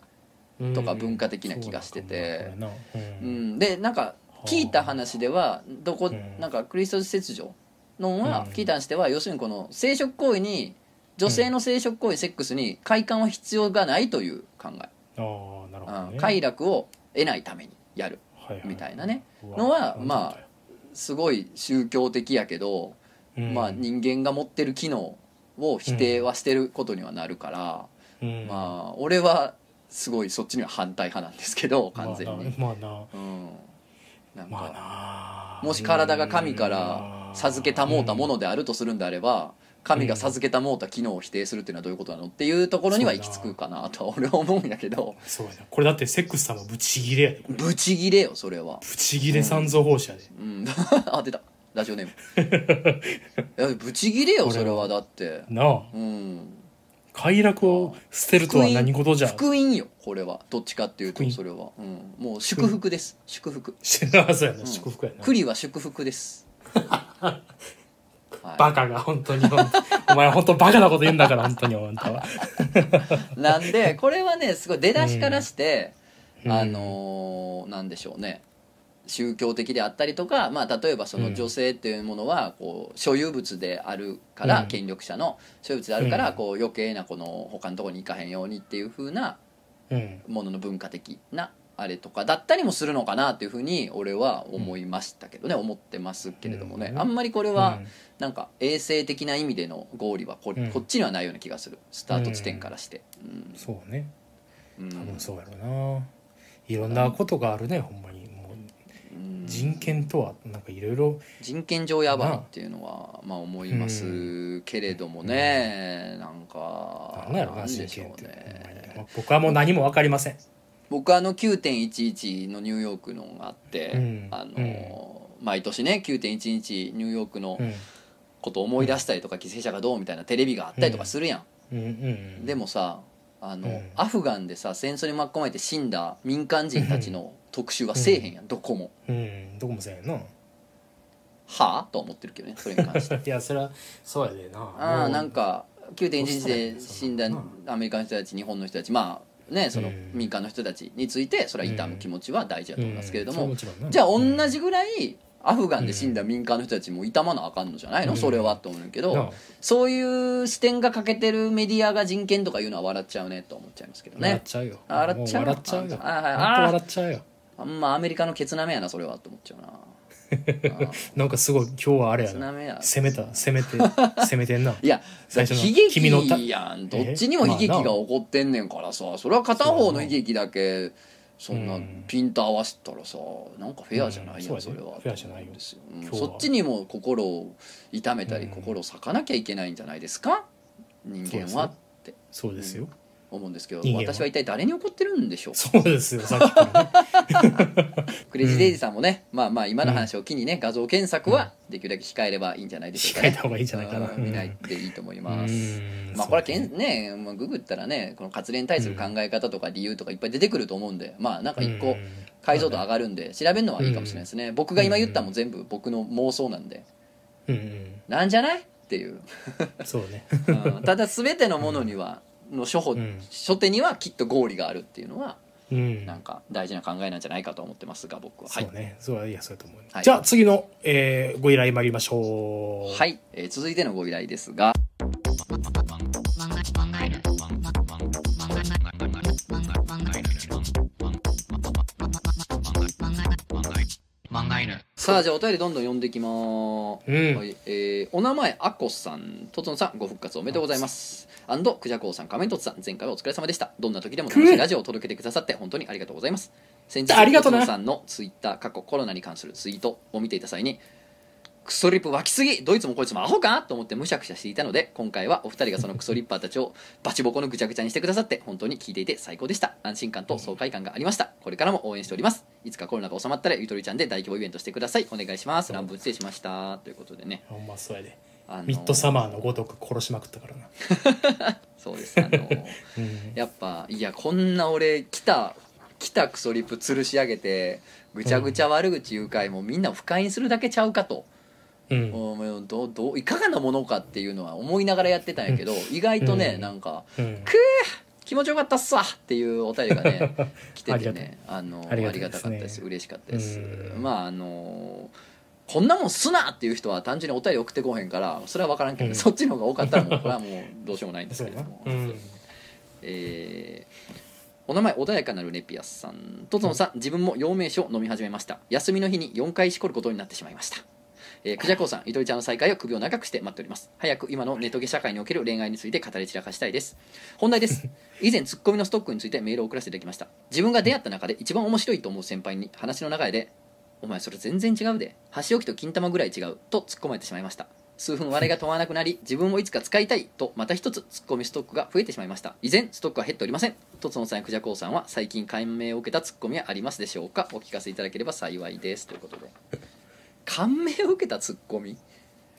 [SPEAKER 2] ん
[SPEAKER 1] とか文化的な気がしてて
[SPEAKER 2] そうなんかなこれな
[SPEAKER 1] う
[SPEAKER 2] うん
[SPEAKER 1] ん、でなんか聞いた話ではどこ
[SPEAKER 2] うん
[SPEAKER 1] なんかクリスト切除のは
[SPEAKER 2] うん
[SPEAKER 1] 聞いた話では要するにこの生殖行為に女性の生殖行為セックスに快感は必要がないという考え、
[SPEAKER 2] ああなるほど
[SPEAKER 1] うん
[SPEAKER 2] ね
[SPEAKER 1] 快楽を得ないためにやる
[SPEAKER 2] はいは
[SPEAKER 1] みたいなね
[SPEAKER 2] うわ
[SPEAKER 1] のは
[SPEAKER 2] なんだ
[SPEAKER 1] まあすごい宗教的やけど、
[SPEAKER 2] うん
[SPEAKER 1] まあ人間が持ってる機能を否定はしてることにはなるから、
[SPEAKER 2] うん
[SPEAKER 1] まあ俺はすごいそっちには反対派なんですけど完全に。
[SPEAKER 2] まあな
[SPEAKER 1] うんなんか
[SPEAKER 2] まあな
[SPEAKER 1] もし体が神から授けたもうたものであるとするんであれば神が授けたもうた機能を否定するっていうのはどういうことなのっていうところには行き着くかなとは俺は思うんやけど
[SPEAKER 2] うんそうやなこれだってセックスさんもブチギレやで
[SPEAKER 1] ブチギレよそれは、
[SPEAKER 2] ブチギレ三蔵法師やで
[SPEAKER 1] うん あ出たラジオネー ムいやブチギレよそれはだって
[SPEAKER 2] なあ
[SPEAKER 1] うん
[SPEAKER 2] 快楽を捨てるとは何事じゃ
[SPEAKER 1] 福音よこれはどっちかっていう
[SPEAKER 2] 福
[SPEAKER 1] と
[SPEAKER 2] 音
[SPEAKER 1] それは、うん、もう祝福です祝福
[SPEAKER 2] 知らなそうや
[SPEAKER 1] う
[SPEAKER 2] な、
[SPEAKER 1] ん
[SPEAKER 2] 祝福やな。
[SPEAKER 1] 栗は祝福 です、はい
[SPEAKER 2] バカが本当に、本当お前本当バカなこと言うんだから、本当に、本当は。
[SPEAKER 1] なんでこれはねすごい出だしからして、
[SPEAKER 2] うん
[SPEAKER 1] あのーなんでしょうね宗教的であったりとか、まあ、例えばその
[SPEAKER 2] うん
[SPEAKER 1] 女性っていうものはこう所有物であるから、
[SPEAKER 2] うん
[SPEAKER 1] 権力者の所有物であるから、
[SPEAKER 2] うん
[SPEAKER 1] こう余計なこの他のところに行かへんようにっていう風な
[SPEAKER 2] うん。
[SPEAKER 1] ものの文化的なあれとかだったりもするのかなっていう風に俺は思いましたけどね、思ってますけれどもね、
[SPEAKER 2] うん
[SPEAKER 1] あんまりこれはなんか衛生的な意味での合理はこ,、
[SPEAKER 2] うん
[SPEAKER 1] こっちにはないような気がするスタート地点からして。うん
[SPEAKER 2] うんそうね。
[SPEAKER 1] うん
[SPEAKER 2] 多分そうやろうな。いろんなことがあるね、ほんまに。もう
[SPEAKER 1] うん
[SPEAKER 2] 人権とは、なんかいろいろ、
[SPEAKER 1] 人権上やばいっていうのはまあ思いますけれどもね、なんか
[SPEAKER 2] なんやろう
[SPEAKER 1] な
[SPEAKER 2] な、
[SPEAKER 1] ん
[SPEAKER 2] 人
[SPEAKER 1] でしょ
[SPEAKER 2] 権っ
[SPEAKER 1] う
[SPEAKER 2] て。ほんま
[SPEAKER 1] ね
[SPEAKER 2] にまあ僕はもう何もわかりません。
[SPEAKER 1] 僕はあの9.11のニューヨークのがあって、
[SPEAKER 2] うん
[SPEAKER 1] あの毎年ね9.11ニューヨークの
[SPEAKER 2] うん。
[SPEAKER 1] ことを思い出したりとか犠牲者がどうみたいなテレビがあったりとかするやん、
[SPEAKER 2] うんうん。
[SPEAKER 1] で、もさあの、
[SPEAKER 2] うん
[SPEAKER 1] アフガンでさ戦争に巻き込まれて死んだ民間人たちの特集はせえへんやん、どこも
[SPEAKER 2] うん、どこもそうやな。
[SPEAKER 1] はあとは思ってるけどねそれに関して
[SPEAKER 2] いや、それは、そうやでな。
[SPEAKER 1] あ
[SPEAKER 2] も
[SPEAKER 1] あ
[SPEAKER 2] う
[SPEAKER 1] なん、か9.11で死んだ
[SPEAKER 2] うん
[SPEAKER 1] アメリカの人たち日本の人たちまあねその
[SPEAKER 2] うん
[SPEAKER 1] 民間の人たちについてそれは悼む気持ちは大事だと思いますけれども、
[SPEAKER 2] うんそはもちろんな
[SPEAKER 1] じゃあ同じぐらいアフガンで死んだ民間の人たちも痛まなあかんのじゃないの、
[SPEAKER 2] うん
[SPEAKER 1] それはと思うけど、
[SPEAKER 2] なあ
[SPEAKER 1] そういう視点が欠けてるメディアが人権とか言うのは笑っちゃうねと思っちゃいますけど
[SPEAKER 2] 笑っ
[SPEAKER 1] ね
[SPEAKER 2] ちゃうよ
[SPEAKER 1] あ笑っちゃう
[SPEAKER 2] も笑っちゃうよ
[SPEAKER 1] あはい
[SPEAKER 2] 本当
[SPEAKER 1] あ
[SPEAKER 2] 笑っちゃうよ
[SPEAKER 1] あんまアメリカのケツなめやなそれはと思っちゃうな ああ
[SPEAKER 2] なんかすごい今日はあれや
[SPEAKER 1] ケツな
[SPEAKER 2] な
[SPEAKER 1] めや
[SPEAKER 2] 攻めた攻め て攻めてんない
[SPEAKER 1] や
[SPEAKER 2] 最初の
[SPEAKER 1] 悲
[SPEAKER 2] 君の歌
[SPEAKER 1] 劇やんどっちにも悲劇が起こってんねんからさそれは片方の悲劇だけそんな
[SPEAKER 2] うん
[SPEAKER 1] ピンと合わせたらさなんかフェアじゃないや
[SPEAKER 2] うん
[SPEAKER 1] んそ
[SPEAKER 2] そう
[SPEAKER 1] れ
[SPEAKER 2] やで
[SPEAKER 1] は
[SPEAKER 2] フェアじゃないよ
[SPEAKER 1] ですようん
[SPEAKER 2] 今日は
[SPEAKER 1] そっちにも心を痛めたり
[SPEAKER 2] うん
[SPEAKER 1] 心を裂かなきゃいけないんじゃないですか人
[SPEAKER 2] そうで
[SPEAKER 1] 間
[SPEAKER 2] す
[SPEAKER 1] は
[SPEAKER 2] よ
[SPEAKER 1] って
[SPEAKER 2] そうですよ
[SPEAKER 1] 思うんですけど
[SPEAKER 2] 人間は
[SPEAKER 1] 私は一体誰に怒ってるんでしょう
[SPEAKER 2] そうですよさっきからね
[SPEAKER 1] クレイジーデイジーさんもねまあまあ今の話を機にね画像検索はできるだけ控えればいいんじゃないでしょうか
[SPEAKER 2] 控え
[SPEAKER 1] ね
[SPEAKER 2] た方がいいんじゃないか な
[SPEAKER 1] うん見ないでいいと思います
[SPEAKER 2] うん
[SPEAKER 1] まあこれは
[SPEAKER 2] そ
[SPEAKER 1] け
[SPEAKER 2] う
[SPEAKER 1] んねまあ、ググったらねこの活連に対する考え方とか理由とかいっぱい出てくると思うんでまあなんか一
[SPEAKER 2] う
[SPEAKER 1] 個
[SPEAKER 2] ん
[SPEAKER 1] 解像度上がるんで調べるのはいいかもしれないですね僕が今言ったも全部僕の妄想なんで
[SPEAKER 2] うんうん
[SPEAKER 1] なんじゃないっていう、
[SPEAKER 2] そうね
[SPEAKER 1] うんただ全てのものにはの初歩、
[SPEAKER 2] うん
[SPEAKER 1] 初手にはきっと合理があるっていうのは
[SPEAKER 2] うん
[SPEAKER 1] なんか大事な考えなんじゃないかと思ってますが僕はは
[SPEAKER 2] そ、
[SPEAKER 1] いう
[SPEAKER 2] ねそうはいやそうやと思う
[SPEAKER 1] はい
[SPEAKER 2] じゃあ次のえーご依頼参りましょう
[SPEAKER 1] はいえー続いてのご依頼ですがさあじゃあお便りどんどん読んでいきまーす、
[SPEAKER 2] うん
[SPEAKER 1] はいえーお名前あこさんとつのさんご復活おめでとうございますアンドクジャコウさん仮面とつさん前回はお疲れ様でしたどんな時でも楽しいラジオを届けてくださって本当にありがとうございます先日
[SPEAKER 2] ありがとうな
[SPEAKER 1] とつのさんのツイッター過去コロナに関するツイートを見ていた際にクソリップ湧きすぎどいつもこいつもアホかと思ってむしゃくしゃしていたので今回はお二人がそのクソリッパーたちをバチボコのぐちゃぐちゃにしてくださって本当に聞いていて最高でした安心感と爽快感がありましたこれからも応援しておりますいつかコロナが収まったらゆとりちゃんで大規模イベントしてくださいお願いします乱文失礼しましたということでね
[SPEAKER 2] ほんまそうやで
[SPEAKER 1] あの
[SPEAKER 2] ミッドサマーのごとく殺しまくったからな
[SPEAKER 1] そうですあの
[SPEAKER 2] うん
[SPEAKER 1] やっぱいやこんな俺来た来たクソリップ吊るし上げてぐちゃぐちゃ悪口誘拐もみんな不快にするだけちゃうかと
[SPEAKER 2] うん
[SPEAKER 1] お前どうどういかがなものかっていうのは思いながらやってたんやけど意外とね、
[SPEAKER 2] うん
[SPEAKER 1] なんか
[SPEAKER 2] うん
[SPEAKER 1] 「気持ちよかったっすわ」っていうお便りが ね来て
[SPEAKER 2] あり
[SPEAKER 1] て
[SPEAKER 2] がたい
[SPEAKER 1] ねあのあ
[SPEAKER 2] あ
[SPEAKER 1] り
[SPEAKER 2] り
[SPEAKER 1] が
[SPEAKER 2] がたいで
[SPEAKER 1] た
[SPEAKER 2] すね
[SPEAKER 1] かったです嬉しかったです
[SPEAKER 2] うん
[SPEAKER 1] まああのこんなもんすなっていう人は単純にお便り送ってこへんからそれは分からんけど、
[SPEAKER 2] うん
[SPEAKER 1] そっちの方が多かったらもうこれはもうどうしようもないんです
[SPEAKER 2] そう
[SPEAKER 1] け
[SPEAKER 2] や
[SPEAKER 1] れ
[SPEAKER 2] な
[SPEAKER 1] ども、
[SPEAKER 2] うん
[SPEAKER 1] えーお名前穏やかなるネピアスさんとつのさん自分も陽明酒を飲み始めました休みの日に4回しこることになってしまいましたえー、クジャコウさん、ゆとりちゃんの再会を首を長くして待っております。早く今のネトゲ社会における恋愛について語り散らかしたいです。本題 です。以前、ツッコミのストックについてメールを送らせていただきました。自分が出会った中で一番面白いと思う先輩に話の流れで、お前それ全然違うで、箸置きと金玉ぐらい違うと突っ込まれてしまいました。数分笑いが止まらなくなり、自分もいつか使いたいと、また一つツッコミストックが増えてしまいました。以前、ストックは減っておりません。とつのさんやクジャコウさんは最近感銘を受けたツッコミはありますでしょうかお聞かせいただければ幸いです。ということで。感銘を受けたツッコミ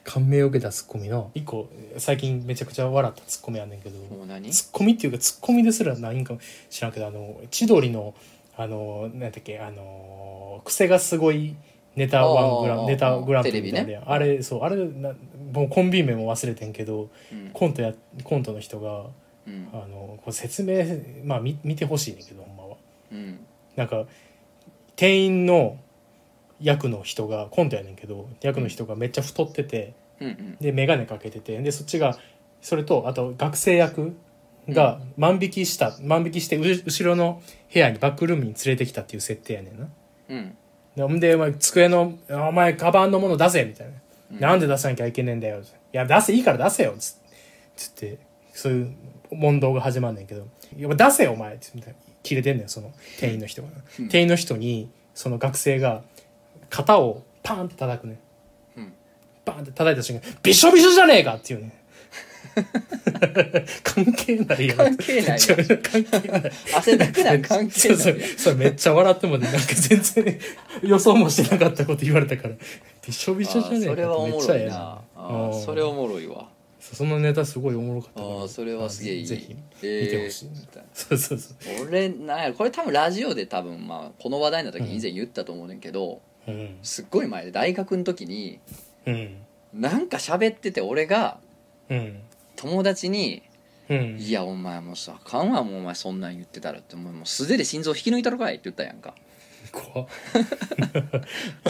[SPEAKER 2] 感銘を受けたツッコミの一個最近めちゃくちゃ笑ったツッコミあんねんけど
[SPEAKER 1] もう何
[SPEAKER 2] ツッコミっていうかツッコミですらないんかも知らんけどあの千鳥のあのなんだっけあの癖がすごいネタワングラ
[SPEAKER 1] あー
[SPEAKER 2] ンネタグランプ
[SPEAKER 1] テレビ
[SPEAKER 2] リ
[SPEAKER 1] ね
[SPEAKER 2] みたいなのやんあれそうあれなもうコンビ名も忘れてんけど
[SPEAKER 1] うん
[SPEAKER 2] コントやコントの人が
[SPEAKER 1] うん
[SPEAKER 2] あのこう説明まあみ見てほしいねんけどほんまは
[SPEAKER 1] うん
[SPEAKER 2] なんか店員の役の人がコントやねんけど役の人がめっちゃ太ってて、
[SPEAKER 1] うんうん
[SPEAKER 2] で眼鏡かけててでそっちがそれとあと学生役が万引きした、万引きしてう後ろの部屋にバックルームに連れてきたっていう設定やねんな
[SPEAKER 1] うん
[SPEAKER 2] でほんでお前机の「お前カバンのもの出せ」みたいな「
[SPEAKER 1] うん
[SPEAKER 2] なんで出さなきゃいけねえんだよ」いや出せいいから出せよ」つつってそういう問答が始まんねんけど「いや出せよお前」つって切れてんねんその店員の人がな、
[SPEAKER 1] うん
[SPEAKER 2] 店員の人にその学生が肩をパーンって叩くね
[SPEAKER 1] う
[SPEAKER 2] ん
[SPEAKER 1] ん
[SPEAKER 2] バーンって叩いた瞬間、びしょびしょじゃねえかっていうね。 関係ないやん。
[SPEAKER 1] 関係ないや
[SPEAKER 2] 関係ない。
[SPEAKER 1] 汗だくなん関係な
[SPEAKER 2] そう
[SPEAKER 1] い
[SPEAKER 2] そうそうめっちゃ笑ってもね、なんか全然予想もしてなかったこと言われたから、びしょびしょじゃ
[SPEAKER 1] あ
[SPEAKER 2] ねえか
[SPEAKER 1] そ
[SPEAKER 2] って
[SPEAKER 1] れはお
[SPEAKER 2] めっ
[SPEAKER 1] も
[SPEAKER 2] ちゃ
[SPEAKER 1] ろい
[SPEAKER 2] ええ
[SPEAKER 1] な
[SPEAKER 2] う
[SPEAKER 1] あ
[SPEAKER 2] ん
[SPEAKER 1] それおもろいわ
[SPEAKER 2] そうそのネタすごいおもろかったから
[SPEAKER 1] あーそれはすげえいい
[SPEAKER 2] ぜひ、
[SPEAKER 1] えー
[SPEAKER 2] 見てほしい。そうそうそう。
[SPEAKER 1] 俺なんやろこれ多分ラジオで多分まあこの話題の時に以前言ったと思うねんけど
[SPEAKER 2] うん。
[SPEAKER 1] すっごい前で大学の時に
[SPEAKER 2] うん。
[SPEAKER 1] なんか喋ってて俺が
[SPEAKER 2] うん。
[SPEAKER 1] 友達に
[SPEAKER 2] うん
[SPEAKER 1] いやお前もうさあかんわもうお前そんなん言ってたらってもうもう素手で心臓引き抜いたろかいって言ったやんか
[SPEAKER 2] 怖っ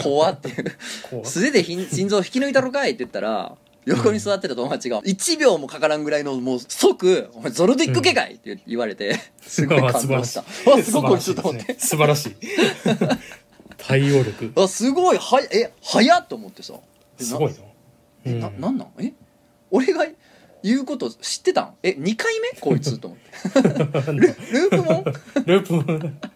[SPEAKER 1] 怖っていう
[SPEAKER 2] 怖っ
[SPEAKER 1] 素手でひん心臓引き抜いたろかいって言ったら横に座ってた友達が1秒もかからんぐらいのもう即「お前ゾルディック外科い!」って言われてすごい感動したあすごくこいつと思って
[SPEAKER 2] 素晴 らしいですね素晴らしい対応力
[SPEAKER 1] あすごいはやえ早っと思ってさえ
[SPEAKER 2] すごいなう
[SPEAKER 1] え
[SPEAKER 2] ん
[SPEAKER 1] ななんなんえ俺が言うこと知ってたんえ二2回 目こいつと思ってルループもん
[SPEAKER 2] ループ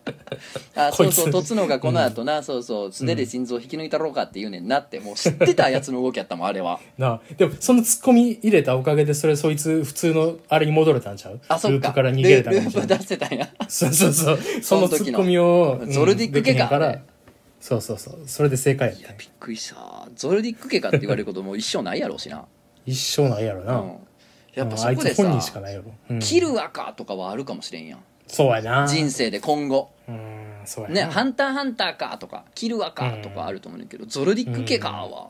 [SPEAKER 1] あ
[SPEAKER 2] こ
[SPEAKER 1] そ
[SPEAKER 2] いうつ
[SPEAKER 1] そうとつのがこの後な、そうそう素手で心臓引き抜いたろうかって言うねんなってもう知ってたやつの動きやったもんあれ は
[SPEAKER 2] なあでもそのツッコミ入れたおかげでそれそいつ普通のあれに戻れたんちゃう
[SPEAKER 1] あそっ
[SPEAKER 2] ルー
[SPEAKER 1] か
[SPEAKER 2] プから逃げ
[SPEAKER 1] ル
[SPEAKER 2] れたか
[SPEAKER 1] ル
[SPEAKER 2] もし
[SPEAKER 1] ープ
[SPEAKER 2] れない
[SPEAKER 1] 出せたんや
[SPEAKER 2] そうそうそうそ
[SPEAKER 1] その
[SPEAKER 2] の
[SPEAKER 1] 時
[SPEAKER 2] ツ
[SPEAKER 1] の
[SPEAKER 2] ッコミをうん
[SPEAKER 1] ゾルディック
[SPEAKER 2] できへんから
[SPEAKER 1] 外科
[SPEAKER 2] そうそうそうそれで正解やっ
[SPEAKER 1] い
[SPEAKER 2] た
[SPEAKER 1] やびっくりしたゾルディック外科って言われることもう一生ないやろうしな、
[SPEAKER 2] 一生ないやろ
[SPEAKER 1] う
[SPEAKER 2] な、
[SPEAKER 1] ん、やっぱ
[SPEAKER 2] うん
[SPEAKER 1] そ
[SPEAKER 2] あ
[SPEAKER 1] こ
[SPEAKER 2] い
[SPEAKER 1] で
[SPEAKER 2] つ本人しか
[SPEAKER 1] さ
[SPEAKER 2] ないやろ、うん
[SPEAKER 1] 「切るわか」とかはあるかもしれんやん
[SPEAKER 2] そうやな
[SPEAKER 1] 人生で今後
[SPEAKER 2] うんそうやな
[SPEAKER 1] ね、ハンターハンターかとか、キルアかとかあると思うんだけど、ゾルディック系かは、あ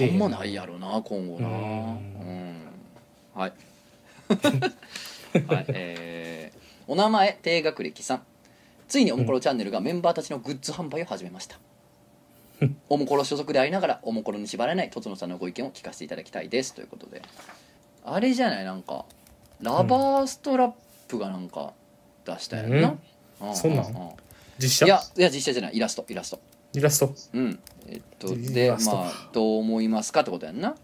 [SPEAKER 2] うん
[SPEAKER 1] んまないやろな、今後な。う
[SPEAKER 2] うん
[SPEAKER 1] ん。はい。 はい、えーお名前、低学歴さん。ついにおもころチャンネルがメンバーたちのグッズ販売を始めま した。おもころ所属でありながら、おもころに縛られない、とつのさんのご意見を聞かせていただきたいです。ということで。あれじゃない、なんか、ラバーストラップがなんか、出したやんな。う
[SPEAKER 2] そんなん
[SPEAKER 1] う
[SPEAKER 2] 実
[SPEAKER 1] いや
[SPEAKER 2] 写
[SPEAKER 1] いや実写じゃないイラストイラスト
[SPEAKER 2] イラスト
[SPEAKER 1] うんえっと
[SPEAKER 2] イ
[SPEAKER 1] でま
[SPEAKER 2] ラスト
[SPEAKER 1] あどう思いますかってことやんな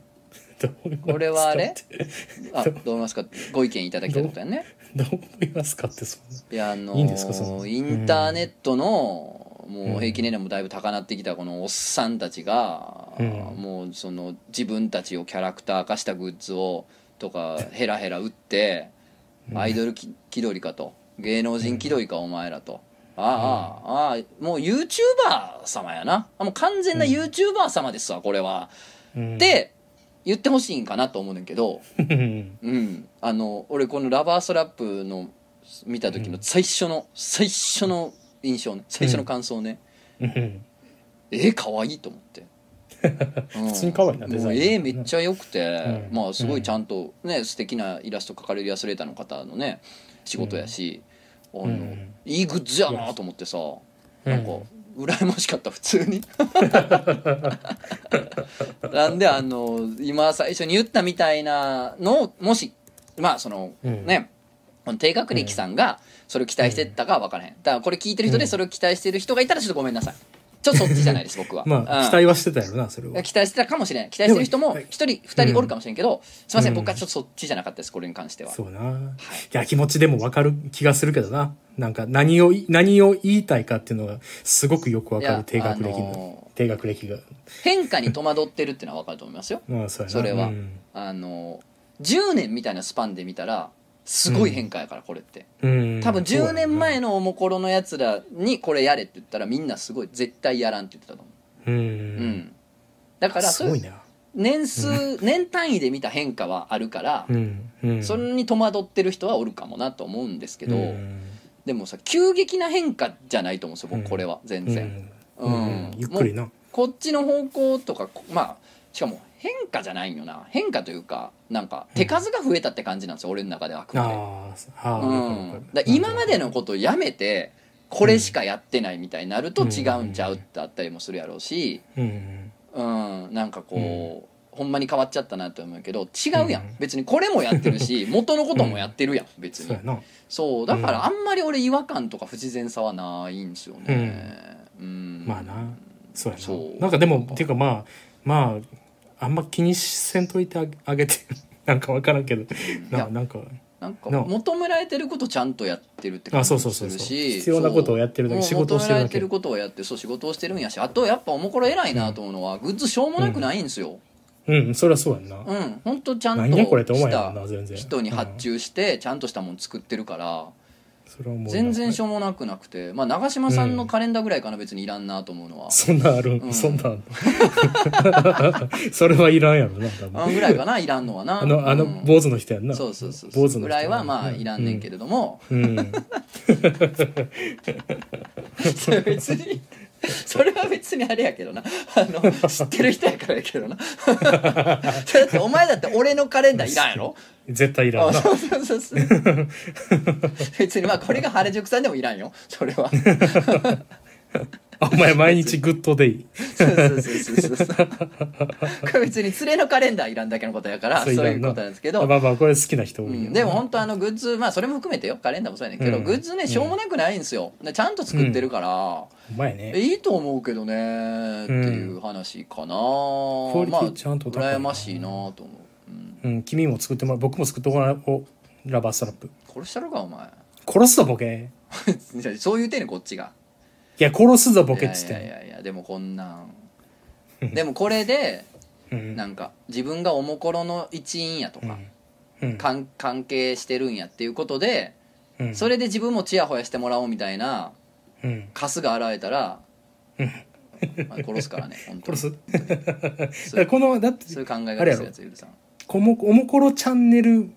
[SPEAKER 2] どう思いますか
[SPEAKER 1] これはあれ
[SPEAKER 2] って
[SPEAKER 1] あどう思いますかご意見いただきたいってことやんね
[SPEAKER 2] どう思いますかってそんない
[SPEAKER 1] やあのー
[SPEAKER 2] いいんですかそんな
[SPEAKER 1] インターネットの、も
[SPEAKER 2] う
[SPEAKER 1] うん平均年齢もだいぶ高なってきたこのおっさんたちが、
[SPEAKER 2] うん
[SPEAKER 1] もうその自分たちをキャラクター化したグッズをとかヘラヘラ売って、
[SPEAKER 2] うん
[SPEAKER 1] アイドルき気取りかと芸能人気取りかお前らと、ああああもう YouTuber 様やなあもう完全な
[SPEAKER 2] うん
[SPEAKER 1] YouTuber 様ですわこれは、
[SPEAKER 2] うん
[SPEAKER 1] って言ってほしいんかなと思うねんけど
[SPEAKER 2] うん
[SPEAKER 1] うん、あの俺このラバーストラップの見た時の
[SPEAKER 2] うん
[SPEAKER 1] 最初の、最初の印象ね最初の感想ね、
[SPEAKER 2] うん
[SPEAKER 1] えー、かわいいと思 って、うん
[SPEAKER 2] 普通に可愛いなデ
[SPEAKER 1] も
[SPEAKER 2] ザ
[SPEAKER 1] う
[SPEAKER 2] イン
[SPEAKER 1] 絵めっちゃ良くて、
[SPEAKER 2] うん
[SPEAKER 1] まあすごいちゃんとね素敵なイラスト描かれるイラストレーターの方のね仕事やし、あの
[SPEAKER 2] うん
[SPEAKER 1] いいグッズやなと思ってさ、なんか
[SPEAKER 2] うん
[SPEAKER 1] 羨ましかった普通 になんであの今最初に言ったみたいなのをもしまあその
[SPEAKER 2] うん
[SPEAKER 1] ね、この低学歴さんがそれを期待してたかは分からへんだからこれ聞いてる人でそれを期待してる人がいたらちょっとごめんなさいちょっとそっちじゃないです僕は
[SPEAKER 2] まあ
[SPEAKER 1] うん
[SPEAKER 2] 期待はしてたやろなそれは
[SPEAKER 1] 期待してたかもしれない期待してる人も
[SPEAKER 2] でも
[SPEAKER 1] 1人2人おるかもしれんけど、すいません
[SPEAKER 2] うん
[SPEAKER 1] 僕はちょっとそっちじゃなかったですこれに関しては
[SPEAKER 2] そうないや気持ちでもわかる気がするけどななんか何をい何を言いたいかっていうのがすごくよくわかる
[SPEAKER 1] い
[SPEAKER 2] 低
[SPEAKER 1] や
[SPEAKER 2] 学歴
[SPEAKER 1] あ
[SPEAKER 2] の
[SPEAKER 1] の
[SPEAKER 2] 低学歴が
[SPEAKER 1] 変化に戸惑ってるってのは分かると思いますよ
[SPEAKER 2] まあそうやな
[SPEAKER 1] それは
[SPEAKER 2] うん
[SPEAKER 1] あの10年みたいなスパンで見たらすごい変化やからこれって
[SPEAKER 2] うん
[SPEAKER 1] 多分10年前
[SPEAKER 2] の
[SPEAKER 1] のおもころのやつらにこれやれって言ったらみんなすごい絶対やらんって言ってたと思
[SPEAKER 2] うん
[SPEAKER 1] う、うん、だから
[SPEAKER 2] すごいな
[SPEAKER 1] 年数年単位で見た変化はあるから、
[SPEAKER 2] うんうん
[SPEAKER 1] それに戸惑ってる人はおるかもなと思うんですけど、
[SPEAKER 2] うん
[SPEAKER 1] でもさ急激な変化じゃないと思うんですよ
[SPEAKER 2] う
[SPEAKER 1] 僕
[SPEAKER 2] ん
[SPEAKER 1] これは全
[SPEAKER 2] う
[SPEAKER 1] 然、
[SPEAKER 2] ん
[SPEAKER 1] うん
[SPEAKER 2] ゆっくりな
[SPEAKER 1] こっちの方向とかこまあしかも変化じゃないんよな変化というかなんか手数が増えたって感じなんですよ、俺の中ではあくまで
[SPEAKER 2] あーあーわかるわ
[SPEAKER 1] う
[SPEAKER 2] か
[SPEAKER 1] ん
[SPEAKER 2] る、
[SPEAKER 1] だから今までのことをやめてこれしかやってないみたいになると違うんちゃうってあったりもするやろうし、
[SPEAKER 2] うん
[SPEAKER 1] うん、なんかこう、ほんまに変わっちゃったなって思うけど違うやん、
[SPEAKER 2] うん
[SPEAKER 1] 別にこれもやってる し元のこともやってるやん別
[SPEAKER 2] そう
[SPEAKER 1] に
[SPEAKER 2] やな
[SPEAKER 1] そうだからあんまり俺違和感とか不自然さはないんですよね、うん
[SPEAKER 2] まあなそうやな
[SPEAKER 1] そう
[SPEAKER 2] なんかでもっていうかまあまああんま気にせんといてあげあげて なんかわからんけど
[SPEAKER 1] いや
[SPEAKER 2] ななんか
[SPEAKER 1] なんか
[SPEAKER 2] なあ
[SPEAKER 1] 求められてることちゃんとやってるって感
[SPEAKER 2] あ
[SPEAKER 1] じ
[SPEAKER 2] そう
[SPEAKER 1] も
[SPEAKER 2] そう
[SPEAKER 1] す
[SPEAKER 2] そう
[SPEAKER 1] る
[SPEAKER 2] そう
[SPEAKER 1] し
[SPEAKER 2] 必要なことをやってるだけ
[SPEAKER 1] そう
[SPEAKER 2] 仕事をしてる
[SPEAKER 1] 求められ
[SPEAKER 2] だけ
[SPEAKER 1] てることをやってそう仕事をしてるんやしあとやっぱおもころ偉いなと思うのは、グッズしょうもなくないんですよ
[SPEAKER 2] うんそれはそうやんな、
[SPEAKER 1] うん、ほんとちゃん
[SPEAKER 2] 何
[SPEAKER 1] と
[SPEAKER 2] やこれって思
[SPEAKER 1] し
[SPEAKER 2] えやん
[SPEAKER 1] た
[SPEAKER 2] な全然
[SPEAKER 1] 人に発
[SPEAKER 2] うん
[SPEAKER 1] 注してちゃんとしたもん作ってるから
[SPEAKER 2] それはもう
[SPEAKER 1] 全然しょうもなくなくてまあ長嶋さんのカレンダーぐらいかな別にいらんなと思うのは、
[SPEAKER 2] そんなんある、
[SPEAKER 1] うん
[SPEAKER 2] そんなんある それはいらんやろな多
[SPEAKER 1] あ
[SPEAKER 2] 分
[SPEAKER 1] んぐらいかないらんのはな
[SPEAKER 2] あのあの
[SPEAKER 1] うん
[SPEAKER 2] 坊主の人やんな、
[SPEAKER 1] そうそうそう
[SPEAKER 2] 坊主の人
[SPEAKER 1] ぐらいはまあいらんねんけれども、
[SPEAKER 2] うん、うん
[SPEAKER 1] それ別にそれは別にあれやけどなあの知ってる人やからやけどなそれだってお前だって俺のカレンダーいらんやろ
[SPEAKER 2] 絶対いらん
[SPEAKER 1] あ
[SPEAKER 2] な
[SPEAKER 1] そうそうそうそう別にまあこれが原宿さんでもいらんよそ れは
[SPEAKER 2] あお前毎日グッドデイ
[SPEAKER 1] そうそうそうそうそうこれ別に連れのカレンダーいらんだけのことやからそう
[SPEAKER 2] いら
[SPEAKER 1] いうことなんですけど
[SPEAKER 2] まあまあこれ好きな人多
[SPEAKER 1] う
[SPEAKER 2] いよ、
[SPEAKER 1] ん、でも本当あのグッズまあそれも含めてよカレンダーもそうやねんけど、
[SPEAKER 2] うん
[SPEAKER 1] グッズねしょうもなくないんですよ、でちゃんと作ってるから、
[SPEAKER 2] うまいね
[SPEAKER 1] いいと思うけどねっていう話かな、
[SPEAKER 2] クオリテ
[SPEAKER 1] まあ
[SPEAKER 2] ィちゃんと高いな
[SPEAKER 1] 羨ましいなと思う、うん、
[SPEAKER 2] うん君も作ってもらう僕も作ってもらおうラバーストラップ
[SPEAKER 1] 殺したろかお前
[SPEAKER 2] 殺すぞボケ
[SPEAKER 1] いやそう言うてんねんこっちが
[SPEAKER 2] いや殺すぞボケっつっ
[SPEAKER 1] いやい
[SPEAKER 2] て
[SPEAKER 1] やいやいやでもこんなんでもこれで
[SPEAKER 2] うん
[SPEAKER 1] なんか自分がおもころの一員やと
[SPEAKER 2] う
[SPEAKER 1] か,、
[SPEAKER 2] んうん
[SPEAKER 1] かん関係してるんやっていうことで
[SPEAKER 2] うん
[SPEAKER 1] それで自分もチヤホヤしてもらおうみたいな
[SPEAKER 2] うん
[SPEAKER 1] カスが現れたら、まあ殺すから ね本当に
[SPEAKER 2] 殺すだ
[SPEAKER 1] そうい
[SPEAKER 2] から
[SPEAKER 1] う
[SPEAKER 2] このだって
[SPEAKER 1] そういう考え
[SPEAKER 2] あ
[SPEAKER 1] 方
[SPEAKER 2] れや
[SPEAKER 1] す
[SPEAKER 2] ろ
[SPEAKER 1] るやつゆるさん
[SPEAKER 2] こもおもころチャンネル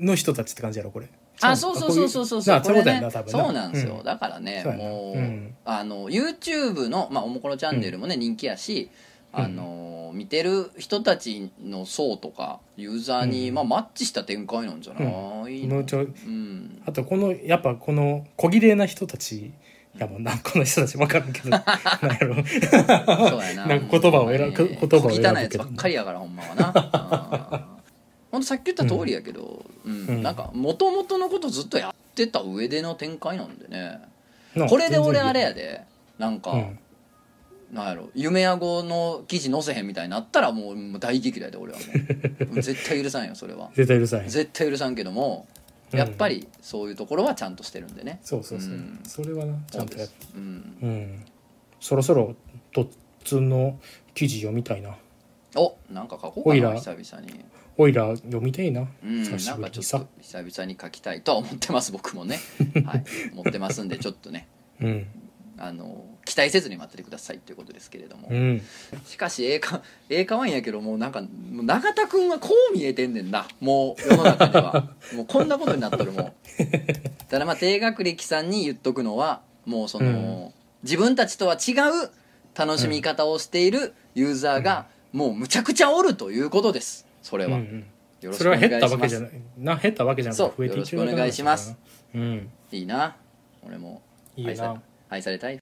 [SPEAKER 2] の人たちって感じやろこれ
[SPEAKER 1] あそうそうそうそうそうそう
[SPEAKER 2] こういうなあそういうことやんな
[SPEAKER 1] ね
[SPEAKER 2] 多分
[SPEAKER 1] そうなんですよ、だからね
[SPEAKER 2] そうやな
[SPEAKER 1] もう、
[SPEAKER 2] うん
[SPEAKER 1] あの YouTube の、まあ、おもころチャンネルもね、人気やしあの見てる人たちの層とかユーザーに、
[SPEAKER 2] うん
[SPEAKER 1] まあ、マッチした展開なんじゃない
[SPEAKER 2] うん
[SPEAKER 1] の、
[SPEAKER 2] も
[SPEAKER 1] う
[SPEAKER 2] うちょい
[SPEAKER 1] ん、
[SPEAKER 2] あとこのやっぱこの小綺麗な人たちやもんなこの人たち分 かるけどなんやろ
[SPEAKER 1] そうやな
[SPEAKER 2] なんか言葉を選ぶ
[SPEAKER 1] ほんまに
[SPEAKER 2] 言葉を選ぶけど
[SPEAKER 1] 小汚いやつばっかりやからほんまはなうんほんとさっき言った通りやけど、うん
[SPEAKER 2] うん
[SPEAKER 1] なんかもともとのことずっとやってた上での展開なんでね、
[SPEAKER 2] な
[SPEAKER 1] これで俺あれやでなんか、
[SPEAKER 2] うん
[SPEAKER 1] なんやろ夢やごの記事載せへんみたいになったらもうもう大激怒やで俺はもう うん絶対許さんよそれは
[SPEAKER 2] 絶対許さへん
[SPEAKER 1] 絶対許さんけども
[SPEAKER 2] うん
[SPEAKER 1] やっぱりそういうところはちゃんとしてるんでね
[SPEAKER 2] そうそうそう、
[SPEAKER 1] うん
[SPEAKER 2] それはなちゃんとやっ
[SPEAKER 1] そうですうん
[SPEAKER 2] うんそろそろとっつの記事読みたいな
[SPEAKER 1] おなんか書こう
[SPEAKER 2] お
[SPEAKER 1] か
[SPEAKER 2] い
[SPEAKER 1] な
[SPEAKER 2] ら
[SPEAKER 1] 久々に
[SPEAKER 2] オイラ読みたいな、
[SPEAKER 1] うん
[SPEAKER 2] 久し
[SPEAKER 1] なん
[SPEAKER 2] ぶ
[SPEAKER 1] か
[SPEAKER 2] り
[SPEAKER 1] ちょ
[SPEAKER 2] に
[SPEAKER 1] っ
[SPEAKER 2] さ
[SPEAKER 1] と久々に書きたいとは思ってます僕 もねはい思ってますんでちょっとね
[SPEAKER 2] うん
[SPEAKER 1] あの期待せずに待っててくださいということですけれども
[SPEAKER 2] うん
[SPEAKER 1] しかしええかええかわいいんやけどもうなんかもう永田君はこう見えてんねんなもう世の中で はもうこんなことになっとるもんただまあ低学歴さんに言っとくのはもうその、
[SPEAKER 2] うん
[SPEAKER 1] 自分たちとは違う楽しみ方をしているユーザーがもうむちゃくちゃおるということですそれ
[SPEAKER 2] うんう
[SPEAKER 1] は、
[SPEAKER 2] ん
[SPEAKER 1] よろし
[SPEAKER 2] そ
[SPEAKER 1] く
[SPEAKER 2] れ
[SPEAKER 1] お
[SPEAKER 2] は
[SPEAKER 1] 願い
[SPEAKER 2] 減
[SPEAKER 1] し
[SPEAKER 2] っ
[SPEAKER 1] ま
[SPEAKER 2] た
[SPEAKER 1] す
[SPEAKER 2] わけじゃないな減ったわけじゃなく
[SPEAKER 1] そう
[SPEAKER 2] て増えていってるだけな
[SPEAKER 1] よろしくお願いします
[SPEAKER 2] うん
[SPEAKER 1] いいない俺も
[SPEAKER 2] いい
[SPEAKER 1] 愛さ
[SPEAKER 2] な
[SPEAKER 1] 愛されたい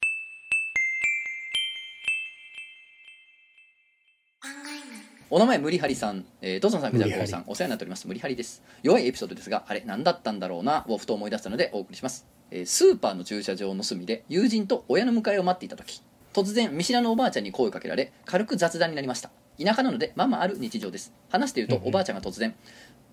[SPEAKER 1] お名前無理はりさん、えー、トソンさん、藤田光さん、お世話になっております。無理はりです。弱いエピソードですが、あれ、何だったんだろうな、をふと思い出したのでお送りします。えースーパーの駐車場の隅で、友人と親の迎えを待っていた時突然、見知らぬおばあちゃんに声をかけられ、軽く雑談になりました。田舎なので、まあまあある日常です。話していると、おばあちゃんが突然、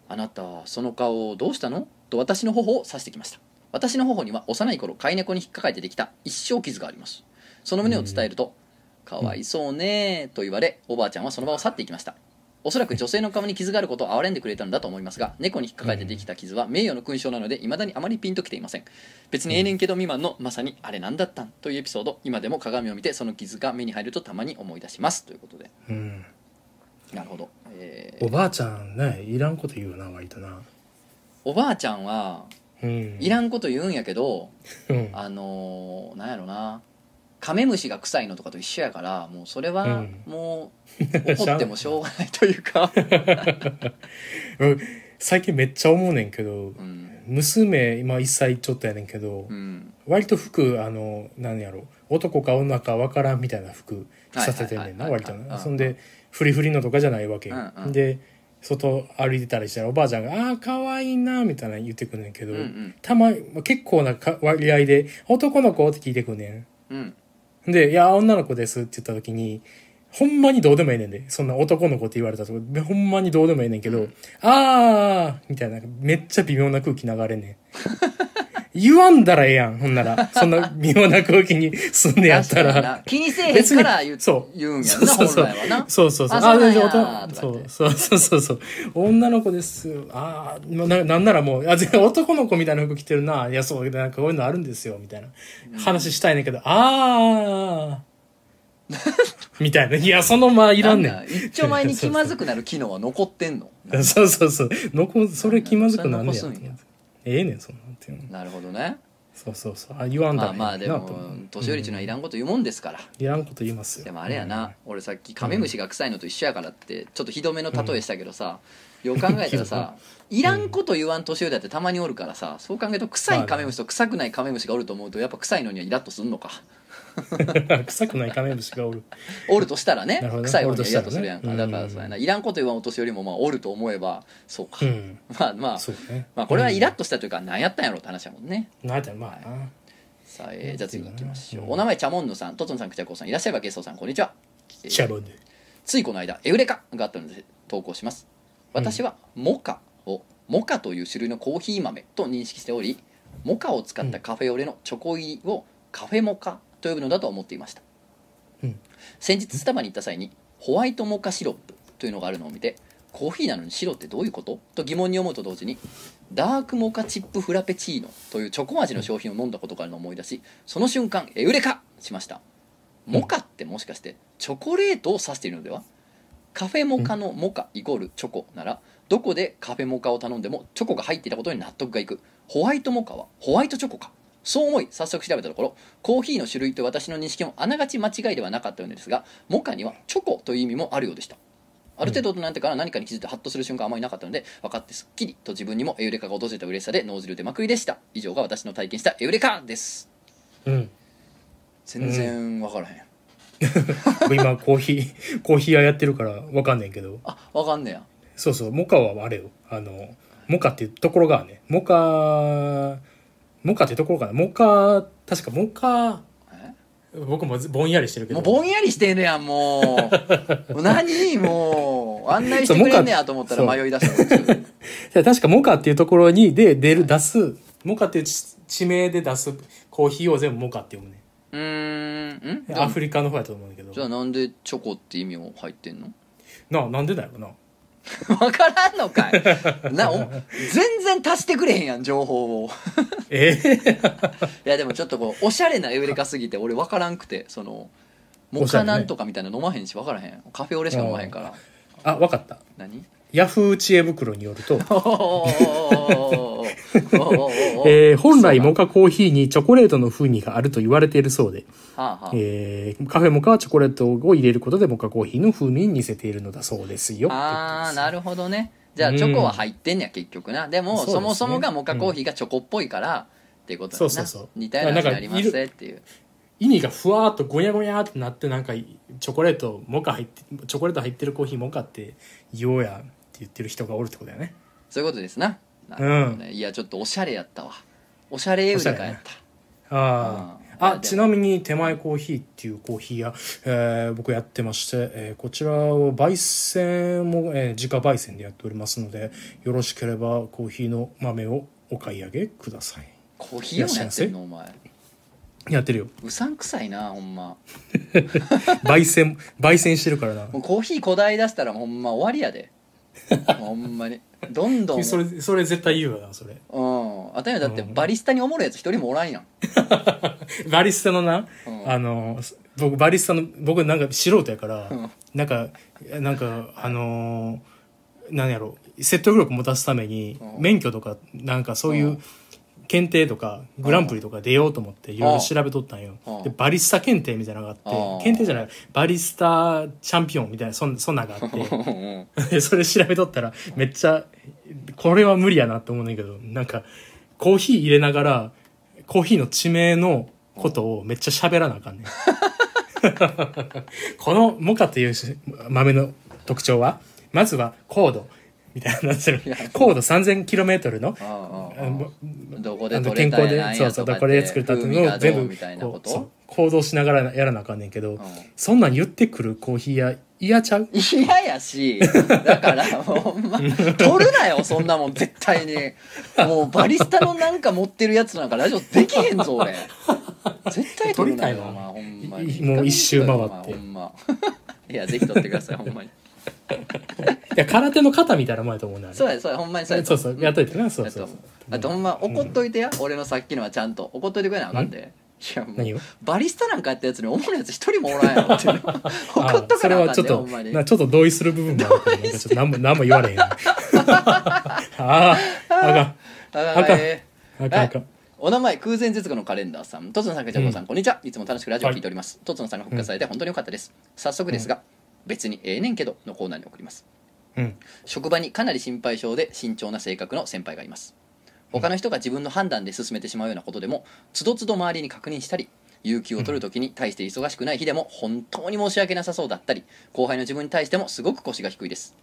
[SPEAKER 1] あなたその顔どうしたのと私の頬を刺してきました私の頬には幼い頃飼い猫に引っかかえてできた一生傷がありますその旨を伝えると「かわいそうね」と言われおばあちゃんはその場を去っていきましたおそらく女性の顔に傷があることを憐れんでくれたのだと思いますが猫に引っかかえてできた傷は名誉の勲章なのでいまだにあまりピンときていません別に永年けど未満のまさに「あれなんだったん?」というエピソード今でも鏡を見てその傷が目に入るとたまに思い出しますということで
[SPEAKER 2] うん
[SPEAKER 1] なるほど、えー
[SPEAKER 2] おばあちゃんねいらんこと言うな割とな
[SPEAKER 1] おばあちゃんは
[SPEAKER 2] うん
[SPEAKER 1] いらんこと言うんやけど
[SPEAKER 2] うん
[SPEAKER 1] あのーなんやろなカメムシが臭いのとかと一緒やからもうそれは
[SPEAKER 2] うん
[SPEAKER 1] もう怒ってもしょうがないという か、
[SPEAKER 2] うん最近めっちゃ思うねんけど
[SPEAKER 1] うん
[SPEAKER 2] 娘今1歳ちょっとやねんけど
[SPEAKER 1] うん、
[SPEAKER 2] 割と服あの何やろ男か女か分からんみたいな服着させてんねんな
[SPEAKER 1] はいはい
[SPEAKER 2] 割
[SPEAKER 1] は
[SPEAKER 2] と
[SPEAKER 1] いはい
[SPEAKER 2] な
[SPEAKER 1] うん
[SPEAKER 2] そんでフリフリのとかじゃないわけよ
[SPEAKER 1] うんうん
[SPEAKER 2] で外歩いてたりしたらおばあちゃんが「ああかわいいな」みたいな言ってくんねんけど
[SPEAKER 1] うんうん
[SPEAKER 2] たまま結構なか割合で「男の子?」って聞いてくんねん
[SPEAKER 1] うん
[SPEAKER 2] で、いや、女の子ですって言った時に、ほんまにどうでもええねんで。そんな男の子って言われたとこ、ほんまにどうでもええねんけど、
[SPEAKER 1] うん
[SPEAKER 2] あーみたいな、めっちゃ微妙な空気流れん ねん。言わんだらええやん、ほんなら。そんな微妙な空気に住んでやった
[SPEAKER 1] 確かに
[SPEAKER 2] ら。
[SPEAKER 1] な気にせえへんから言う
[SPEAKER 2] 別にそう
[SPEAKER 1] 言うんや
[SPEAKER 2] そ
[SPEAKER 1] ろ
[SPEAKER 2] う
[SPEAKER 1] な
[SPEAKER 2] そう
[SPEAKER 1] 本
[SPEAKER 2] そう
[SPEAKER 1] 来はな
[SPEAKER 2] そうそうそう。
[SPEAKER 1] あそうなんや
[SPEAKER 2] あ全然
[SPEAKER 1] とか
[SPEAKER 2] 男
[SPEAKER 1] 言って
[SPEAKER 2] そうそうそうそうそう。女の子です。あーななんならもう、あ、全然男の子みたいな服着てるな。いや、そう、なんかこういうのあるんですよ、みたいな。話したいねんけど、あー。みたいな。いや、その間いらんね
[SPEAKER 1] なん
[SPEAKER 2] ん。
[SPEAKER 1] だ一丁前に気まずくなる機能は残って んの
[SPEAKER 2] そうそうそう。残、それ気まずくなんね
[SPEAKER 1] それ残すんや
[SPEAKER 2] や。ええねん、そんなんていうの。
[SPEAKER 1] なるほどね
[SPEAKER 2] そうそうそうあ言わん
[SPEAKER 1] まあ
[SPEAKER 2] だ
[SPEAKER 1] まあでも年寄りっていうのはいいらんこと言うもんですから、
[SPEAKER 2] いらんこと言いますよ
[SPEAKER 1] でもあれやな、俺さっきカメムシが臭いのと一緒やからってちょっとひどめの例えしたけどさ、よう考えたらさいらんこと言わん年寄りだってたまにおるからさそう考えると臭いカメムシと臭くないカメムシがおると思うとやっぱ臭いのにはイラッとすんのか
[SPEAKER 2] うん臭くないカメムシがおる
[SPEAKER 1] おるとしたらね
[SPEAKER 2] なるほどね
[SPEAKER 1] 臭い方にはイラッとするやんか、
[SPEAKER 2] おると
[SPEAKER 1] だ
[SPEAKER 2] したらね
[SPEAKER 1] からそうやないらんこと言わんお年寄りもまあおると思えばそうか、
[SPEAKER 2] うん
[SPEAKER 1] まあまあ
[SPEAKER 2] そうね
[SPEAKER 1] まあこれはイラッ
[SPEAKER 2] と
[SPEAKER 1] としたというか何やったんやろって話やもんね
[SPEAKER 2] なんだよまあな
[SPEAKER 1] さあ、えーじゃあ次行きましょう、
[SPEAKER 2] うん
[SPEAKER 1] お名前チャモンヌさんトトンさんクチャコウさんいらっしゃればゲストさんこんにちは、えー
[SPEAKER 2] シャボンで
[SPEAKER 1] ついこの間「エウレカ!」があったので投稿します私はモカをモカという種類のコーヒー豆と認識しておりモカを使ったカフェオレのチョコ入りをカフェモカと呼ぶのだと思っていました、
[SPEAKER 2] うん
[SPEAKER 1] 先日スタバに行った際にホワイトモカシロップというのがあるのを見てコーヒーなのに白ってどういうことと疑問に思うと同時にダークモカチップフラペチーノというチョコ味の商品を飲んだことからの思い出しその瞬間エウレカしましたモカってもしかしてチョコレートを指しているのではカフェモカのモカイコールチョコならどこでカフェモカを頼んでもチョコが入っていたことに納得がいくホワイトモカはホワイトチョコかそう思い早速調べたところコーヒーの種類と私の認識もあながち間違いではなかったようですがモカにはチョコという意味もあるようでしたある程度となってから何かに気づいてハッとする瞬間あまりなかったので分かってすっきりと自分にもエウレカが訪れた嬉しさで脳汁出まくりでした以上が私の体験したエウレカです
[SPEAKER 2] うん
[SPEAKER 1] 全然分からへん、
[SPEAKER 2] 僕今コーヒー コーヒー屋やってるからわかんないけど
[SPEAKER 1] あ分かんねや
[SPEAKER 2] そうそうモカはあれよあのモカっていうところがねモカモカってところかなモカ確かモカ
[SPEAKER 1] え
[SPEAKER 2] 僕もずぼんやりしてるけ
[SPEAKER 1] も
[SPEAKER 2] ど
[SPEAKER 1] うぼんやりしてんねやんもう もう何もう案内してくれんねやと思ったら
[SPEAKER 2] そう
[SPEAKER 1] 迷い出した こいつ
[SPEAKER 2] 確かモカっていうところにで出る出すモカっていう地地名で出すコーヒーを全部モカって読むね
[SPEAKER 1] うーんんじゃ
[SPEAKER 2] ア
[SPEAKER 1] あ
[SPEAKER 2] フリカの方やと思うんだけど
[SPEAKER 1] じゃあなんでチョコって意味を入ってんの
[SPEAKER 2] ななんでだよな
[SPEAKER 1] わからんのかいなお全然足してくれへんやん情報を
[SPEAKER 2] え
[SPEAKER 1] いやでもちょっとこうおしゃれなエウレカすぎて俺わからんくてそのモカなんとかみたいなの飲まへんしわからへんカフェオレしか飲まへんから
[SPEAKER 2] あわかった
[SPEAKER 1] 何
[SPEAKER 2] ヤフー知恵袋によると、
[SPEAKER 1] おーおーおー おーおーおー
[SPEAKER 2] えー本来モカコーヒーにチョコレートの風味があると言われているそうで、
[SPEAKER 1] はあはあ
[SPEAKER 2] えーカフェモカはチョコレートを入れることでモカコーヒーの風味に似せているのだそうですよ
[SPEAKER 1] ああ
[SPEAKER 2] る
[SPEAKER 1] なるほどねじゃあ
[SPEAKER 2] うん
[SPEAKER 1] チョコは入ってんねや結局なでも
[SPEAKER 2] そ
[SPEAKER 1] そ,、
[SPEAKER 2] うですね
[SPEAKER 1] もそもがモカコーヒーがチョコっぽいから、っていうことやな
[SPEAKER 2] そうそうそう
[SPEAKER 1] 似たような味になりますねっていう
[SPEAKER 2] 意味がふわーっとごにゃごにゃーってなってなんかチョコレートモカ入ってチョコレート入ってるコーヒーモカって言おうやんって言ってる人がおるってことだよね
[SPEAKER 1] そういうことですななるほどねいやちょっとおしゃれやったわおしゃれエウレカやった
[SPEAKER 2] あー
[SPEAKER 1] あー
[SPEAKER 2] あちなみに手前コーヒーっていうコーヒー屋、えー僕やってまして、えーこちらを焙煎も、えー自家焙煎でやっておりますのでよろしければコーヒーの豆をお買い上げください
[SPEAKER 1] コーヒー屋もやってんのお前
[SPEAKER 2] やってるよ
[SPEAKER 1] うさんくさいなほんま
[SPEAKER 2] 焙煎焙煎してるからな
[SPEAKER 1] もうコーヒーこだい出したらほんま終わりやでほんまにどんどん
[SPEAKER 2] それそれ絶対言うよなそれ
[SPEAKER 1] うんあたりだってバリスタにおもろいやつ一人もおらんやん
[SPEAKER 2] バリスタのな、
[SPEAKER 1] うん
[SPEAKER 2] あの僕バリスタの僕なんか素人やから、
[SPEAKER 1] うん
[SPEAKER 2] なんかなんかあのー、なんやろ説得力持たすために、
[SPEAKER 1] うん
[SPEAKER 2] 免許とかなんかそういう、
[SPEAKER 1] うん
[SPEAKER 2] 検定とかグランプリとか出ようと思っていろいろ調べとったんよ、
[SPEAKER 1] うん
[SPEAKER 2] でバリスタ検定みたいなのがあって、
[SPEAKER 1] うん
[SPEAKER 2] 検定じゃないバリスタチャンピオンみたいなそんそんなんがあって
[SPEAKER 1] うんうん
[SPEAKER 2] で それ調べとったらめっちゃこれは無理やなって思うねんだけどなんかコーヒー入れながらコーヒーの地名のことをめっちゃ喋らなあかんねん このモカという豆の特徴はまずは高度みたいなのする
[SPEAKER 1] いや
[SPEAKER 2] 高度 3000km の
[SPEAKER 1] ああ
[SPEAKER 2] あの
[SPEAKER 1] どこ
[SPEAKER 2] あ
[SPEAKER 1] で
[SPEAKER 2] の
[SPEAKER 1] 取れ
[SPEAKER 2] 健
[SPEAKER 1] たんや
[SPEAKER 2] 康で
[SPEAKER 1] なん
[SPEAKER 2] そ
[SPEAKER 1] や
[SPEAKER 2] うそ
[SPEAKER 1] と
[SPEAKER 2] う
[SPEAKER 1] か
[SPEAKER 2] だ
[SPEAKER 1] っ
[SPEAKER 2] からこれ
[SPEAKER 1] て
[SPEAKER 2] で作ったって
[SPEAKER 1] 風
[SPEAKER 2] い
[SPEAKER 1] 味
[SPEAKER 2] うのを
[SPEAKER 1] がどう
[SPEAKER 2] 全部
[SPEAKER 1] みたいなこ
[SPEAKER 2] こうそう
[SPEAKER 1] と
[SPEAKER 2] 行動しながらやらなあかんねんけど、
[SPEAKER 1] うん
[SPEAKER 2] そんなん言ってくるコーヒー屋嫌ちゃう
[SPEAKER 1] 嫌やしだ からもうほんま取るなよそんなもん絶対にもうバリスタのなんか持ってるやつなんかラジオできへんぞ俺絶対取るなよ
[SPEAKER 2] 取りたいわ
[SPEAKER 1] お前ほんまに
[SPEAKER 2] いもう一周回って
[SPEAKER 1] ほんまいやぜひ取ってくださいほんまに
[SPEAKER 2] いや空手の肩みたいなもんやと思うねあれ
[SPEAKER 1] そうやそうやほんまにそうや
[SPEAKER 2] そうそうやっといてなそう
[SPEAKER 1] やと
[SPEAKER 2] そう
[SPEAKER 1] 思
[SPEAKER 2] そう
[SPEAKER 1] あとほんま怒っといてや、俺のさっきのはちゃんと怒っといてくれなあかんで、いやも
[SPEAKER 2] 何を
[SPEAKER 1] うバリスタなんかやったやつに思うやつ一人もおらんやろって いうの怒っとかなあか
[SPEAKER 2] あ
[SPEAKER 1] ん
[SPEAKER 2] そ
[SPEAKER 1] で
[SPEAKER 2] れはち
[SPEAKER 1] ほ
[SPEAKER 2] ょ
[SPEAKER 1] んま
[SPEAKER 2] っ
[SPEAKER 1] に
[SPEAKER 2] となちょっと同意する部分もあるからなんかちょっと何も何も言 われへんあああかん
[SPEAKER 1] あ
[SPEAKER 2] あかん
[SPEAKER 1] えー
[SPEAKER 2] あかんあかん
[SPEAKER 1] お名前空前絶後のカレンダーさんとつのさんかちゃんこさん、こんにちはいつも楽しくラジオを聞いておりますとつのさんが復活されて本当に良かったです早速ですが、別にええねんけどのコーナーに送ります
[SPEAKER 2] うん
[SPEAKER 1] 職場にかなり心配性で慎重な性格の先輩がいます他の人が自分の判断で進めてしまうようなことでもつどつど周りに確認したり有給を取るときに対して忙しくない日でも本当に申し訳なさそうだったり後輩の自分に対してもすごく腰が低いです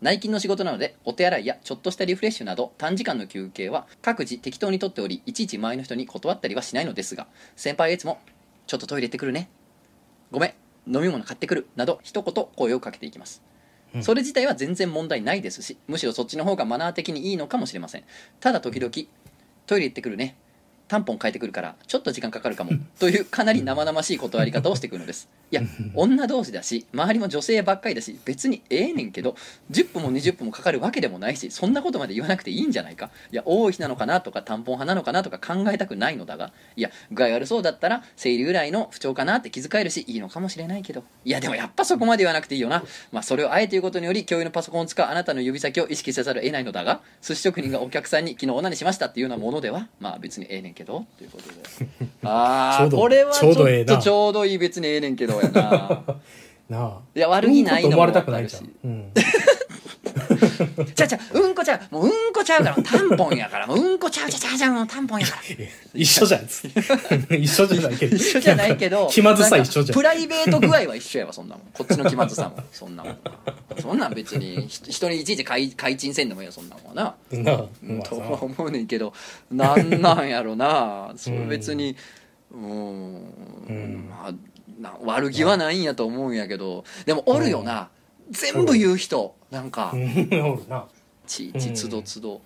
[SPEAKER 1] 内勤の仕事なのでお手洗いやちょっとしたリフレッシュなど短時間の休憩は各自適当にとっておりいちいち周りの人に断ったりはしないのですが先輩はいつも「ちょっとトイレ行ってくるね」「ごめん飲み物買ってくる」など一言声をかけていきますそれ自体は全然問題ないですしむしろそっちの方がマナー的にいいのかもしれませんただ時々「トイレ行ってくるね」「タンポン変えてくるからちょっと時間かかるかも」というかなり生々しい断り方をしてくるのですいや女同士だし周りも女性ばっかりだし別にええねんけど10分も20分もかかるわけでもないしそんなことまで言わなくていいんじゃないかいや多い日なのかなとか短ポン派なのかなとか考えたくないのだがいや具合悪そうだったら生理ぐらいの不調かなって気遣えるしいいのかもしれないけどいやでもやっぱそこまで言わなくていいよなまあそれをあえて言うことにより共有のパソコンを使うあなたの指先を意識せざるを得ないのだが寿司職人がお客さんに昨日オナニしましたっていうようなものではまあ別にええねんけどという ことであ
[SPEAKER 2] ちょ
[SPEAKER 1] あ
[SPEAKER 2] うど
[SPEAKER 1] これはち
[SPEAKER 2] ち
[SPEAKER 1] ょ
[SPEAKER 2] ょ
[SPEAKER 1] っ
[SPEAKER 2] うどええな
[SPEAKER 1] とちょうどいい別にええねんけどやな
[SPEAKER 2] なあ
[SPEAKER 1] いや悪気ない
[SPEAKER 2] う
[SPEAKER 1] の
[SPEAKER 2] んこと思
[SPEAKER 1] も
[SPEAKER 2] わ
[SPEAKER 1] 分
[SPEAKER 2] れ
[SPEAKER 1] か
[SPEAKER 2] たくない
[SPEAKER 1] る
[SPEAKER 2] じ
[SPEAKER 1] し
[SPEAKER 2] ゃん、うん、
[SPEAKER 1] ちゃうちゃううんこちゃうもううんこちゃうからもうタンポンやからもううんこちゃうちゃうちゃうちゃうもうタンポンやから
[SPEAKER 2] 一緒じゃん一緒じゃないけど
[SPEAKER 1] 一緒じゃないけど
[SPEAKER 2] 気まずさ一緒じ
[SPEAKER 1] なんかプ
[SPEAKER 2] ゃん
[SPEAKER 1] ライベート具合は一緒やわそん なもんこっちの気まずさもそんなもんそんなん別にひ人にいちいち開開陳せんでもいいよそんなもんはな、
[SPEAKER 2] なあ
[SPEAKER 1] うん
[SPEAKER 2] まあ
[SPEAKER 1] と
[SPEAKER 2] な
[SPEAKER 1] は思うねんけどなんなんやろ なそれ
[SPEAKER 2] うん
[SPEAKER 1] 別にうん
[SPEAKER 2] うん
[SPEAKER 1] まあな悪気はないんやと思うんやけどでもおるよな、全部言う人なんか、
[SPEAKER 2] うん おるない
[SPEAKER 1] ちいちつどつど、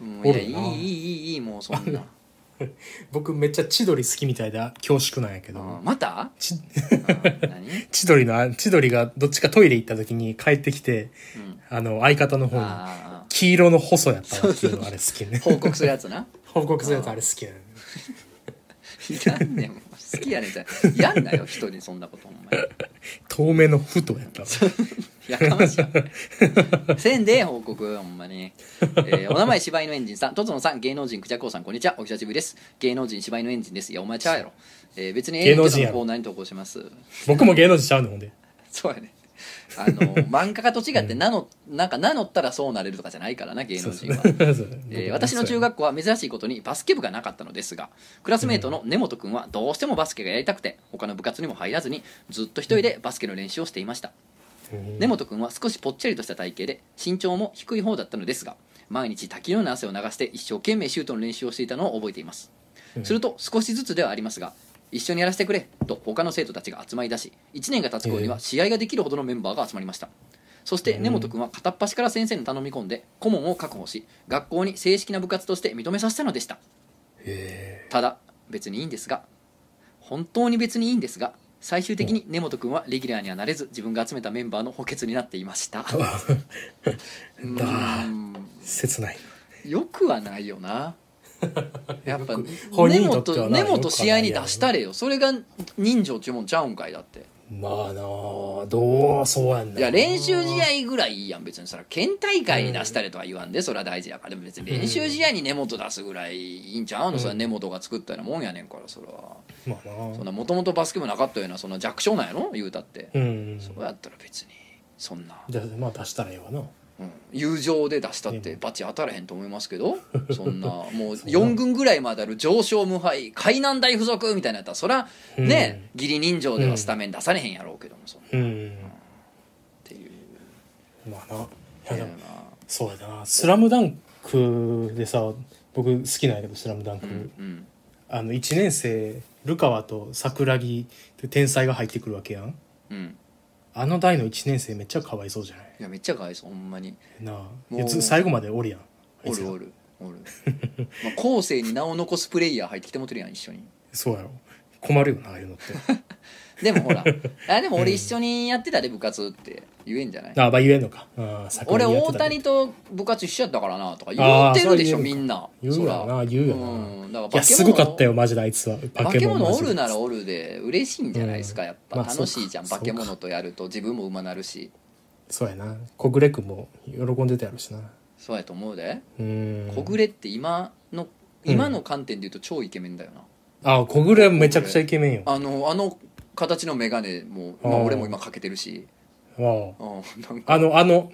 [SPEAKER 1] うん、い
[SPEAKER 2] お
[SPEAKER 1] やい
[SPEAKER 2] る
[SPEAKER 1] い
[SPEAKER 2] ない
[SPEAKER 1] いいいいもうそんな、
[SPEAKER 2] 僕めっちゃ千鳥好きみたいで恐縮なんやけど、
[SPEAKER 1] うん、また、
[SPEAKER 2] ち
[SPEAKER 1] うん、 何、うん
[SPEAKER 2] 千鳥のあ千鳥がどっちかトイレ行った時に帰ってきてあの相方の方に
[SPEAKER 1] あ
[SPEAKER 2] 黄色の細やったわっていうのあれ好き
[SPEAKER 1] あ
[SPEAKER 2] ね
[SPEAKER 1] 報告するやつな
[SPEAKER 2] 報告するやつあれ好きやね
[SPEAKER 1] いらんねんもう好きやねんじゃんやんなよ人にそんなことほんまに
[SPEAKER 2] 透明の太やったわ
[SPEAKER 1] やかましいわせんでえ報告ほんまに、えーお名前柴犬エンジンさんとつのさん芸能人くじゃこうさんこんにちはお久しぶりです芸能人柴犬エンジンですいやお前ちゃうやろ、えー別にええねんけど
[SPEAKER 2] 芸能人やろ
[SPEAKER 1] コーナーに投稿します
[SPEAKER 2] 僕も芸能人ちゃうのほんで
[SPEAKER 1] そうやねあの漫画家と違って名の、なんか名乗ったらそうなれるとかじゃないからな芸能人は
[SPEAKER 2] そうそう そう
[SPEAKER 1] えー私の中学校は珍しいことにバスケ部がなかったのですがクラスメートの根本君はどうしてもバスケがやりたくて他の部活にも入らずにずっと一人でバスケの練習をしていました
[SPEAKER 2] うん
[SPEAKER 1] 根本君は少しぽっちゃりとした体型で身長も低い方だったのですが毎日滝のような汗を流して一生懸命シュートの練習をしていたのを覚えています
[SPEAKER 2] うん
[SPEAKER 1] すると少しずつではありますが一緒にやらせてくれと他の生徒たちが集まり出し1年が経つ頃には試合ができるほどのメンバーが集まりましたそして
[SPEAKER 2] うん
[SPEAKER 1] 根本君は片っ端から先生に頼み込んで顧問を確保し学校に正式な部活として認めさせたのでした
[SPEAKER 2] へ
[SPEAKER 1] ただ別にいいんですが本当に別にいいんですが最終的に根本君はレギュラーにはなれず自分が集めたメンバーの補欠になっていました
[SPEAKER 2] え
[SPEAKER 1] うーん
[SPEAKER 2] 切ない
[SPEAKER 1] よくはないよ なやっぱ
[SPEAKER 2] よく本
[SPEAKER 1] 根
[SPEAKER 2] 人にとっては
[SPEAKER 1] 本根
[SPEAKER 2] なよくはな
[SPEAKER 1] 本
[SPEAKER 2] い
[SPEAKER 1] 試合に出したれよそれが人情っちゅうもんちゃうんかいだって
[SPEAKER 2] まあなあどうそうやんない
[SPEAKER 1] や練習試合ぐらいいいやん別にそら県大会に出したりとは言わんでそれは大事やからでも別に練習試合に根本出すぐらいいいんちゃうのそれは根本が作ったようなもんやねんからそれは
[SPEAKER 2] まあな
[SPEAKER 1] そんなもともとバスケもなかったようなそんな弱小なんやろ言うたって、
[SPEAKER 2] うん
[SPEAKER 1] そうやったら別にそんな、
[SPEAKER 2] じゃあまあ出したらええわな
[SPEAKER 1] うん友情で出したってバチ当たらへんと思いますけ どそんなもう4軍ぐらいまである上昇無敗海南大附属みたいなやったらそらね、義理人情ではスタメン出されへんやろうけどもそんなっ
[SPEAKER 2] うん
[SPEAKER 1] ていう
[SPEAKER 2] まあないや
[SPEAKER 1] 変
[SPEAKER 2] で
[SPEAKER 1] な
[SPEAKER 2] もそうやな「スラムダンクでさ僕好きなんやけど「スラムダンク、
[SPEAKER 1] うんうん
[SPEAKER 2] あの1年生ルカワと桜木って天才が入ってくるわけやん
[SPEAKER 1] うん
[SPEAKER 2] あの代の1年生めっちゃかわいそうじゃない
[SPEAKER 1] いやめっちゃかわいそうほんまに
[SPEAKER 2] なあ
[SPEAKER 1] う
[SPEAKER 2] いやず最後までおるやんあ
[SPEAKER 1] お
[SPEAKER 2] いつ
[SPEAKER 1] る
[SPEAKER 2] ら
[SPEAKER 1] おるお るまあ後世に名を残すプレイヤー入ってきてもてるやん一緒に
[SPEAKER 2] そうやろ困るよなああいうのって
[SPEAKER 1] でもほ らあでも俺一緒にやってたで部活って言えんじゃない
[SPEAKER 2] ああまあ言えんのかああ桜
[SPEAKER 1] 俺
[SPEAKER 2] 木やって
[SPEAKER 1] 大
[SPEAKER 2] たね
[SPEAKER 1] 谷と部活一緒やったからなとか言
[SPEAKER 2] あ
[SPEAKER 1] っ
[SPEAKER 2] ー
[SPEAKER 1] てるでしょ
[SPEAKER 2] それ
[SPEAKER 1] み
[SPEAKER 2] 言うん
[SPEAKER 1] な
[SPEAKER 2] 言う
[SPEAKER 1] そ
[SPEAKER 2] よ
[SPEAKER 1] ら
[SPEAKER 2] な言うよな、
[SPEAKER 1] うんだから
[SPEAKER 2] い
[SPEAKER 1] 化け
[SPEAKER 2] や
[SPEAKER 1] 物
[SPEAKER 2] すごかったよマジであいつは
[SPEAKER 1] 化け物
[SPEAKER 2] マ
[SPEAKER 1] お
[SPEAKER 2] ジで
[SPEAKER 1] るならおるで嬉しいんじゃないですかやっぱ
[SPEAKER 2] まあそうか
[SPEAKER 1] 楽しいじゃん
[SPEAKER 2] そ
[SPEAKER 1] 化
[SPEAKER 2] うか
[SPEAKER 1] け物とやると自分も馬なるし
[SPEAKER 2] そうやな小暮君も喜んでたやろしな
[SPEAKER 1] そうやと思うで
[SPEAKER 2] うん
[SPEAKER 1] 小暮って今の
[SPEAKER 2] うん
[SPEAKER 1] 今の観点で言うと超イケメンだよな、
[SPEAKER 2] あ小暮はめちゃくちゃイケメンよあ
[SPEAKER 1] あのあの形の眼鏡も、まあ、
[SPEAKER 2] あー
[SPEAKER 1] 俺も今かけてるし
[SPEAKER 2] あ
[SPEAKER 1] うんなんか
[SPEAKER 2] あのあの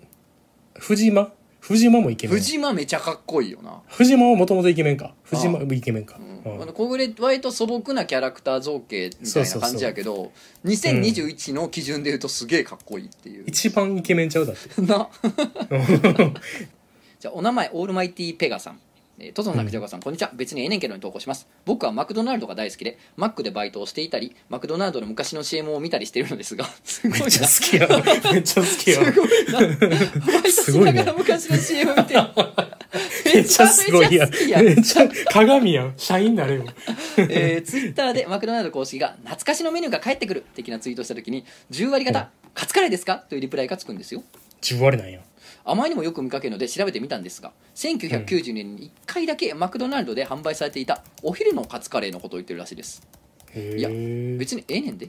[SPEAKER 2] 藤間藤間もイケメン
[SPEAKER 1] 藤間めちゃかっこいいよな、
[SPEAKER 2] 藤間はもともとイケメンか藤間
[SPEAKER 1] ああ
[SPEAKER 2] もイケメンか、
[SPEAKER 1] うん
[SPEAKER 2] うん
[SPEAKER 1] あの小暮割と素朴なキャラクター造形みたいな感じやけど2021の基準で言うとすげえかっこいいっていう、
[SPEAKER 2] 一番イケメンち ゃうだって
[SPEAKER 1] なじゃあお名前オールマイティペガさんえートトの中条さん、こんにちは別にええねんけどに投稿します僕はマクドナルドが大好きでマックでバイトをしていたりマクドナルドの昔の CM を見たりしているのですが すごい
[SPEAKER 2] め
[SPEAKER 1] な
[SPEAKER 2] っちゃ好きや めっちゃ好きや
[SPEAKER 1] すごいなバイトしながら昔の CM 見てる
[SPEAKER 2] めっちゃすごいや
[SPEAKER 1] めちゃめちゃ好きやん
[SPEAKER 2] めっちゃ鏡やん社員になれよ
[SPEAKER 1] えー、ツイッターでマクドナルド公式が懐かしのメニューが返ってくる的なツイートをした時に10割方カツカレーですかというリプライがつくんですよ
[SPEAKER 2] 10割なんや
[SPEAKER 1] あまりにもよく見かけるので調べてみたんですが1990年に1回だけマクドナルドで販売されていたお昼のカツカレーのことを言ってるらしいです
[SPEAKER 2] へ
[SPEAKER 1] いや
[SPEAKER 2] え
[SPEAKER 1] 別にええねんで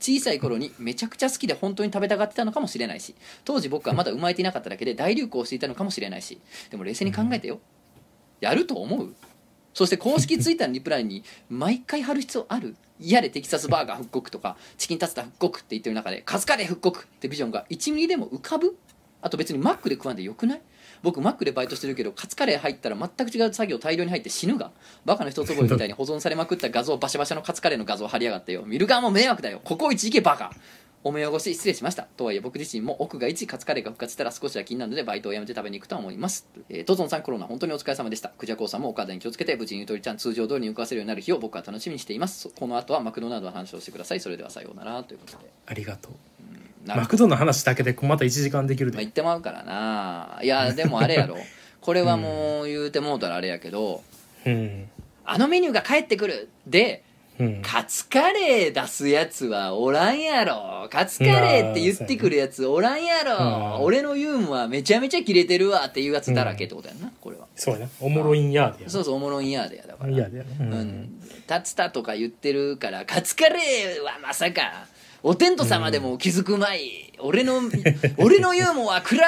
[SPEAKER 1] 小さい頃にめちゃくちゃ好きで本当に食べたがってたのかもしれないし当時僕はまだ生まれていなかっただけで大流行していたのかもしれないしでも冷静に考えてよ、やると思うそして公式ツイッターのリプライに「毎回貼る必要ある?」「嫌でテキサスバーガー復刻」とか「チキンタツタ復刻」って言ってる中で「カツカレー復刻」ってビジョンが1ミリでも浮かぶあと別にマックで食わんでよくない僕マックでバイトしてるけどカツカレー入ったら全く違う作業大量に入って死ぬがバカの一つ覚えみたいに保存されまくった画像バシャバシャのカツカレーの画像貼りやがってよ見る側も迷惑だよここ一行けバカお目汚し失礼しましたとはいえ僕自身も奥が一カツカレーが復活したら少しは気になるのでバイトを辞めて食べに行くとは思います、えー、トゾンさんコロナ本当にお疲れ様でしたクジャコウさんもお体に気をつけて無事にゆとりちゃん通常通りに動かせるようになる日を僕は楽しみにしていますそこの後はマクドナルドの話をしてくださいそれではさようならということで
[SPEAKER 2] ありがとう
[SPEAKER 1] なる
[SPEAKER 2] マクドの話だけでまた1時間できる
[SPEAKER 1] まあ、
[SPEAKER 2] で
[SPEAKER 1] 言ってまうからないやでもあれやろこれはもう言うてもうたらあれやけど、
[SPEAKER 2] うん
[SPEAKER 1] あのメニューが帰ってくるで
[SPEAKER 2] うん
[SPEAKER 1] カツカレー出すやつはおらんやろカツカレーって言ってくるやつおらんや
[SPEAKER 2] ま
[SPEAKER 1] ろ
[SPEAKER 2] あ
[SPEAKER 1] 俺のユーモアめちゃめちゃキレてるわっていうやつだらけってことやんなこれは
[SPEAKER 2] そうやなおもろいんやでや
[SPEAKER 1] そうそうおもろいんやでやだから
[SPEAKER 2] いやでやう
[SPEAKER 1] うんんタツタとか言ってるからカツカレーはまさかお天道様でも気づくまい、俺 の俺のユーモア暗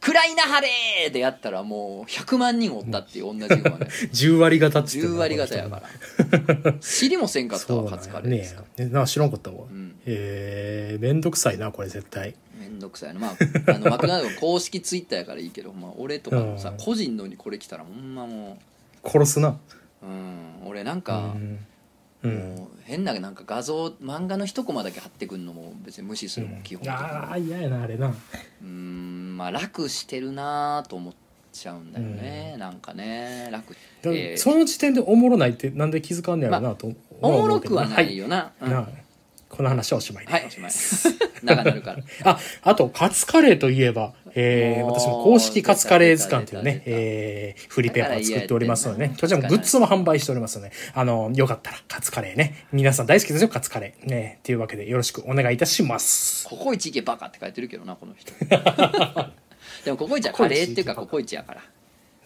[SPEAKER 1] 暗いなはれでやったらもう100万人おったっていう同じユ ーモアで
[SPEAKER 2] 10割方っつって
[SPEAKER 1] 10割方やから知りもせんかった
[SPEAKER 2] そう
[SPEAKER 1] わ
[SPEAKER 2] なん
[SPEAKER 1] カ
[SPEAKER 2] や
[SPEAKER 1] ツカレーで
[SPEAKER 2] ね
[SPEAKER 1] すか
[SPEAKER 2] えなんか知らんかったわ、
[SPEAKER 1] ん
[SPEAKER 2] えー、めんどくさいなこれ絶対
[SPEAKER 1] めんどくさいなまああのマクドナルドの公式ツイッターやからいいけど、まあ、俺とかのさ
[SPEAKER 2] うん
[SPEAKER 1] 個人のにこれ来たらほんまも
[SPEAKER 2] 殺すな
[SPEAKER 1] ううん俺なん
[SPEAKER 2] う
[SPEAKER 1] か、
[SPEAKER 2] ん、うん、
[SPEAKER 1] もう変ななんか画像漫画の一コマだけ貼ってくんのも別に無視するもん、基本的に
[SPEAKER 2] ああ嫌やなあれな
[SPEAKER 1] うーんまあ楽してるなぁと思っちゃうんだよね、なんかね楽、
[SPEAKER 2] だから
[SPEAKER 1] えー
[SPEAKER 2] その時点でおもろないってなんで気づかんねやろうなと、
[SPEAKER 1] おもろくはな
[SPEAKER 2] はい
[SPEAKER 1] よな、うん
[SPEAKER 2] なあこの話はおしまいで、
[SPEAKER 1] はいおしまい長なるから
[SPEAKER 2] ああとカツカレーといえば、えー、
[SPEAKER 1] おー
[SPEAKER 2] 私も公式カツカレー図鑑というね
[SPEAKER 1] 出、た出た
[SPEAKER 2] えー、フリーペーパーを作っておりますのでねこちらもグッズも販売しておりますのであのよかったらカツカレーね皆さん大好きですよカツカレーねというわけでよろしくお願いいたします
[SPEAKER 1] ココイチ行けバカって書いてるけどなこの 人でもココイチはカレーっていうかココイチやから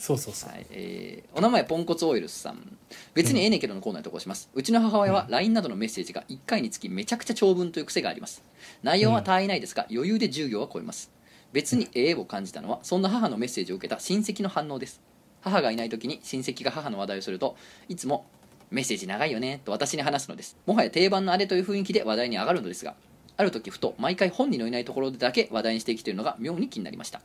[SPEAKER 2] そうそうそう
[SPEAKER 1] はいえーお名前ポンコツオイルスさん別にええねんけどのコーナーとこします、うちの母親は LINE などのメッセージが1回につきめちゃくちゃ長文という癖があります内容は単位内ですが余裕で10行は超えます別にええを感じたのはそんな母のメッセージを受けた親戚の反応です母がいない時に親戚が母の話題をするといつも「メッセージ長いよね」と私に話すのですもはや定番のあれという雰囲気で話題に上がるのですがある時ふと毎回本人のいないところでだけ話題にしてきているのが妙に気になりました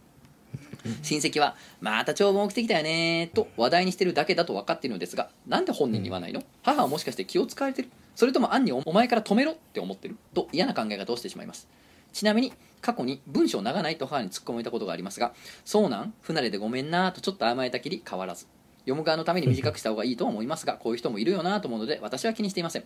[SPEAKER 1] 親戚は「また長文起きてきたよね」と話題にしてるだけだと分かっているのですがなんで本人に言わないの母はもしかして気を使われてるそれとも暗にお前から止めろって思ってると嫌な考え方をしてしまいますちなみに過去に文章長ないと母に突っ込めたことがありますが「そうなん不慣れでごめんな」とちょっと甘えたきり変わらず読む側のために短くした方がいいとは思いますがこういう人もいるよなと思うので私は気にしていません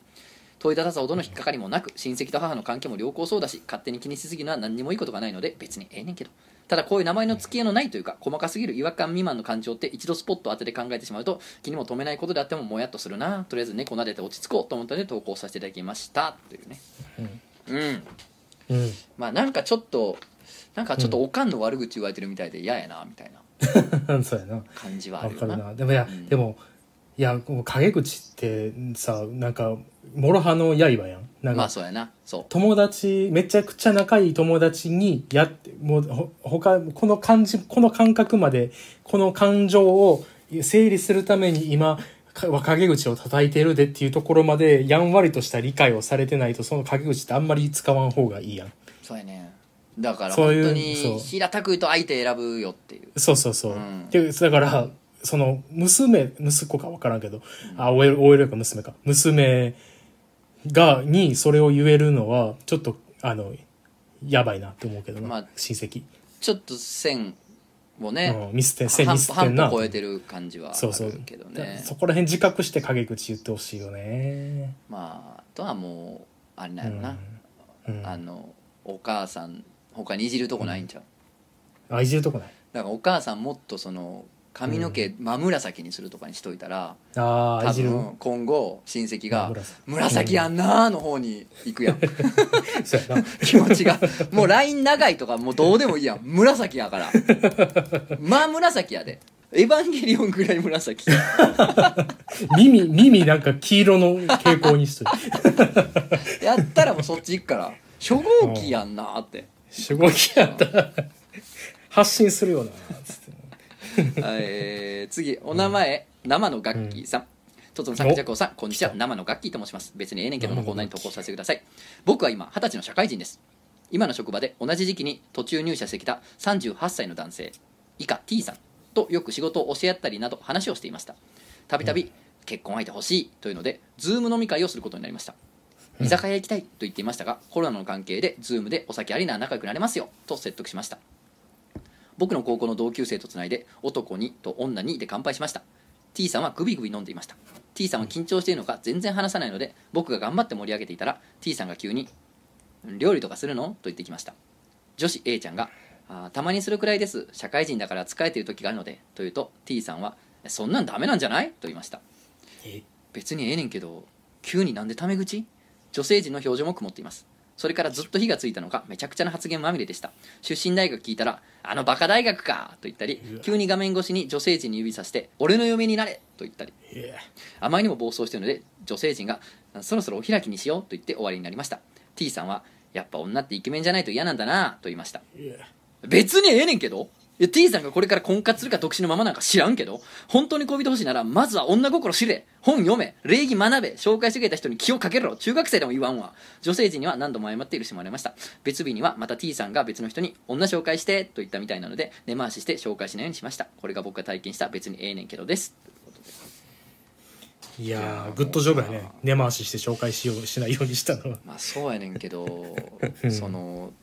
[SPEAKER 1] 問いただすほどの引っかかりもなく親戚と母の関係も良好そうだし勝手に気にしすぎるのは何にもいいことがないので別にええねんけどただこういう名前の付き合いのないというか細かすぎる違和感未満の感情って一度スポットを当てて考えてしまうと気にも留めないことであってももやっとするなとりあえず猫撫でて落ち着こうと思ったので投稿させていただきましたというねうん
[SPEAKER 2] うん
[SPEAKER 1] まあなんかちょっとなんかちょっとおかんの悪口言われてるみたいで嫌やなみたいな
[SPEAKER 2] そうやな
[SPEAKER 1] 感じはあ
[SPEAKER 2] わ
[SPEAKER 1] る
[SPEAKER 2] か
[SPEAKER 1] よ
[SPEAKER 2] る
[SPEAKER 1] な
[SPEAKER 2] なでもいや、
[SPEAKER 1] うん
[SPEAKER 2] でもいやもう陰口ってさなんか諸刃の刃やんなん
[SPEAKER 1] ま
[SPEAKER 2] か
[SPEAKER 1] あそうやなそ
[SPEAKER 2] 友達めちゃくちゃ仲いい友達にやってもうほ他この感じこの感覚までこの感情を整理するために今か陰口を叩いてるでっていうところまでやんわりとした理解をされてないとその陰口ってあんまり使わん方がいいやん
[SPEAKER 1] そうやねだから
[SPEAKER 2] そう
[SPEAKER 1] 本
[SPEAKER 2] いう
[SPEAKER 1] 当
[SPEAKER 2] そう
[SPEAKER 1] に平たく言うと相手選ぶよっていう
[SPEAKER 2] そうそうそう、
[SPEAKER 1] うん
[SPEAKER 2] でだからその娘息子か分からんけど、あ OL, OL か娘か娘がにそれを言えるのはちょっとあのやばいなって思うけどな、
[SPEAKER 1] まあ
[SPEAKER 2] 親戚、
[SPEAKER 1] ちょっと線をね、
[SPEAKER 2] うん、ミスってん線
[SPEAKER 1] 半
[SPEAKER 2] ミスってんな
[SPEAKER 1] 半歩超えてる感じはあ
[SPEAKER 2] そうそう
[SPEAKER 1] るけどね
[SPEAKER 2] そこら辺自覚して陰口言ってほしいよね
[SPEAKER 1] まああとはもうあれなんやろな、
[SPEAKER 2] うん
[SPEAKER 1] あのお母さん他にいじるとこないんちゃう、
[SPEAKER 2] 愛じるとこない
[SPEAKER 1] だからお母さんもっとその髪の毛真紫にするとかにしといたら、
[SPEAKER 2] ああ
[SPEAKER 1] 多
[SPEAKER 2] 愛じる
[SPEAKER 1] 分今後親戚が
[SPEAKER 2] 紫
[SPEAKER 1] 「紫やんな」の方に行くやん
[SPEAKER 2] そうやな
[SPEAKER 1] 気持ちがもうライン長いとかもうどうでもいいやん紫やからまあ紫やで「エヴァンゲリオン」ぐらい紫
[SPEAKER 2] 耳耳なんか黄色の傾向にしとい て
[SPEAKER 1] やったらもうそっち行くから初号機やんなって
[SPEAKER 2] 守護機やったら発信するよなつっ て
[SPEAKER 1] えー次お名前、生のガッキーさん、とつのさん、
[SPEAKER 2] お
[SPEAKER 1] じゃこうさん、こんにちは。生のガッキーと申します。別にええねんけども、こんなに投稿させてください。僕は今、二十歳の社会人です。今の職場で同じ時期に途中入社してきた38歳の男性、以下 T さんとよく仕事を教え合ったりなど話をしていました。たびたび、結婚相手欲しいというので、ズーム飲み会をすることになりました。居酒屋行きたいと言っていましたが、コロナの関係で、ズームでお酒ありなら仲良くなれますよと説得しました。僕の高校の同級生とつないで男にと女にで乾杯しました T さんはグビグビ飲んでいました T さんは緊張しているのか全然話さないので僕が頑張って盛り上げていたら T さんが急に「料理とかするの?」と言ってきました女子 A ちゃんが「あーたまにするくらいです社会人だから疲れている時があるので」と言うと T さんは「そんなんダメなんじゃない?」と言いました
[SPEAKER 2] え
[SPEAKER 1] 別にええねんけど急になんでタメ口女性陣の表情も曇っていますそれからずっと火がついたのかめちゃくちゃな発言まみれでした出身大学聞いたら「あのバカ大学か!」と言ったり
[SPEAKER 2] うわ
[SPEAKER 1] 急に画面越しに女性陣に指さして「俺の嫁になれ!」と言ったりあまりにも暴走しているので女性陣が「そろそろお開きにしよう」と言って終わりになりました T さんは「やっぱ女ってイケメンじゃないと嫌なんだな」と言いました別にええねんけどいや T さんがこれから婚活するか独身のままなんか知らんけど本当に恋人欲しいならまずは女心知れ本読め礼儀学べ紹介してくれた人に気をかけろ中学生でも言わんわ女性陣には何度も謝って許してもらいました別日にはまた T さんが別の人に女紹介してと言ったみたいなので根回しして紹介しないようにしましたこれが僕が体験した別にええねんけどです
[SPEAKER 2] いやーグッドジョブやね根回しして紹介しようしないようにしたのは
[SPEAKER 1] まあそうやねんけど
[SPEAKER 2] うん
[SPEAKER 1] その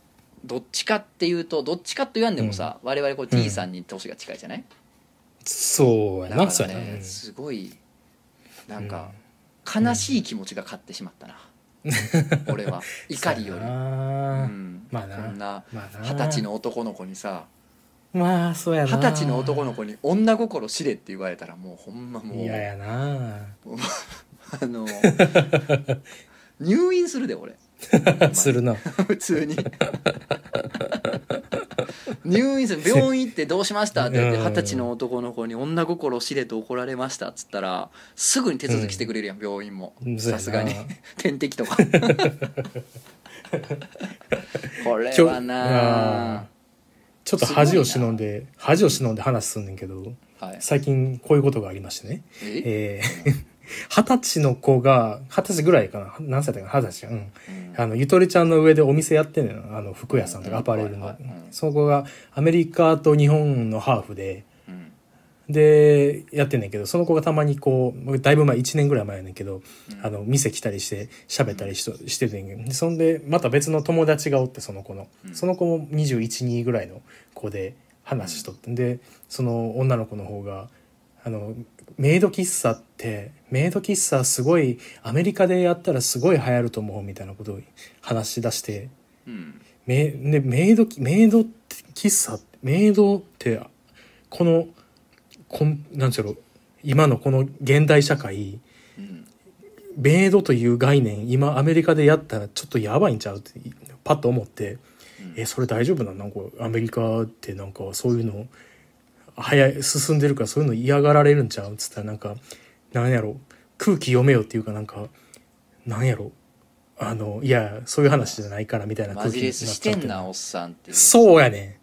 [SPEAKER 1] どっちかっていうとどっちかと言わんでもさ、我々こう T さんに年が近いじゃない、
[SPEAKER 2] そうや
[SPEAKER 1] だ
[SPEAKER 2] な
[SPEAKER 1] か
[SPEAKER 2] そう
[SPEAKER 1] ら
[SPEAKER 2] やなう
[SPEAKER 1] ね
[SPEAKER 2] ん
[SPEAKER 1] すごいなんか悲しい気持ちが勝ってしまったな、俺は怒りより、
[SPEAKER 2] そうや
[SPEAKER 1] う、
[SPEAKER 2] なんまあな
[SPEAKER 1] こんな
[SPEAKER 2] まあな
[SPEAKER 1] 二十歳の男の子にさ
[SPEAKER 2] まあそうやな
[SPEAKER 1] 二十歳の男の子に女心知れって言われたらもうほんまもう
[SPEAKER 2] 嫌やな
[SPEAKER 1] あ の入院するで俺
[SPEAKER 2] するな
[SPEAKER 1] 普通に入院する病院行って「どうしました?」って言って
[SPEAKER 2] うん
[SPEAKER 1] 二十歳の男の子に「女心知れと怒られました」っつったらすぐに手続きしてくれるやん、病院も
[SPEAKER 2] うんそうやな
[SPEAKER 1] さすがに 点滴 とかこれ
[SPEAKER 2] ちょ
[SPEAKER 1] はなあ
[SPEAKER 2] あーちょっと恥を忍んで恥を忍んで話すんねんけど
[SPEAKER 1] はい
[SPEAKER 2] 最近こういうことがありましてね
[SPEAKER 1] え
[SPEAKER 2] えー 二十歳の子が二十歳ぐらいかな何歳だったかな二十歳うん
[SPEAKER 1] うん
[SPEAKER 2] あのゆとりちゃんの上でお店やってんのよあの服屋さんと
[SPEAKER 1] うん
[SPEAKER 2] かアパレルの、
[SPEAKER 1] はいはいうん
[SPEAKER 2] そこがアメリカと日本のハーフで
[SPEAKER 1] うん
[SPEAKER 2] でやってんねんけどその子がたまにこうだいぶ前1年ぐらい前やねんけど、
[SPEAKER 1] うん
[SPEAKER 2] あの店来たりして喋ったりしとしててんけどでそんでまた別の友達がおってその子の、
[SPEAKER 1] うん
[SPEAKER 2] その子も212ぐらいの子で話しとってんでその女の子の方があのメイド喫茶ってメイド喫茶すごいアメリカでやったらすごい流行ると思うみたいなことを話し出して
[SPEAKER 1] うん
[SPEAKER 2] メでメイドきメイドって喫茶ってメイドってこのこんなんちゃろう今のこの現代社会
[SPEAKER 1] うん
[SPEAKER 2] メイドという概念今アメリカでやったらちょっとやばいんちゃうってパッと思って、
[SPEAKER 1] うん
[SPEAKER 2] えそれ大丈夫なのなんかアメリカってなんかそういうの早い進んでるからそういうの嫌がられるんちゃうっつったらなんかなんやろ空気読めよっていうかなんかなんやろあのいやそういう話じゃないからみたいな
[SPEAKER 1] マ
[SPEAKER 2] 空
[SPEAKER 1] ジ
[SPEAKER 2] 気にな
[SPEAKER 1] レ
[SPEAKER 2] っ
[SPEAKER 1] ス
[SPEAKER 2] ちゃっ
[SPEAKER 1] してて
[SPEAKER 2] ん
[SPEAKER 1] んなおっさんっていう
[SPEAKER 2] そうやね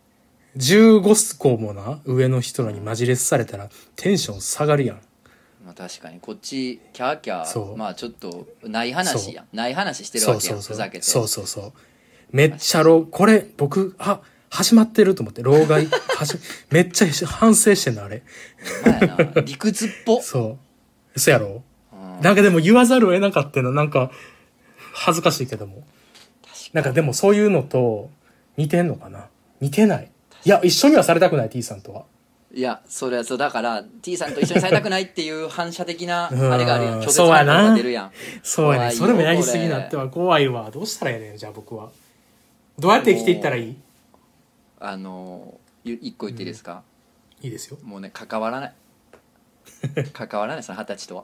[SPEAKER 2] ん15個もな上の人らにマジレスされたらテンション下がるやん
[SPEAKER 1] まあ、確かにこっちキャーキャ
[SPEAKER 2] そ
[SPEAKER 1] ー
[SPEAKER 2] う
[SPEAKER 1] まあちょっとない話やんない話してる
[SPEAKER 2] そ
[SPEAKER 1] わ
[SPEAKER 2] う
[SPEAKER 1] け
[SPEAKER 2] そ
[SPEAKER 1] や
[SPEAKER 2] うんそ
[SPEAKER 1] ふ
[SPEAKER 2] う
[SPEAKER 1] ざけて
[SPEAKER 2] そうそうそうめっちゃ老これ僕あ始まってると思って老害 はじめっちゃ反省してんのあれ
[SPEAKER 1] ほんまやな理屈っぽ、
[SPEAKER 2] そうそやろ
[SPEAKER 1] うん
[SPEAKER 2] なんかでも言わざるを得なかったのなんか恥ずかしいけどもなんかでもそういうのと似てんのかな似てないいや一緒にはされたくない T さんとはい
[SPEAKER 1] やそれはそうだから T さんと一緒にされたくないっていう反射的な
[SPEAKER 2] うん
[SPEAKER 1] あれがあるやん拒絶
[SPEAKER 2] そうや
[SPEAKER 1] 反応
[SPEAKER 2] な
[SPEAKER 1] が出るやん
[SPEAKER 2] そうや
[SPEAKER 1] 怖
[SPEAKER 2] ね
[SPEAKER 1] いよ
[SPEAKER 2] それもやりすぎになっては怖いわどうしたらええねんじゃあ僕はどうやって生きていったらいい
[SPEAKER 1] あのゆ一個言っていいですか、
[SPEAKER 2] いいですよ
[SPEAKER 1] もうね関わらない関わらないその二十歳とは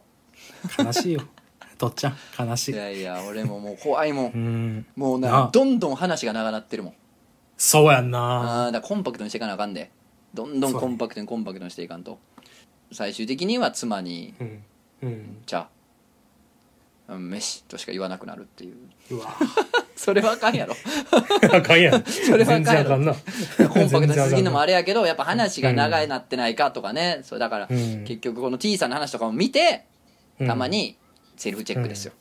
[SPEAKER 2] 悲しいよ とっちゃん悲し
[SPEAKER 1] いやいや俺ももう怖いもん
[SPEAKER 2] うん
[SPEAKER 1] もう
[SPEAKER 2] な
[SPEAKER 1] な
[SPEAKER 2] あ
[SPEAKER 1] どんどん話が長なってるもん
[SPEAKER 2] そうやんな
[SPEAKER 1] ああーだからコンパクトにしていかなあかんでどんどん
[SPEAKER 2] そうね
[SPEAKER 1] コンパクトにコンパクトにしていかんと最終的には妻に
[SPEAKER 2] うんうん
[SPEAKER 1] 「じゃあうん飯」としか言わなくなるっていう
[SPEAKER 2] うわ
[SPEAKER 1] それはあかんやろ
[SPEAKER 2] あかん
[SPEAKER 1] れ
[SPEAKER 2] やん
[SPEAKER 1] はあ
[SPEAKER 2] 全
[SPEAKER 1] かん
[SPEAKER 2] 然
[SPEAKER 1] や
[SPEAKER 2] あ
[SPEAKER 1] ろ
[SPEAKER 2] かんな
[SPEAKER 1] コンパクトにしすぎるのもあ
[SPEAKER 2] れ
[SPEAKER 1] れやけどやっぱ話が長いなってないかとかねそうだから
[SPEAKER 2] うん
[SPEAKER 1] 結局この T さんの話とかも見てたまにセルフチェックですよ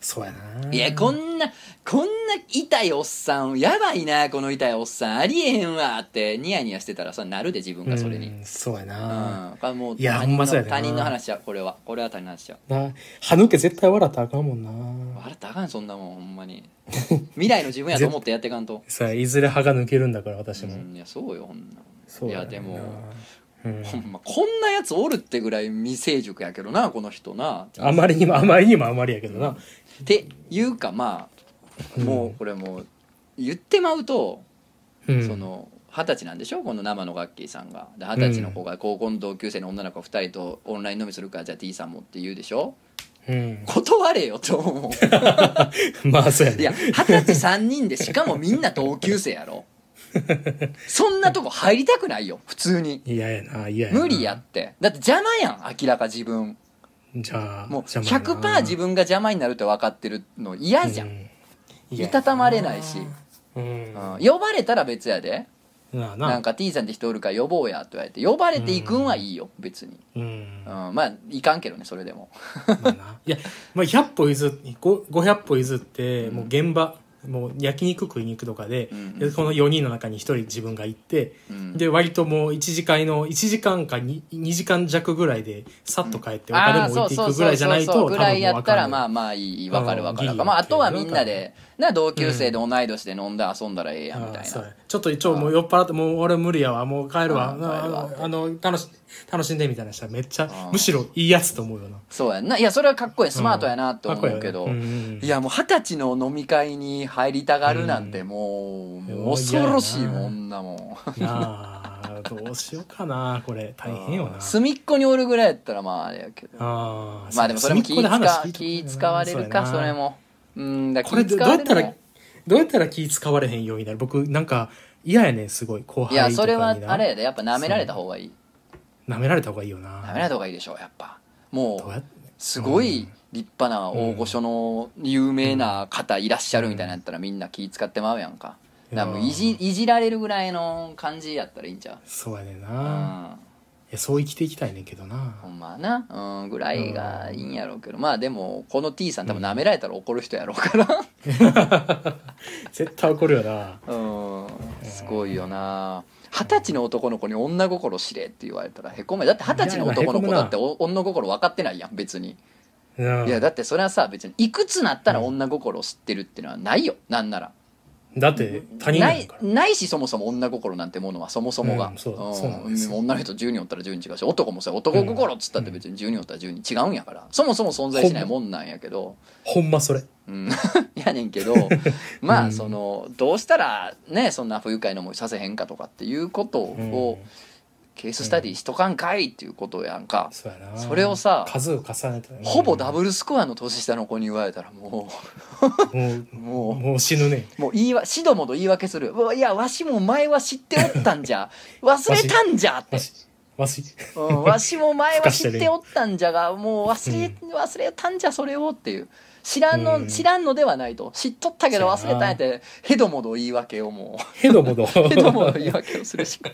[SPEAKER 2] そうやない
[SPEAKER 1] やこんなこんな痛いおっさんやばいなこの痛いおっさんありえへんわってニヤニヤしてたらさなるで自分がそれに
[SPEAKER 2] うんそうやな
[SPEAKER 1] うんこれもう
[SPEAKER 2] い
[SPEAKER 1] 他
[SPEAKER 2] やほ
[SPEAKER 1] 人
[SPEAKER 2] んま
[SPEAKER 1] の
[SPEAKER 2] そうやでな
[SPEAKER 1] 他人の話やこれはこれは他人の話や
[SPEAKER 2] な歯抜け絶対笑ったらあかんもんな
[SPEAKER 1] 笑ったらあかんそんなもんほんま に未来の自分やと思ってやっていかんと
[SPEAKER 2] さあいずれ歯が抜けるんだから私
[SPEAKER 1] う
[SPEAKER 2] も、
[SPEAKER 1] んいやそうよほんな
[SPEAKER 2] そう
[SPEAKER 1] いやでも、
[SPEAKER 2] うん、
[SPEAKER 1] ほんまこんなやつおるってぐらい未成熟やけどなこの人な
[SPEAKER 2] あまりにもあまりにもあまりやけどな、
[SPEAKER 1] っていうかまあ
[SPEAKER 2] うん
[SPEAKER 1] もうこれもう言ってまうと
[SPEAKER 2] うん、
[SPEAKER 1] その二十歳なんでしょこの生のガッキーさんがで二十歳の子が高校の同級生の女の子二人とオンライン飲みするからじゃあ T さんもって言うでしょ
[SPEAKER 2] うん、
[SPEAKER 1] 断れよと思う
[SPEAKER 2] まあそうや
[SPEAKER 1] い
[SPEAKER 2] ね
[SPEAKER 1] や二十歳三人でしかもみんな同級生やろそんなとこ入りたくないよ普通に
[SPEAKER 2] 嫌やな嫌やな
[SPEAKER 1] 無理やってだって邪魔やん明らか自分
[SPEAKER 2] じゃあ
[SPEAKER 1] もう
[SPEAKER 2] 邪魔やな
[SPEAKER 1] 100%自分が邪魔になるって分かってるの嫌じゃん、
[SPEAKER 2] うん
[SPEAKER 1] いたたまれないし、
[SPEAKER 2] うん
[SPEAKER 1] うん呼ばれたら別やで
[SPEAKER 2] なあな
[SPEAKER 1] なんか T さんって人おるから呼ぼうやと言われて呼ばれていくんはいいよ別に、
[SPEAKER 2] うん
[SPEAKER 1] う
[SPEAKER 2] ま
[SPEAKER 1] ん、まあいかんけどねそれでも
[SPEAKER 2] あないや、まあ、100歩譲ってご500歩譲ってもう現場、もう焼肉食いに行くとかで,、
[SPEAKER 1] うん
[SPEAKER 2] でこの4人の中に1人自分が行って、
[SPEAKER 1] うん
[SPEAKER 2] で割ともう1時間の1時間か 2, 2時間弱ぐらいでさっと帰ってお
[SPEAKER 1] あ
[SPEAKER 2] 金
[SPEAKER 1] あ
[SPEAKER 2] も置
[SPEAKER 1] そ
[SPEAKER 2] いう
[SPEAKER 1] そう
[SPEAKER 2] ていくぐ
[SPEAKER 1] そ
[SPEAKER 2] ら
[SPEAKER 1] う
[SPEAKER 2] いじゃないと
[SPEAKER 1] そう
[SPEAKER 2] 多
[SPEAKER 1] ぐ
[SPEAKER 2] 分
[SPEAKER 1] らいや
[SPEAKER 2] わ
[SPEAKER 1] った
[SPEAKER 2] からん
[SPEAKER 1] ま
[SPEAKER 2] ない
[SPEAKER 1] あまあいい分かる分かる
[SPEAKER 2] うん
[SPEAKER 1] まああとは
[SPEAKER 2] ギリ
[SPEAKER 1] みんな
[SPEAKER 2] やけど
[SPEAKER 1] でな同級生で同い年で飲んで遊んだらええやんみた
[SPEAKER 2] あ
[SPEAKER 1] い
[SPEAKER 2] そう
[SPEAKER 1] な
[SPEAKER 2] やちょっと一応もう酔っ払ってもう俺無理やわもう帰るわ
[SPEAKER 1] あ
[SPEAKER 2] あ
[SPEAKER 1] 帰るわ
[SPEAKER 2] のあの楽し楽しんでみたいな人はめっち
[SPEAKER 1] あ
[SPEAKER 2] ゃむしろいいやつと思うよな
[SPEAKER 1] そうやんないやそれはかっこいいスマートやなって思うけど、
[SPEAKER 2] かっこいいよねうんうん
[SPEAKER 1] いやもう二十歳の飲み会に入りたがるなんてもう、
[SPEAKER 2] うん
[SPEAKER 1] 恐ろしい
[SPEAKER 2] いやいやな
[SPEAKER 1] もんなもん
[SPEAKER 2] なあどうしようかなこれ大変よな
[SPEAKER 1] 隅っこにおるぐらいやったらまああれやけど
[SPEAKER 2] あー
[SPEAKER 1] まあでもそれも気
[SPEAKER 2] 隅っこ
[SPEAKER 1] 使
[SPEAKER 2] 話
[SPEAKER 1] わ
[SPEAKER 2] 聞いとく
[SPEAKER 1] 気使われるか
[SPEAKER 2] うやな
[SPEAKER 1] それもうんだか
[SPEAKER 2] こ
[SPEAKER 1] ら
[SPEAKER 2] れ
[SPEAKER 1] 気
[SPEAKER 2] ど
[SPEAKER 1] 使
[SPEAKER 2] どう
[SPEAKER 1] わ
[SPEAKER 2] や
[SPEAKER 1] れる
[SPEAKER 2] った
[SPEAKER 1] ね
[SPEAKER 2] らどうやったら気使われへんようになる僕なんか嫌やねんすごい後輩
[SPEAKER 1] い
[SPEAKER 2] とか
[SPEAKER 1] や
[SPEAKER 2] にな
[SPEAKER 1] それはあれやでやっぱ舐められた方がいい
[SPEAKER 2] 舐められた方がいいよ
[SPEAKER 1] 舐
[SPEAKER 2] な
[SPEAKER 1] められた方がいいでしょやっぱも
[SPEAKER 2] どう
[SPEAKER 1] う
[SPEAKER 2] やっ
[SPEAKER 1] すごい立派な大御所の有名な方いらっしゃるみたいなやったらみんな気使ってまうやんかだからもういじいじられるぐらいの感じやったらいいんちゃう
[SPEAKER 2] そうやねん
[SPEAKER 1] う
[SPEAKER 2] なんいやそう生きていきたいねんけどな
[SPEAKER 1] ほんまはな、うん、ぐらいがいいんやろうけどまあでもこの T さん多分舐められたら怒る人やろうから
[SPEAKER 2] 絶対怒るよな
[SPEAKER 1] うんすごいよな二十歳の男の子に女心知れって言われたらへこめだって二十歳の男の子だってお女心分かってないやん別に
[SPEAKER 2] うん
[SPEAKER 1] いやだってそれはさ別にいくつなったら女心を知ってるっていうのはないよなんなら
[SPEAKER 2] だって他人
[SPEAKER 1] な
[SPEAKER 2] なん
[SPEAKER 1] い
[SPEAKER 2] から
[SPEAKER 1] ないしそもそも女心なんてものはそもそもが、
[SPEAKER 2] うんそうそうなん
[SPEAKER 1] ん
[SPEAKER 2] ですよ
[SPEAKER 1] 女の人10人おったら10人違うし男もそうや男心っつったって別に10人おったら10人違うんやからそもそも存在しないもんなんやけど、
[SPEAKER 2] ほんまそれ
[SPEAKER 1] うん、 やねん けどまあそのどうしたらねそんな不愉快な思いさせへんかとかっていうことを
[SPEAKER 2] うん
[SPEAKER 1] ケーススタディしとかんかいっていうことやんか、
[SPEAKER 2] そうやな
[SPEAKER 1] それをさ
[SPEAKER 2] 数を重ねて
[SPEAKER 1] ほぼダブルスコアの年下の子に言われたらも
[SPEAKER 2] もう
[SPEAKER 1] うもう
[SPEAKER 2] もう死ぬね
[SPEAKER 1] もう言いわしど もど言い訳する「うわいやわしも前は知っておったんじゃ忘れたんじゃ」って
[SPEAKER 2] わしわし。
[SPEAKER 1] うん、わしも前
[SPEAKER 2] ふ
[SPEAKER 1] は
[SPEAKER 2] かし
[SPEAKER 1] 知
[SPEAKER 2] て
[SPEAKER 1] っ
[SPEAKER 2] る
[SPEAKER 1] ておったんじゃがもう忘れ、忘れたんじゃそれをっていう知らんの、
[SPEAKER 2] うん
[SPEAKER 1] 知らんのではないと知っとったけど忘れたんやっ
[SPEAKER 2] そ
[SPEAKER 1] てへどもど言い訳をも
[SPEAKER 2] ヘドモド。
[SPEAKER 1] うへどもど言い訳をするしか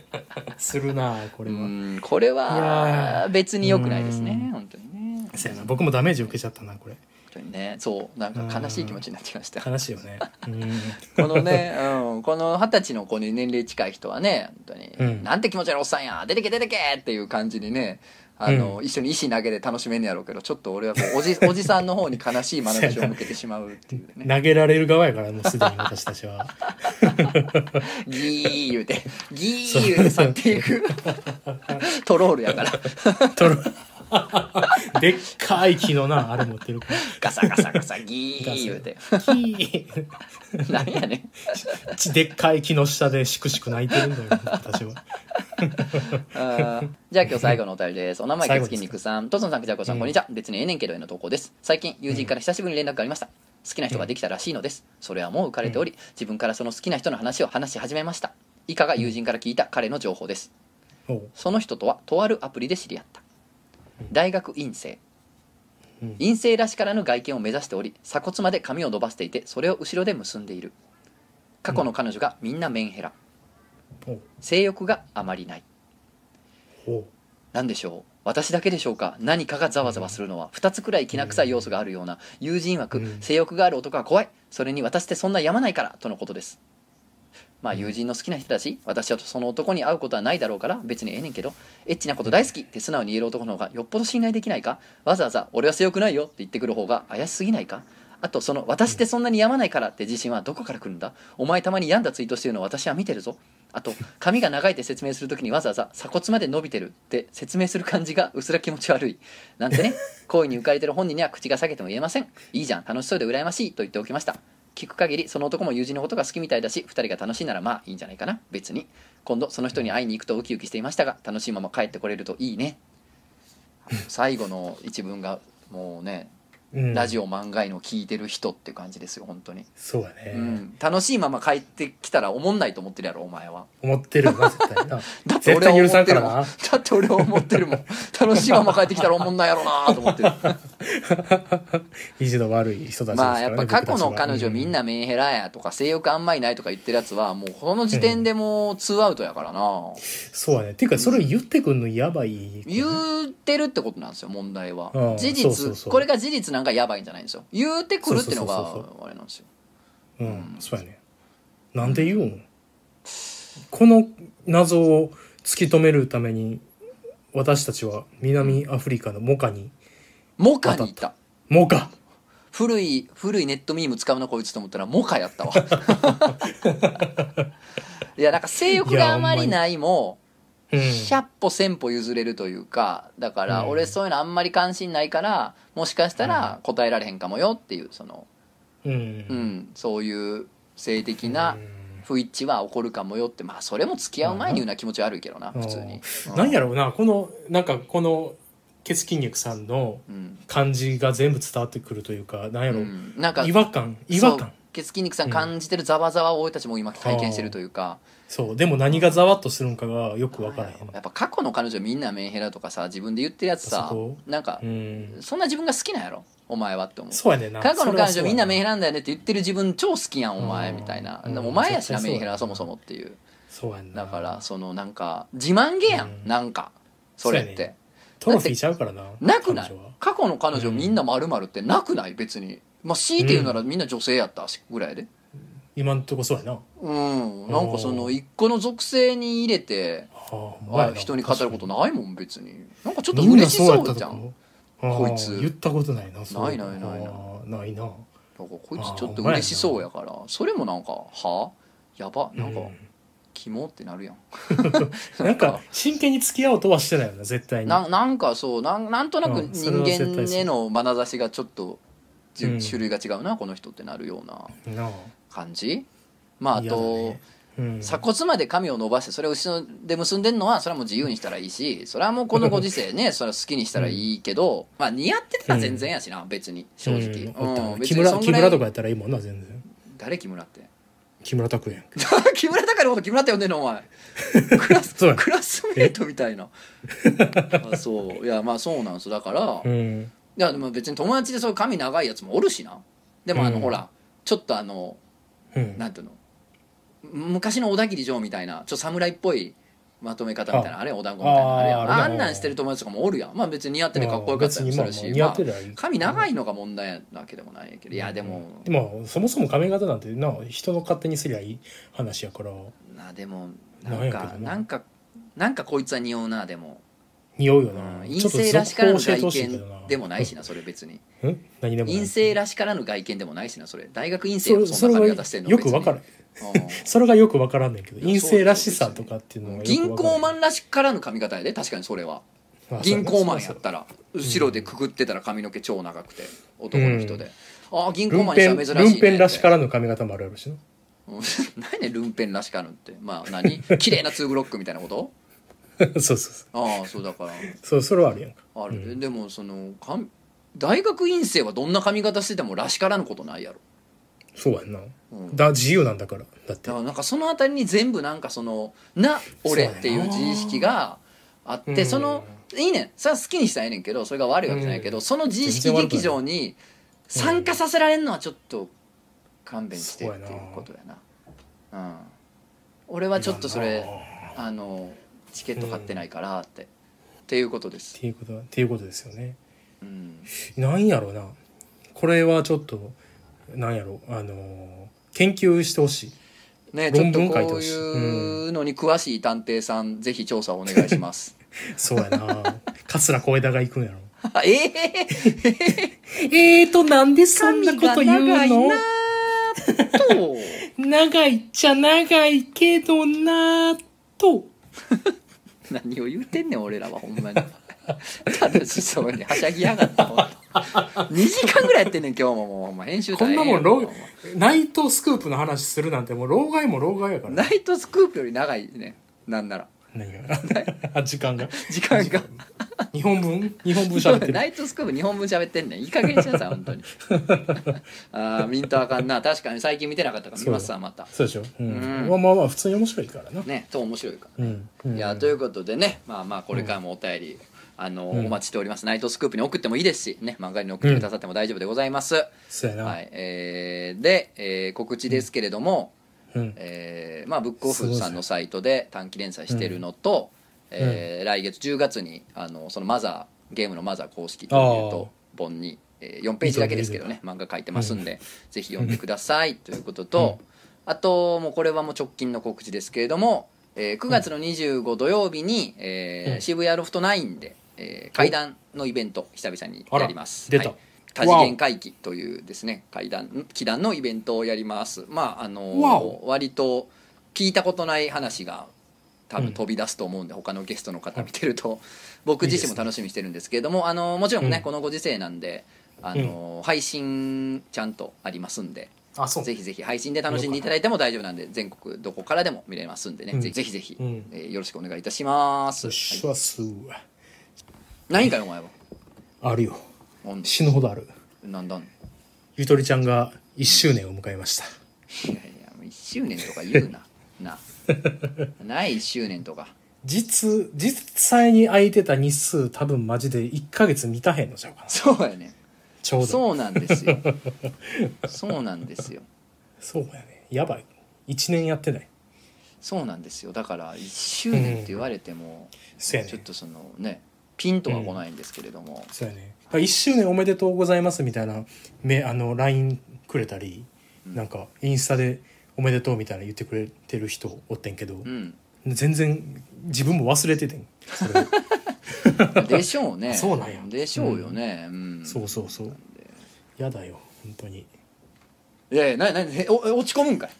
[SPEAKER 2] するなあこ
[SPEAKER 1] う
[SPEAKER 2] れは。
[SPEAKER 1] んこれ
[SPEAKER 2] いや
[SPEAKER 1] は
[SPEAKER 2] ー
[SPEAKER 1] 別に良くないですね
[SPEAKER 2] うん
[SPEAKER 1] 本当にね
[SPEAKER 2] そうやな。僕もダメージ受けちゃったな、これ。
[SPEAKER 1] 本当にねそうなんか悲しい気持ちになってきました
[SPEAKER 2] 悲しい よね。うん。
[SPEAKER 1] このね、うん、この二十歳の子に年齢近い人はね本当に、
[SPEAKER 2] うん
[SPEAKER 1] なんて気持ち悪いおっさんや出てけ出てけっていう感じにねあの、一緒に石投げで楽しめんねやろうけどちょっと俺はこうお じおじさんの方に悲しい眼差しを向けてしまうっていう ね
[SPEAKER 2] 投げられる側やから、もうすでに私たちは。
[SPEAKER 1] ギー言うてギー言うて去っていくトロールやから
[SPEAKER 2] トロ でっかい木のな、あれ持ってるから。
[SPEAKER 1] ガサガサガサギー言うて
[SPEAKER 2] 木
[SPEAKER 1] なんやねん
[SPEAKER 2] ちでっかい木の下でしくしく泣いてるんだよ、私は。
[SPEAKER 1] あーじゃあ今日最後のお便りです。お名前、
[SPEAKER 2] 最
[SPEAKER 1] ケ
[SPEAKER 2] 後
[SPEAKER 1] ツ
[SPEAKER 2] ですか
[SPEAKER 1] キン肉さん、トソンさん、クジャコさん、こんにちは。別にええねんけどへの投稿です。最近、友人から久しぶりに連絡がありました。好きな人ができたらしいのです。それはもう浮かれており、自分からその好きな人の話を話し始めました。以下が友人から聞いた彼の情報です。
[SPEAKER 2] おう
[SPEAKER 1] その人とは、とあるアプリで知り合った。大学院生
[SPEAKER 2] うん。
[SPEAKER 1] 院生らしからぬ外見を目指しており、鎖骨まで髪を伸ばしていて、それを後ろで結んでいる。過去の彼女がみんなメンヘラ。
[SPEAKER 2] おう
[SPEAKER 1] 性欲があまりない。
[SPEAKER 2] おう
[SPEAKER 1] 何でしょう私だけでしょうか何かがざわざわするのは2つくらいきな臭い要素があるような友人枠、
[SPEAKER 2] うん
[SPEAKER 1] 性欲がある男は怖いそれに私ってそんなやまないからとのことですまあ友人の好きな人だし私はその男に会うことはないだろうから別にええねんけどエッチなこと大好きって素直に言える男の方がよっぽど信頼できないかわざわざ俺は性欲ないよって言ってくる方が怪しすぎないかあとその私ってそんなに病まないからって自信はどこから来るんだお前たまに病んだツイートしてるのを私は見てるぞあと髪が長いって説明するときにわざわざ鎖骨まで伸びてるって説明する感じがうすら気持ち悪いなんてね恋に浮かれてる本人には口が裂けても言えませんいいじゃん楽しそうで羨ましいと言っておきました聞く限りその男も友人のことが好きみたいだし2人が楽しいならまあいいんじゃないかな別に今度その人に会いに行くとウキウキしていましたが楽しいまま帰ってこれるといいね最後の一文がもうね
[SPEAKER 2] うん
[SPEAKER 1] ラジオ漫画の聞いてる人って感じですよ本当に、
[SPEAKER 2] そうや
[SPEAKER 1] う
[SPEAKER 2] ね。
[SPEAKER 1] ん、楽しいまま帰ってきたらおもんないと思ってるやろお前は
[SPEAKER 2] 思ってるよな、絶対な。
[SPEAKER 1] だって
[SPEAKER 2] 絶
[SPEAKER 1] 俺は
[SPEAKER 2] 対
[SPEAKER 1] 思
[SPEAKER 2] 許さ
[SPEAKER 1] っ
[SPEAKER 2] ん
[SPEAKER 1] て
[SPEAKER 2] か
[SPEAKER 1] る
[SPEAKER 2] ら
[SPEAKER 1] もんだ
[SPEAKER 2] な。
[SPEAKER 1] って俺は思ってるもん楽しいまま帰ってきたらおもんないやろなと思 ってる
[SPEAKER 2] 意地の悪い人たちですからね
[SPEAKER 1] まあやっぱ過去の彼女みん。なメンヘラやとか性欲あんまりないとか言ってるやつはもうこの時点でもうツーアウトやからな
[SPEAKER 2] 僕たちはうんそうやね。っていうか、それ言ってくんのやばい。
[SPEAKER 1] 言うてるってことなんですよ問題は
[SPEAKER 2] うん
[SPEAKER 1] 事
[SPEAKER 2] そうそうそ
[SPEAKER 1] 実
[SPEAKER 2] う
[SPEAKER 1] これが事実なんかやばいんじゃないんですよ言うてくるっての
[SPEAKER 2] そうそうそう
[SPEAKER 1] があれなんですよ
[SPEAKER 2] うん、そうやね。なんで言うん、この謎を突き止めるために、私たちは南アフリカのモカに、
[SPEAKER 1] モカに行った
[SPEAKER 2] モカ
[SPEAKER 1] 古い古いネットミーム使うなこいつと思ったらモカや ったわいやなんか性欲があまりないも
[SPEAKER 2] うん。
[SPEAKER 1] 100歩1000歩譲れるというかだから
[SPEAKER 2] うん
[SPEAKER 1] 俺そういうのあんまり関心ないからもしかしたら答えられへんかもよっていうその
[SPEAKER 2] う。
[SPEAKER 1] うんんそういう性的な不一致は起こるかもよってまあそれも付き合う前に言うのは気持ち悪いけどな
[SPEAKER 2] うん
[SPEAKER 1] 普通に
[SPEAKER 2] なんやろうな、この、なんかこの、ケツ筋肉さんの
[SPEAKER 1] うん
[SPEAKER 2] 感じが全部伝わってくるというか、なんや
[SPEAKER 1] う
[SPEAKER 2] ろう、
[SPEAKER 1] んなんか
[SPEAKER 2] 違和感、違和
[SPEAKER 1] そう
[SPEAKER 2] 感。
[SPEAKER 1] 血筋肉さん感じてるざわざわを俺たちも今体験してるというか
[SPEAKER 2] そう。でも何がざわっとするんかがよくわからへん。
[SPEAKER 1] やっぱ過去の彼女みんなメンヘラとかさ自分で言ってるやつさ
[SPEAKER 2] あそこ
[SPEAKER 1] なんか
[SPEAKER 2] うん。
[SPEAKER 1] そんな自分が好きなんやろお前はって思う
[SPEAKER 2] そうやねんな。
[SPEAKER 1] 過去の彼女みんなメンヘ
[SPEAKER 2] ラ。
[SPEAKER 1] ラなんだよねって言ってる自分超好きやんお前
[SPEAKER 2] うん
[SPEAKER 1] みたいな
[SPEAKER 2] うん
[SPEAKER 1] でもお前やしな
[SPEAKER 2] 絶対そうだ
[SPEAKER 1] メンヘラそもそもっていう
[SPEAKER 2] そうやんな。
[SPEAKER 1] だから、そのなんか自慢げや
[SPEAKER 2] うんん
[SPEAKER 1] なんかそれっ
[SPEAKER 2] そうや
[SPEAKER 1] て
[SPEAKER 2] ねトロフィーちゃうからな。
[SPEAKER 1] なくない
[SPEAKER 2] 彼女は
[SPEAKER 1] 過去の彼女みんな丸々ってなくない別にまあ強いて言うならみんな女性やったしぐらいで
[SPEAKER 2] 今んとこそうやな。
[SPEAKER 1] うんなんかその一個の属性に入れて
[SPEAKER 2] ああほんまや
[SPEAKER 1] あ
[SPEAKER 2] な
[SPEAKER 1] 人に語ることないもん別になんかちょっと
[SPEAKER 2] みん
[SPEAKER 1] 嬉
[SPEAKER 2] な
[SPEAKER 1] し
[SPEAKER 2] そう
[SPEAKER 1] そ
[SPEAKER 2] やった
[SPEAKER 1] う
[SPEAKER 2] と
[SPEAKER 1] じゃんなんか
[SPEAKER 2] あ
[SPEAKER 1] こ
[SPEAKER 2] あ
[SPEAKER 1] いつ
[SPEAKER 2] 言ったことないなそう
[SPEAKER 1] ないないないない
[SPEAKER 2] ああないな
[SPEAKER 1] こいつちょっと嬉しそうやからそれもなんかはやばなんか
[SPEAKER 2] う
[SPEAKER 1] キモってなるやん
[SPEAKER 2] んなんか真剣に付き合おうとはしてないよな絶対に
[SPEAKER 1] ななんかそうなんなんとなく
[SPEAKER 2] うんそ
[SPEAKER 1] 人
[SPEAKER 2] れは絶対そう
[SPEAKER 1] 間への眼差しがちょっとじゅ
[SPEAKER 2] うん
[SPEAKER 1] 種類が違うなこの人ってなるような
[SPEAKER 2] な
[SPEAKER 1] 感じまああ
[SPEAKER 2] 嫌だ
[SPEAKER 1] と
[SPEAKER 2] ねうん
[SPEAKER 1] 鎖骨まで髪を伸ばしてそれを後ろで結んでんのはそれはもう自由にしたらいいしそれはもうこのご時世ねそれは好きにしたらいいけどまあ似合ってたら全然やしな別に正直
[SPEAKER 2] うんおったな
[SPEAKER 1] うん別
[SPEAKER 2] 木
[SPEAKER 1] に
[SPEAKER 2] 村
[SPEAKER 1] そん
[SPEAKER 2] 木
[SPEAKER 1] ぐらい
[SPEAKER 2] 村とかやったらいいもんな全然
[SPEAKER 1] 誰木村って
[SPEAKER 2] 木村拓哉やんけ
[SPEAKER 1] 木村拓哉のこと木村って呼んでんのお 前クラス
[SPEAKER 2] そうや
[SPEAKER 1] クラスメートみたいなあそういやまあそうなんですだから、
[SPEAKER 2] う
[SPEAKER 1] い
[SPEAKER 2] ん
[SPEAKER 1] やでも別に友達でそういう髪長いやつもおるしなでもあの、
[SPEAKER 2] うん
[SPEAKER 1] ほらちょっとあの
[SPEAKER 2] うん
[SPEAKER 1] なんていうの昔の小田切城みたいなちょっと侍っぽいまとめ方みたいなあれお団子みたいな
[SPEAKER 2] あー
[SPEAKER 1] あれやん
[SPEAKER 2] あれだ
[SPEAKER 1] あんなんしてる友達とかもおるやんまあ別に似合っててかっこよかったりもするし、
[SPEAKER 2] 似
[SPEAKER 1] ま
[SPEAKER 2] 合
[SPEAKER 1] あ
[SPEAKER 2] ってりゃいい
[SPEAKER 1] 髪長いのが問題なわけでもないんやけどいやでも、
[SPEAKER 2] でもそもそも髪型なんてな人の勝手にすりゃいい話やから
[SPEAKER 1] なでも
[SPEAKER 2] な
[SPEAKER 1] なんん
[SPEAKER 2] やけ
[SPEAKER 1] か
[SPEAKER 2] どな
[SPEAKER 1] なんかなんかこいつは匂うなでも、
[SPEAKER 2] 匂うよ
[SPEAKER 1] う
[SPEAKER 2] な、
[SPEAKER 1] ん、
[SPEAKER 2] ち
[SPEAKER 1] 陰
[SPEAKER 2] ょっと
[SPEAKER 1] 性らしからぬ
[SPEAKER 2] 続報教
[SPEAKER 1] 外
[SPEAKER 2] えてほしいけ
[SPEAKER 1] 見
[SPEAKER 2] どな
[SPEAKER 1] でもないしなそれ別に
[SPEAKER 2] うん 何でもない
[SPEAKER 1] 陰性らしからぬ外見でもないしなそれ大学院
[SPEAKER 2] そ
[SPEAKER 1] 生
[SPEAKER 2] れ
[SPEAKER 1] の
[SPEAKER 2] そ
[SPEAKER 1] そんな髪
[SPEAKER 2] れ
[SPEAKER 1] 型してん
[SPEAKER 2] が
[SPEAKER 1] の
[SPEAKER 2] よくわからん
[SPEAKER 1] 別に
[SPEAKER 2] それがよくわからんねんけど
[SPEAKER 1] いや
[SPEAKER 2] 陰性らしさとかっていう うんのはよく
[SPEAKER 1] 銀
[SPEAKER 2] わからん
[SPEAKER 1] 行マンらしからぬ髪型やで確かにそれは
[SPEAKER 2] あそう
[SPEAKER 1] 銀行マンや
[SPEAKER 2] そ
[SPEAKER 1] っ
[SPEAKER 2] うそう
[SPEAKER 1] たら後ろでくくってたら髪の毛超長くて男の人で、ああ銀
[SPEAKER 2] ル
[SPEAKER 1] 行
[SPEAKER 2] ン
[SPEAKER 1] マンに
[SPEAKER 2] ペ
[SPEAKER 1] した
[SPEAKER 2] ン
[SPEAKER 1] ら珍しい
[SPEAKER 2] ル
[SPEAKER 1] ね
[SPEAKER 2] ンペンらしかららの髪型もあるやろしな
[SPEAKER 1] 何ねルンペンらしからぬってまあ何綺麗なツーブロックみたいなこと
[SPEAKER 2] そうそうそう
[SPEAKER 1] ああそうだから
[SPEAKER 2] そうそれはあるやんか
[SPEAKER 1] ある、
[SPEAKER 2] う
[SPEAKER 1] でもそのかん大学院生はどんな髪型しててもらしからぬことないやろ、
[SPEAKER 2] そうやんな、
[SPEAKER 1] うん
[SPEAKER 2] だ自由なんだからだって
[SPEAKER 1] だからなんかその辺りに全部なんかその「な俺」っていう自意識があっ
[SPEAKER 2] そうや
[SPEAKER 1] て
[SPEAKER 2] な
[SPEAKER 1] そのいいねんそれは好きにしたらええねんけどそれが悪いわけじゃないけど、
[SPEAKER 2] う
[SPEAKER 1] その自意識劇場に参加させられるのはちょっと勘弁してっていうことやな、うん、俺はちょっとそれ
[SPEAKER 2] っ
[SPEAKER 1] あのチケット買ってないからって、っていうことです、
[SPEAKER 2] ていうことっていうことですよね
[SPEAKER 1] うん、
[SPEAKER 2] なんやろなこれはちょっとなんやろあのー研究してほしい
[SPEAKER 1] ね、ちょ
[SPEAKER 2] 論
[SPEAKER 1] っと
[SPEAKER 2] 文書いて
[SPEAKER 1] こ
[SPEAKER 2] ほ
[SPEAKER 1] う
[SPEAKER 2] しい
[SPEAKER 1] いうのに詳しい探偵さん、ぜひ調査をお願いし ます。
[SPEAKER 2] そう やな桂小枝が行くんやろ
[SPEAKER 1] ええ
[SPEAKER 2] えーとなんでそんな
[SPEAKER 1] 髪
[SPEAKER 2] こ
[SPEAKER 1] が
[SPEAKER 2] と言
[SPEAKER 1] 長
[SPEAKER 2] う
[SPEAKER 1] い
[SPEAKER 2] の
[SPEAKER 1] なーと。
[SPEAKER 2] 長いっちゃ長いけどなーと
[SPEAKER 1] 何を言うてんねん、俺らは、ほんまに。正しそうにはしゃぎやがった、ほんと。2時間ぐらいやってんねん、今日も。もう、お前、編集
[SPEAKER 2] こ
[SPEAKER 1] 大
[SPEAKER 2] ん
[SPEAKER 1] 変
[SPEAKER 2] な
[SPEAKER 1] よ
[SPEAKER 2] もん
[SPEAKER 1] お
[SPEAKER 2] ロ
[SPEAKER 1] 前
[SPEAKER 2] ナイトスクープの話するなんてもう老害も老害やから
[SPEAKER 1] ナイトスクープより長いね。なんなら。
[SPEAKER 2] 何が あ時間が
[SPEAKER 1] 時間が。
[SPEAKER 2] 日本分日本分喋ってる
[SPEAKER 1] ナイトスクープ日本文喋ってんねんいい加減にしなさい本当に ああミントあかんな確かに最近見てなかったから見ますわまた
[SPEAKER 2] そうでしょ、うん
[SPEAKER 1] うん
[SPEAKER 2] まあまあまあ普通に面白いからな、
[SPEAKER 1] ねと面白いから
[SPEAKER 2] うんうん
[SPEAKER 1] いやということでねまあまあこれからもお便り、あの
[SPEAKER 2] うん
[SPEAKER 1] お待ちしておりますナイトスクープに送ってもいいですしね漫画に送ってくださっても大丈夫でございます、
[SPEAKER 2] そうやな、
[SPEAKER 1] はいえーで、えー告知ですけれども、
[SPEAKER 2] うん、
[SPEAKER 1] えーまあ、ブックオフさんのサイトで短期連載してるのと、
[SPEAKER 2] ん
[SPEAKER 1] えー来月10月にあのそのマザーゲームのマザー公式というと本に、え4ページだけですけどね漫画書いてますんで、ぜひ読んでくださいということと、あともうこれはもう直近の告知ですけれども、えー9月の25土曜日に、えー
[SPEAKER 2] うん
[SPEAKER 1] 渋谷ロフト9で、えー、
[SPEAKER 2] お
[SPEAKER 1] 階段のイベント久々にやります。
[SPEAKER 2] あら出た
[SPEAKER 1] はい多次元回帰というですね会談ん祈談のイベントをやりますまああの
[SPEAKER 2] わお
[SPEAKER 1] 割と聞いたことない話が多
[SPEAKER 2] うん
[SPEAKER 1] 分飛び出すと思うんで、他のゲストの方見てる と僕自身も楽しみにしてるんですけれどもあのもちろんね、
[SPEAKER 2] うん
[SPEAKER 1] このご時世なんであの、配信ちゃんとありますんで
[SPEAKER 2] あそう
[SPEAKER 1] ぜひぜひ配信で楽しんでいただいても大丈夫なんで全国どこからでも見れますんでね、
[SPEAKER 2] うん
[SPEAKER 1] ぜひぜひぜひ、
[SPEAKER 2] うん
[SPEAKER 1] えーよろしくお願いいたします、
[SPEAKER 2] よっしゃすー
[SPEAKER 1] 何かよお前は
[SPEAKER 2] あるよ
[SPEAKER 1] なんだ
[SPEAKER 2] 死ぬほどある
[SPEAKER 1] なんだい
[SPEAKER 2] ゆとりちゃんが1周年を迎えました
[SPEAKER 1] やいやもう1周年とか言う ななない1周年とか
[SPEAKER 2] 実実際に空いてた日数多分マジで1ヶ月満たへんのちゃうかな
[SPEAKER 1] そうやね
[SPEAKER 2] ちょうどそう
[SPEAKER 1] そうなんです よそうなんですよ
[SPEAKER 2] やねやばい1年やってない
[SPEAKER 1] そうなんですよだから1周年って言われても、
[SPEAKER 2] そうやね
[SPEAKER 1] ちょっとそのねピンとは来ないんですけれども、
[SPEAKER 2] そうやね1周年おめでとうございますみたいなめあの LINE くれたり、なんかインスタでおめでとうみたいな言ってくれてる人おってんけど、
[SPEAKER 1] うん
[SPEAKER 2] 全然自分も忘れててんそれを
[SPEAKER 1] でしょう ね
[SPEAKER 2] そうなんや
[SPEAKER 1] でしょうよねうん、
[SPEAKER 2] そうそうそうやだよ本当に
[SPEAKER 1] いやいやななえおえ落ち込むんかい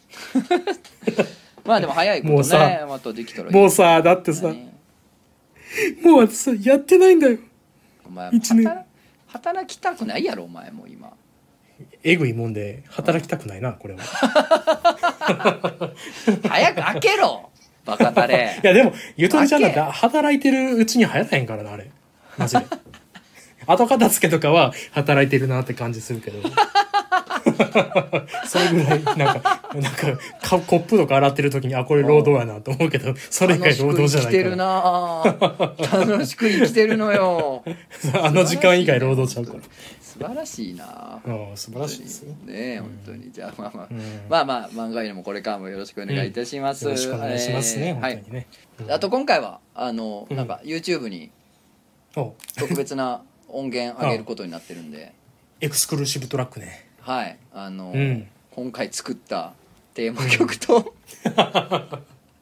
[SPEAKER 1] まあでも早いこ
[SPEAKER 2] もう
[SPEAKER 1] とね
[SPEAKER 2] さ
[SPEAKER 1] またできたらいい
[SPEAKER 2] もうさだってさ、
[SPEAKER 1] ね
[SPEAKER 2] もうさやってないんだよ
[SPEAKER 1] お前
[SPEAKER 2] 一年
[SPEAKER 1] 働働きたくないやろお前もう今
[SPEAKER 2] えぐいもんで働きたくないなこれはい
[SPEAKER 1] 早く開けろバカタレ
[SPEAKER 2] やでもゆとりちゃんだって
[SPEAKER 1] 開
[SPEAKER 2] 働いてるうちに流行らへんからなあれ マジで後片付けと かは働いてるなって感じするけどそれぐらいなんかなんかかコップとか洗ってる時にあこれ労働やなと思うけどそれ以
[SPEAKER 1] 楽
[SPEAKER 2] 外
[SPEAKER 1] し
[SPEAKER 2] 労
[SPEAKER 1] く
[SPEAKER 2] 働
[SPEAKER 1] 生
[SPEAKER 2] じゃ
[SPEAKER 1] き
[SPEAKER 2] な
[SPEAKER 1] て
[SPEAKER 2] い
[SPEAKER 1] る
[SPEAKER 2] か
[SPEAKER 1] なぁ楽しく生きてるのよ
[SPEAKER 2] ら あの時間以外労働ちゃうから
[SPEAKER 1] 素晴らしいなぁ
[SPEAKER 2] ああ素晴らしいですね、
[SPEAKER 1] ねえ本当にじゃあまあまあ、
[SPEAKER 2] うん
[SPEAKER 1] まあまあ漫画犬もこれからもよろしくお願いいたします、
[SPEAKER 2] よろしくお願いしますね、
[SPEAKER 1] えーは
[SPEAKER 2] 本
[SPEAKER 1] い
[SPEAKER 2] 当にね、うん
[SPEAKER 1] あと今回はあの、
[SPEAKER 2] うん
[SPEAKER 1] なんか YouTube に
[SPEAKER 2] お
[SPEAKER 1] 特別な音源上げることになってるんで
[SPEAKER 2] エクスクルーシブトラックね
[SPEAKER 1] はいあの、
[SPEAKER 2] うん
[SPEAKER 1] 今回作ったテーマ曲と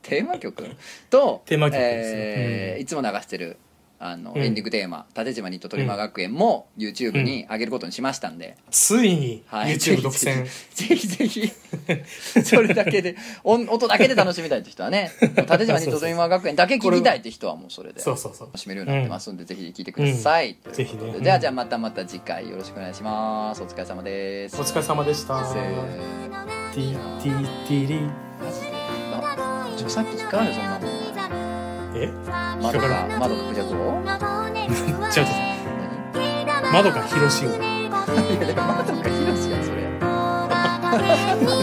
[SPEAKER 1] テーマ曲と
[SPEAKER 2] テーマ曲ですね
[SPEAKER 1] えー
[SPEAKER 2] うん
[SPEAKER 1] いつも流してるあの、
[SPEAKER 2] うん
[SPEAKER 1] エンディングテーマ「立島ニットトリマー学園」も YouTube に上げることにしましたんで、
[SPEAKER 2] ついに
[SPEAKER 1] はい
[SPEAKER 2] YouTube 独占、
[SPEAKER 1] ぜひぜひそれだけで音音だけで楽しみたいって人は ねもう立島ニットトリマー学園だけ聞きたいって人はもうそれで
[SPEAKER 2] そう
[SPEAKER 1] 楽
[SPEAKER 2] そうそう
[SPEAKER 1] しめるようになってますんで、ぜひ聞いてください、
[SPEAKER 2] ぜひね
[SPEAKER 1] ではじゃあまたまた次回よろしくお願いしますお疲れ様です
[SPEAKER 2] お疲れ様でした
[SPEAKER 1] せーの
[SPEAKER 2] ティティティリ
[SPEAKER 1] マジであ著作権かかるよそんなもん
[SPEAKER 2] え
[SPEAKER 1] 窓
[SPEAKER 2] 引っ
[SPEAKER 1] か窓のクジャクを
[SPEAKER 2] 違う違う窓か広しを
[SPEAKER 1] 何いやでも窓か広しやんそれや
[SPEAKER 3] 「